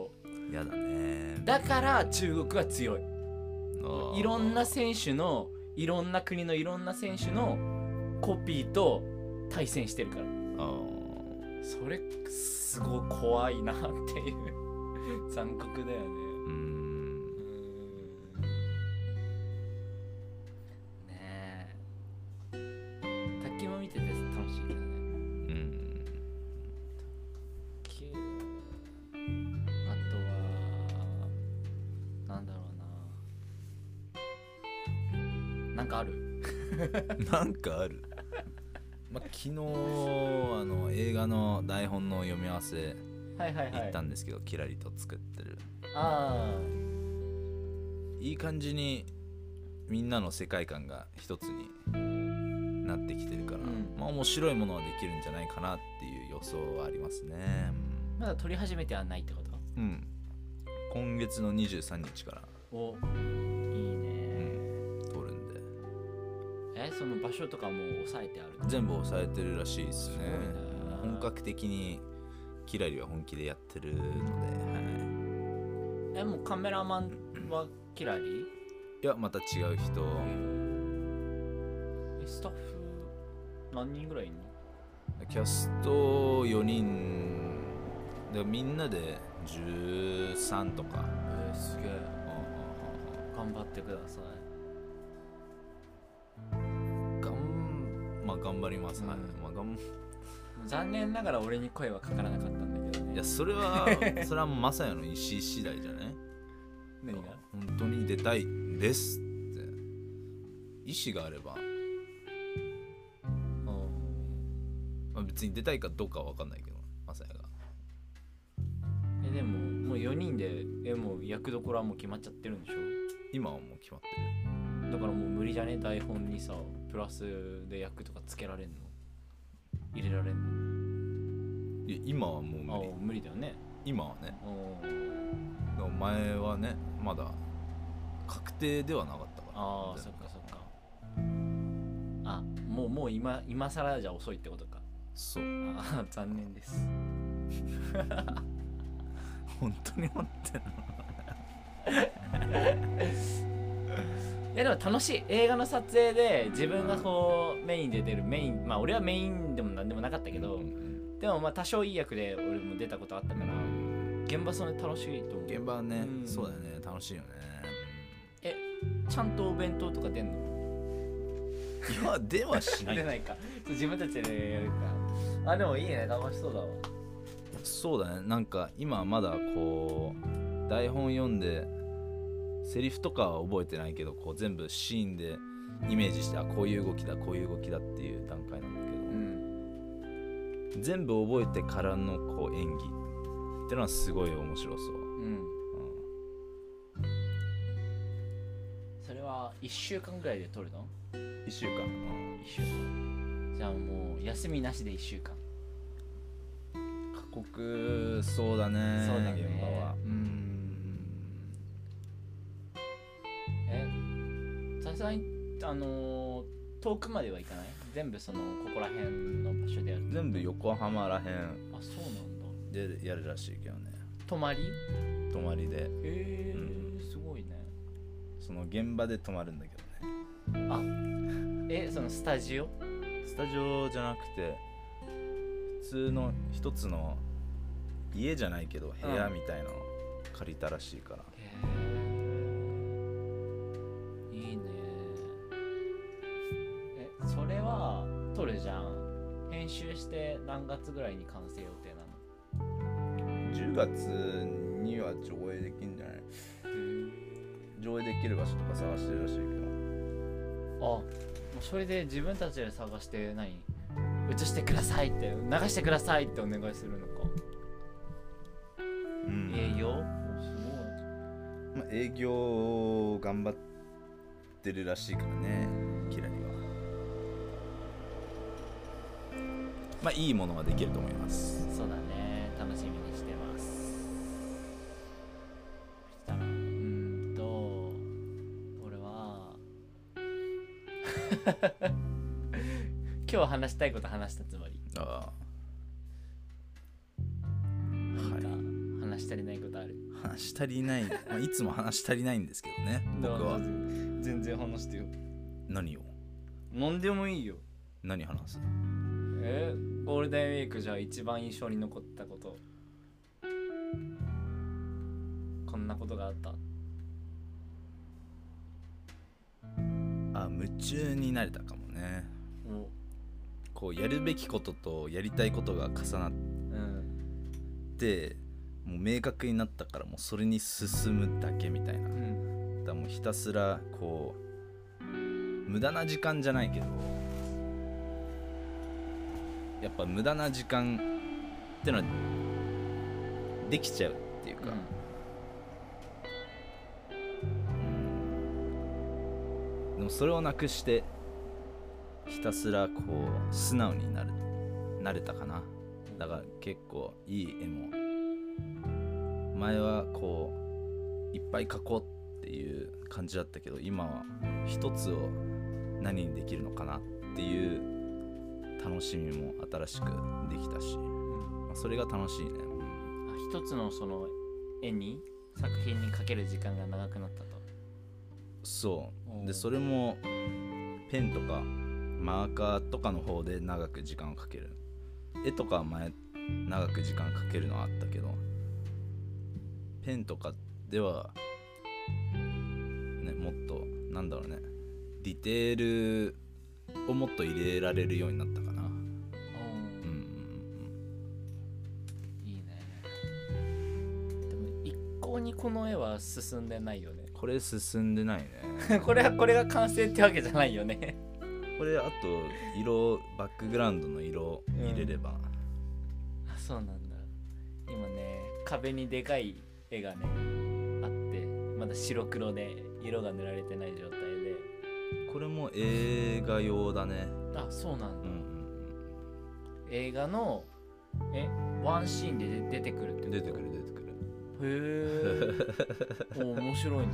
[SPEAKER 2] やだね
[SPEAKER 1] だから中国は強い
[SPEAKER 2] あー
[SPEAKER 1] いろんな選手のいろんな国のいろんな選手のコピーと対戦してるから
[SPEAKER 2] あー
[SPEAKER 1] それすごい怖いなっていう残酷だよねうー
[SPEAKER 2] うん
[SPEAKER 1] んねえ卓球も見てて楽しいけどね
[SPEAKER 2] うん
[SPEAKER 1] 球あとはなんだろうななんかある
[SPEAKER 2] なんか ある、まあ、昨日あの映画の台本の読み合わせ
[SPEAKER 1] はいはいは
[SPEAKER 2] 行
[SPEAKER 1] い
[SPEAKER 2] ったんですけど、キラリと作ってる
[SPEAKER 1] あ
[SPEAKER 2] いい感じにみんなの世界観が一つになってきてるから、
[SPEAKER 1] うん
[SPEAKER 2] まあ面白いものはできるんじゃないかなっていう予想はありますね
[SPEAKER 1] ーまだ撮り始めてはないってこと
[SPEAKER 2] うん、うん今月の23日から、
[SPEAKER 1] おいいね
[SPEAKER 2] 撮るんで
[SPEAKER 1] えその場所とかも押さえてある
[SPEAKER 2] 全部抑えてるらしいです
[SPEAKER 1] ご
[SPEAKER 2] ね
[SPEAKER 1] いな
[SPEAKER 2] 本格的にキラリは本気でやってるので、はい、
[SPEAKER 1] えもうカメラマンはキラリ
[SPEAKER 2] いやまた違う人
[SPEAKER 1] えスタッフ何人ぐらいいんの
[SPEAKER 2] キャスト4人でみんなで13とか、
[SPEAKER 1] えー、すげえ
[SPEAKER 2] うんうん
[SPEAKER 1] 頑張ってください
[SPEAKER 2] うんうんがんまあ頑張ります、はい
[SPEAKER 1] うん
[SPEAKER 2] まあ、がん
[SPEAKER 1] 残念ながら俺に声はかからなかったんだけどね
[SPEAKER 2] いやそ れはそれはまさやの意思次第じゃない
[SPEAKER 1] 何が
[SPEAKER 2] 本当に出たいですって意思があれば、まあ、別に出たいかどうかは分かんないけどまさやが
[SPEAKER 1] えでももう4人でえもう役どころはもう決まっちゃってるんでしょ
[SPEAKER 2] 今はもう決まって
[SPEAKER 1] だからもう無理じゃね台本にさプラスで役とかつけられんの入れられん
[SPEAKER 2] るいや今はもう
[SPEAKER 1] のあ
[SPEAKER 2] 無理
[SPEAKER 1] 無理だよね
[SPEAKER 2] 今はね
[SPEAKER 1] うん
[SPEAKER 2] お前はねまだ確定ではなかったから
[SPEAKER 1] ああそっかそっかあもうもう今今更じゃ遅いってことか
[SPEAKER 2] そう
[SPEAKER 1] ああ残念です
[SPEAKER 2] 本当に待ってんの
[SPEAKER 1] いやでも楽しい映画の撮影で自分がこうメインで出るメインまあ俺はメインでも何でもなかったけどでもまあ多少いい役で俺も出たことあったから現場それ楽しいと思う
[SPEAKER 2] 現場はね、
[SPEAKER 1] うん
[SPEAKER 2] そうだよね楽しいよね
[SPEAKER 1] ちゃんとお弁当とか出んの
[SPEAKER 2] いやではしな
[SPEAKER 1] 出
[SPEAKER 2] い
[SPEAKER 1] ないかそう自分たちでやるかあでもいいね楽しそうだわ
[SPEAKER 2] そうだねなんか今まだこう台本読んでセリフとかは覚えてないけどこう全部シーンでイメージしてあこういう動きだこういう動きだっていう段階なんだけど
[SPEAKER 1] うん
[SPEAKER 2] 全部覚えてからのこう演技ってのはすごい面白そう、
[SPEAKER 1] うん
[SPEAKER 2] う
[SPEAKER 1] それは1週間ぐらいで撮るの
[SPEAKER 2] ん、1週間、うん
[SPEAKER 1] 1週間じゃあもう休みなしで1週間
[SPEAKER 2] 過酷そうだね
[SPEAKER 1] そうだね
[SPEAKER 2] 現場はうん
[SPEAKER 1] えさすがにあのー遠くまでは行かない全部そのここら辺の場所でやる
[SPEAKER 2] 全部横浜ら
[SPEAKER 1] あ
[SPEAKER 2] へん
[SPEAKER 1] そうなんだ
[SPEAKER 2] でやるらしいけどね
[SPEAKER 1] 泊まり
[SPEAKER 2] 泊まりで
[SPEAKER 1] へえ、
[SPEAKER 2] う
[SPEAKER 1] すごいね
[SPEAKER 2] その現場で泊まるんだけどね
[SPEAKER 1] あえそのスタジオ
[SPEAKER 2] スタジオじゃなくて普通の一つの家じゃないけど部屋みたいなの借りたらしいから、
[SPEAKER 1] へえいいねえそれは撮るじゃん編集して何月ぐらいに完成予定なの
[SPEAKER 2] 10月には上映できんじゃない上映できる場所とか探してるらしいけど
[SPEAKER 1] あもうそれで自分たちで探して何映してくださいって流してくださいってお願いするのか、
[SPEAKER 2] うん
[SPEAKER 1] ええよ
[SPEAKER 2] まあ、営業を頑張ってるらしいからねキラリはまあいいものができると思います
[SPEAKER 1] すごいそうだね楽しみにしてますそしたらうーんと俺は 今日話したいこと話したつもり
[SPEAKER 2] あ
[SPEAKER 1] なんか話し足りないことある
[SPEAKER 2] あ話し足りない、まあ、いつも話し足りないんですけどね僕は
[SPEAKER 1] 全然話してよ
[SPEAKER 2] 何を
[SPEAKER 1] 何でもいいよ
[SPEAKER 2] 何話す
[SPEAKER 1] えゴールデンウィークじゃあ一番印象に残ったことこんなことがあった
[SPEAKER 2] あ夢中になれたかもね
[SPEAKER 1] も
[SPEAKER 2] こうやるべきこととやりたいことが重なっ
[SPEAKER 1] ううん
[SPEAKER 2] てもう明確になったからもうそれに進むだけみたいな
[SPEAKER 1] うん
[SPEAKER 2] だからもうひたすらこう無駄な時間じゃないけどやっぱ無駄な時間ってのはできちゃうっていうか、でもそれをなくしてひたすらこう素直になるなれたかなだから結構いい絵も前はこういっぱい描こうっていう感じだったけど今は一つを何にできるのかなっていう楽しみも新しくできたし、
[SPEAKER 1] うん
[SPEAKER 2] まあそれが楽しいね、
[SPEAKER 1] あ一つのその絵に作品にかける時間が長くなったと
[SPEAKER 2] そう
[SPEAKER 1] おー
[SPEAKER 2] でそれもペンとかマーカーとかの方で長く時間をかける絵とかは前長く時間かけるのはあったけどペンとかでは、ね、もっとなんだろうねディテールをもっと入れられるようになったかなう
[SPEAKER 1] お
[SPEAKER 2] んうん
[SPEAKER 1] ーいいねでも一向にこの絵は進んでないよね
[SPEAKER 2] うんこれ進んでないね
[SPEAKER 1] これはこれが完成ってわけじゃないよね
[SPEAKER 2] これあと色バックグラウンドの色入れれば、
[SPEAKER 1] あそうなんだ今ね壁にでかい絵がねあってまだ白黒で色が塗られてない状態で
[SPEAKER 2] これも映画用だね
[SPEAKER 1] あそうなん
[SPEAKER 2] う
[SPEAKER 1] だ
[SPEAKER 2] んうん
[SPEAKER 1] 映画のえワンシーンで出出てくるってこ
[SPEAKER 2] う
[SPEAKER 1] と
[SPEAKER 2] ん出てくる出てくる
[SPEAKER 1] へ え面白いね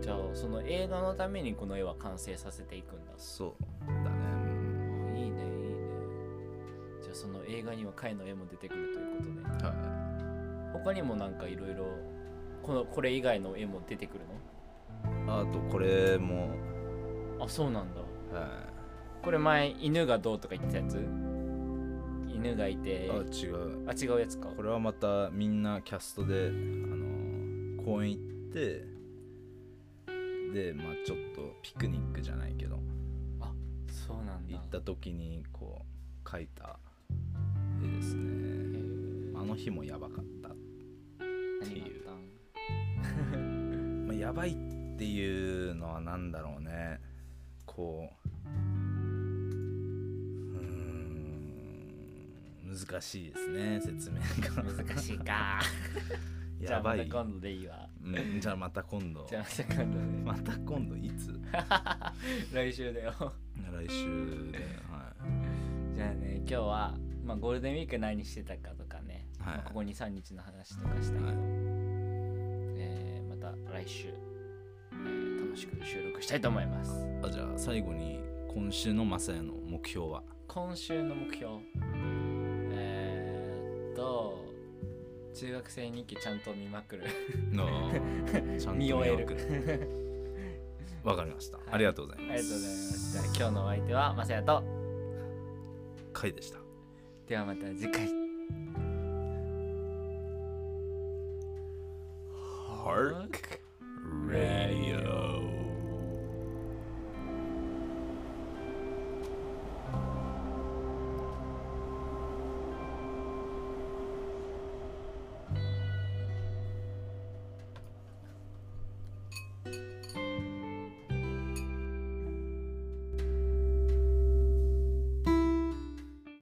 [SPEAKER 1] じゃあその映画のためにこの絵は完成させていくんだ
[SPEAKER 2] そうだねうん
[SPEAKER 1] いいねいいねじゃあその映画には貝の絵も出てくるということで
[SPEAKER 2] はい
[SPEAKER 1] 他にもなんかいろいろこのこれ以外の絵も出てくる
[SPEAKER 2] あとこれも、
[SPEAKER 1] のあそうなんだ
[SPEAKER 2] は
[SPEAKER 1] これ前犬がどうとか言ってたやつ犬がい
[SPEAKER 2] い、
[SPEAKER 1] て
[SPEAKER 2] あ違う
[SPEAKER 1] あ違うやつか
[SPEAKER 2] これはまたみんなキャストで、あの公園行ってでまあちょっとピクニックじゃないけど
[SPEAKER 1] そうなんだ
[SPEAKER 2] 行った時にこう描いた絵ですねあの日もやばかった、
[SPEAKER 1] って
[SPEAKER 2] いうまあ、やばいっていうのは何だろうねこううーん難しいですね説明が
[SPEAKER 1] 難しい か じゃ
[SPEAKER 2] や
[SPEAKER 1] あ
[SPEAKER 2] ば
[SPEAKER 1] ま
[SPEAKER 2] い
[SPEAKER 1] た今度でいいわ
[SPEAKER 2] うん、じゃあまた今度
[SPEAKER 1] じゃあまた今度で、
[SPEAKER 2] また今度いつ
[SPEAKER 1] 来週だよ
[SPEAKER 2] 来週では
[SPEAKER 1] じゃあね今日は、まあ、ゴールデンウィーク何してたかとかね、
[SPEAKER 2] はい
[SPEAKER 1] まあここ23日の話とかしたけど、
[SPEAKER 2] はい
[SPEAKER 1] えーまた来週、えー楽しく収録したいと思います
[SPEAKER 2] いあじゃあ最後に今週のマサヤの目標は
[SPEAKER 1] 今週の目標えー、っと中学生日記ちゃんと見まくる
[SPEAKER 2] の ちゃんと
[SPEAKER 1] 見終え
[SPEAKER 2] 見送
[SPEAKER 1] る
[SPEAKER 2] わかりました、
[SPEAKER 1] い
[SPEAKER 2] ありがとうござい
[SPEAKER 1] あ
[SPEAKER 2] ま
[SPEAKER 1] りがとうご
[SPEAKER 2] す
[SPEAKER 1] ざいますじゃあ今日のお相手はまさやと
[SPEAKER 2] 回でした
[SPEAKER 1] ではまた次回
[SPEAKER 2] は
[SPEAKER 1] ー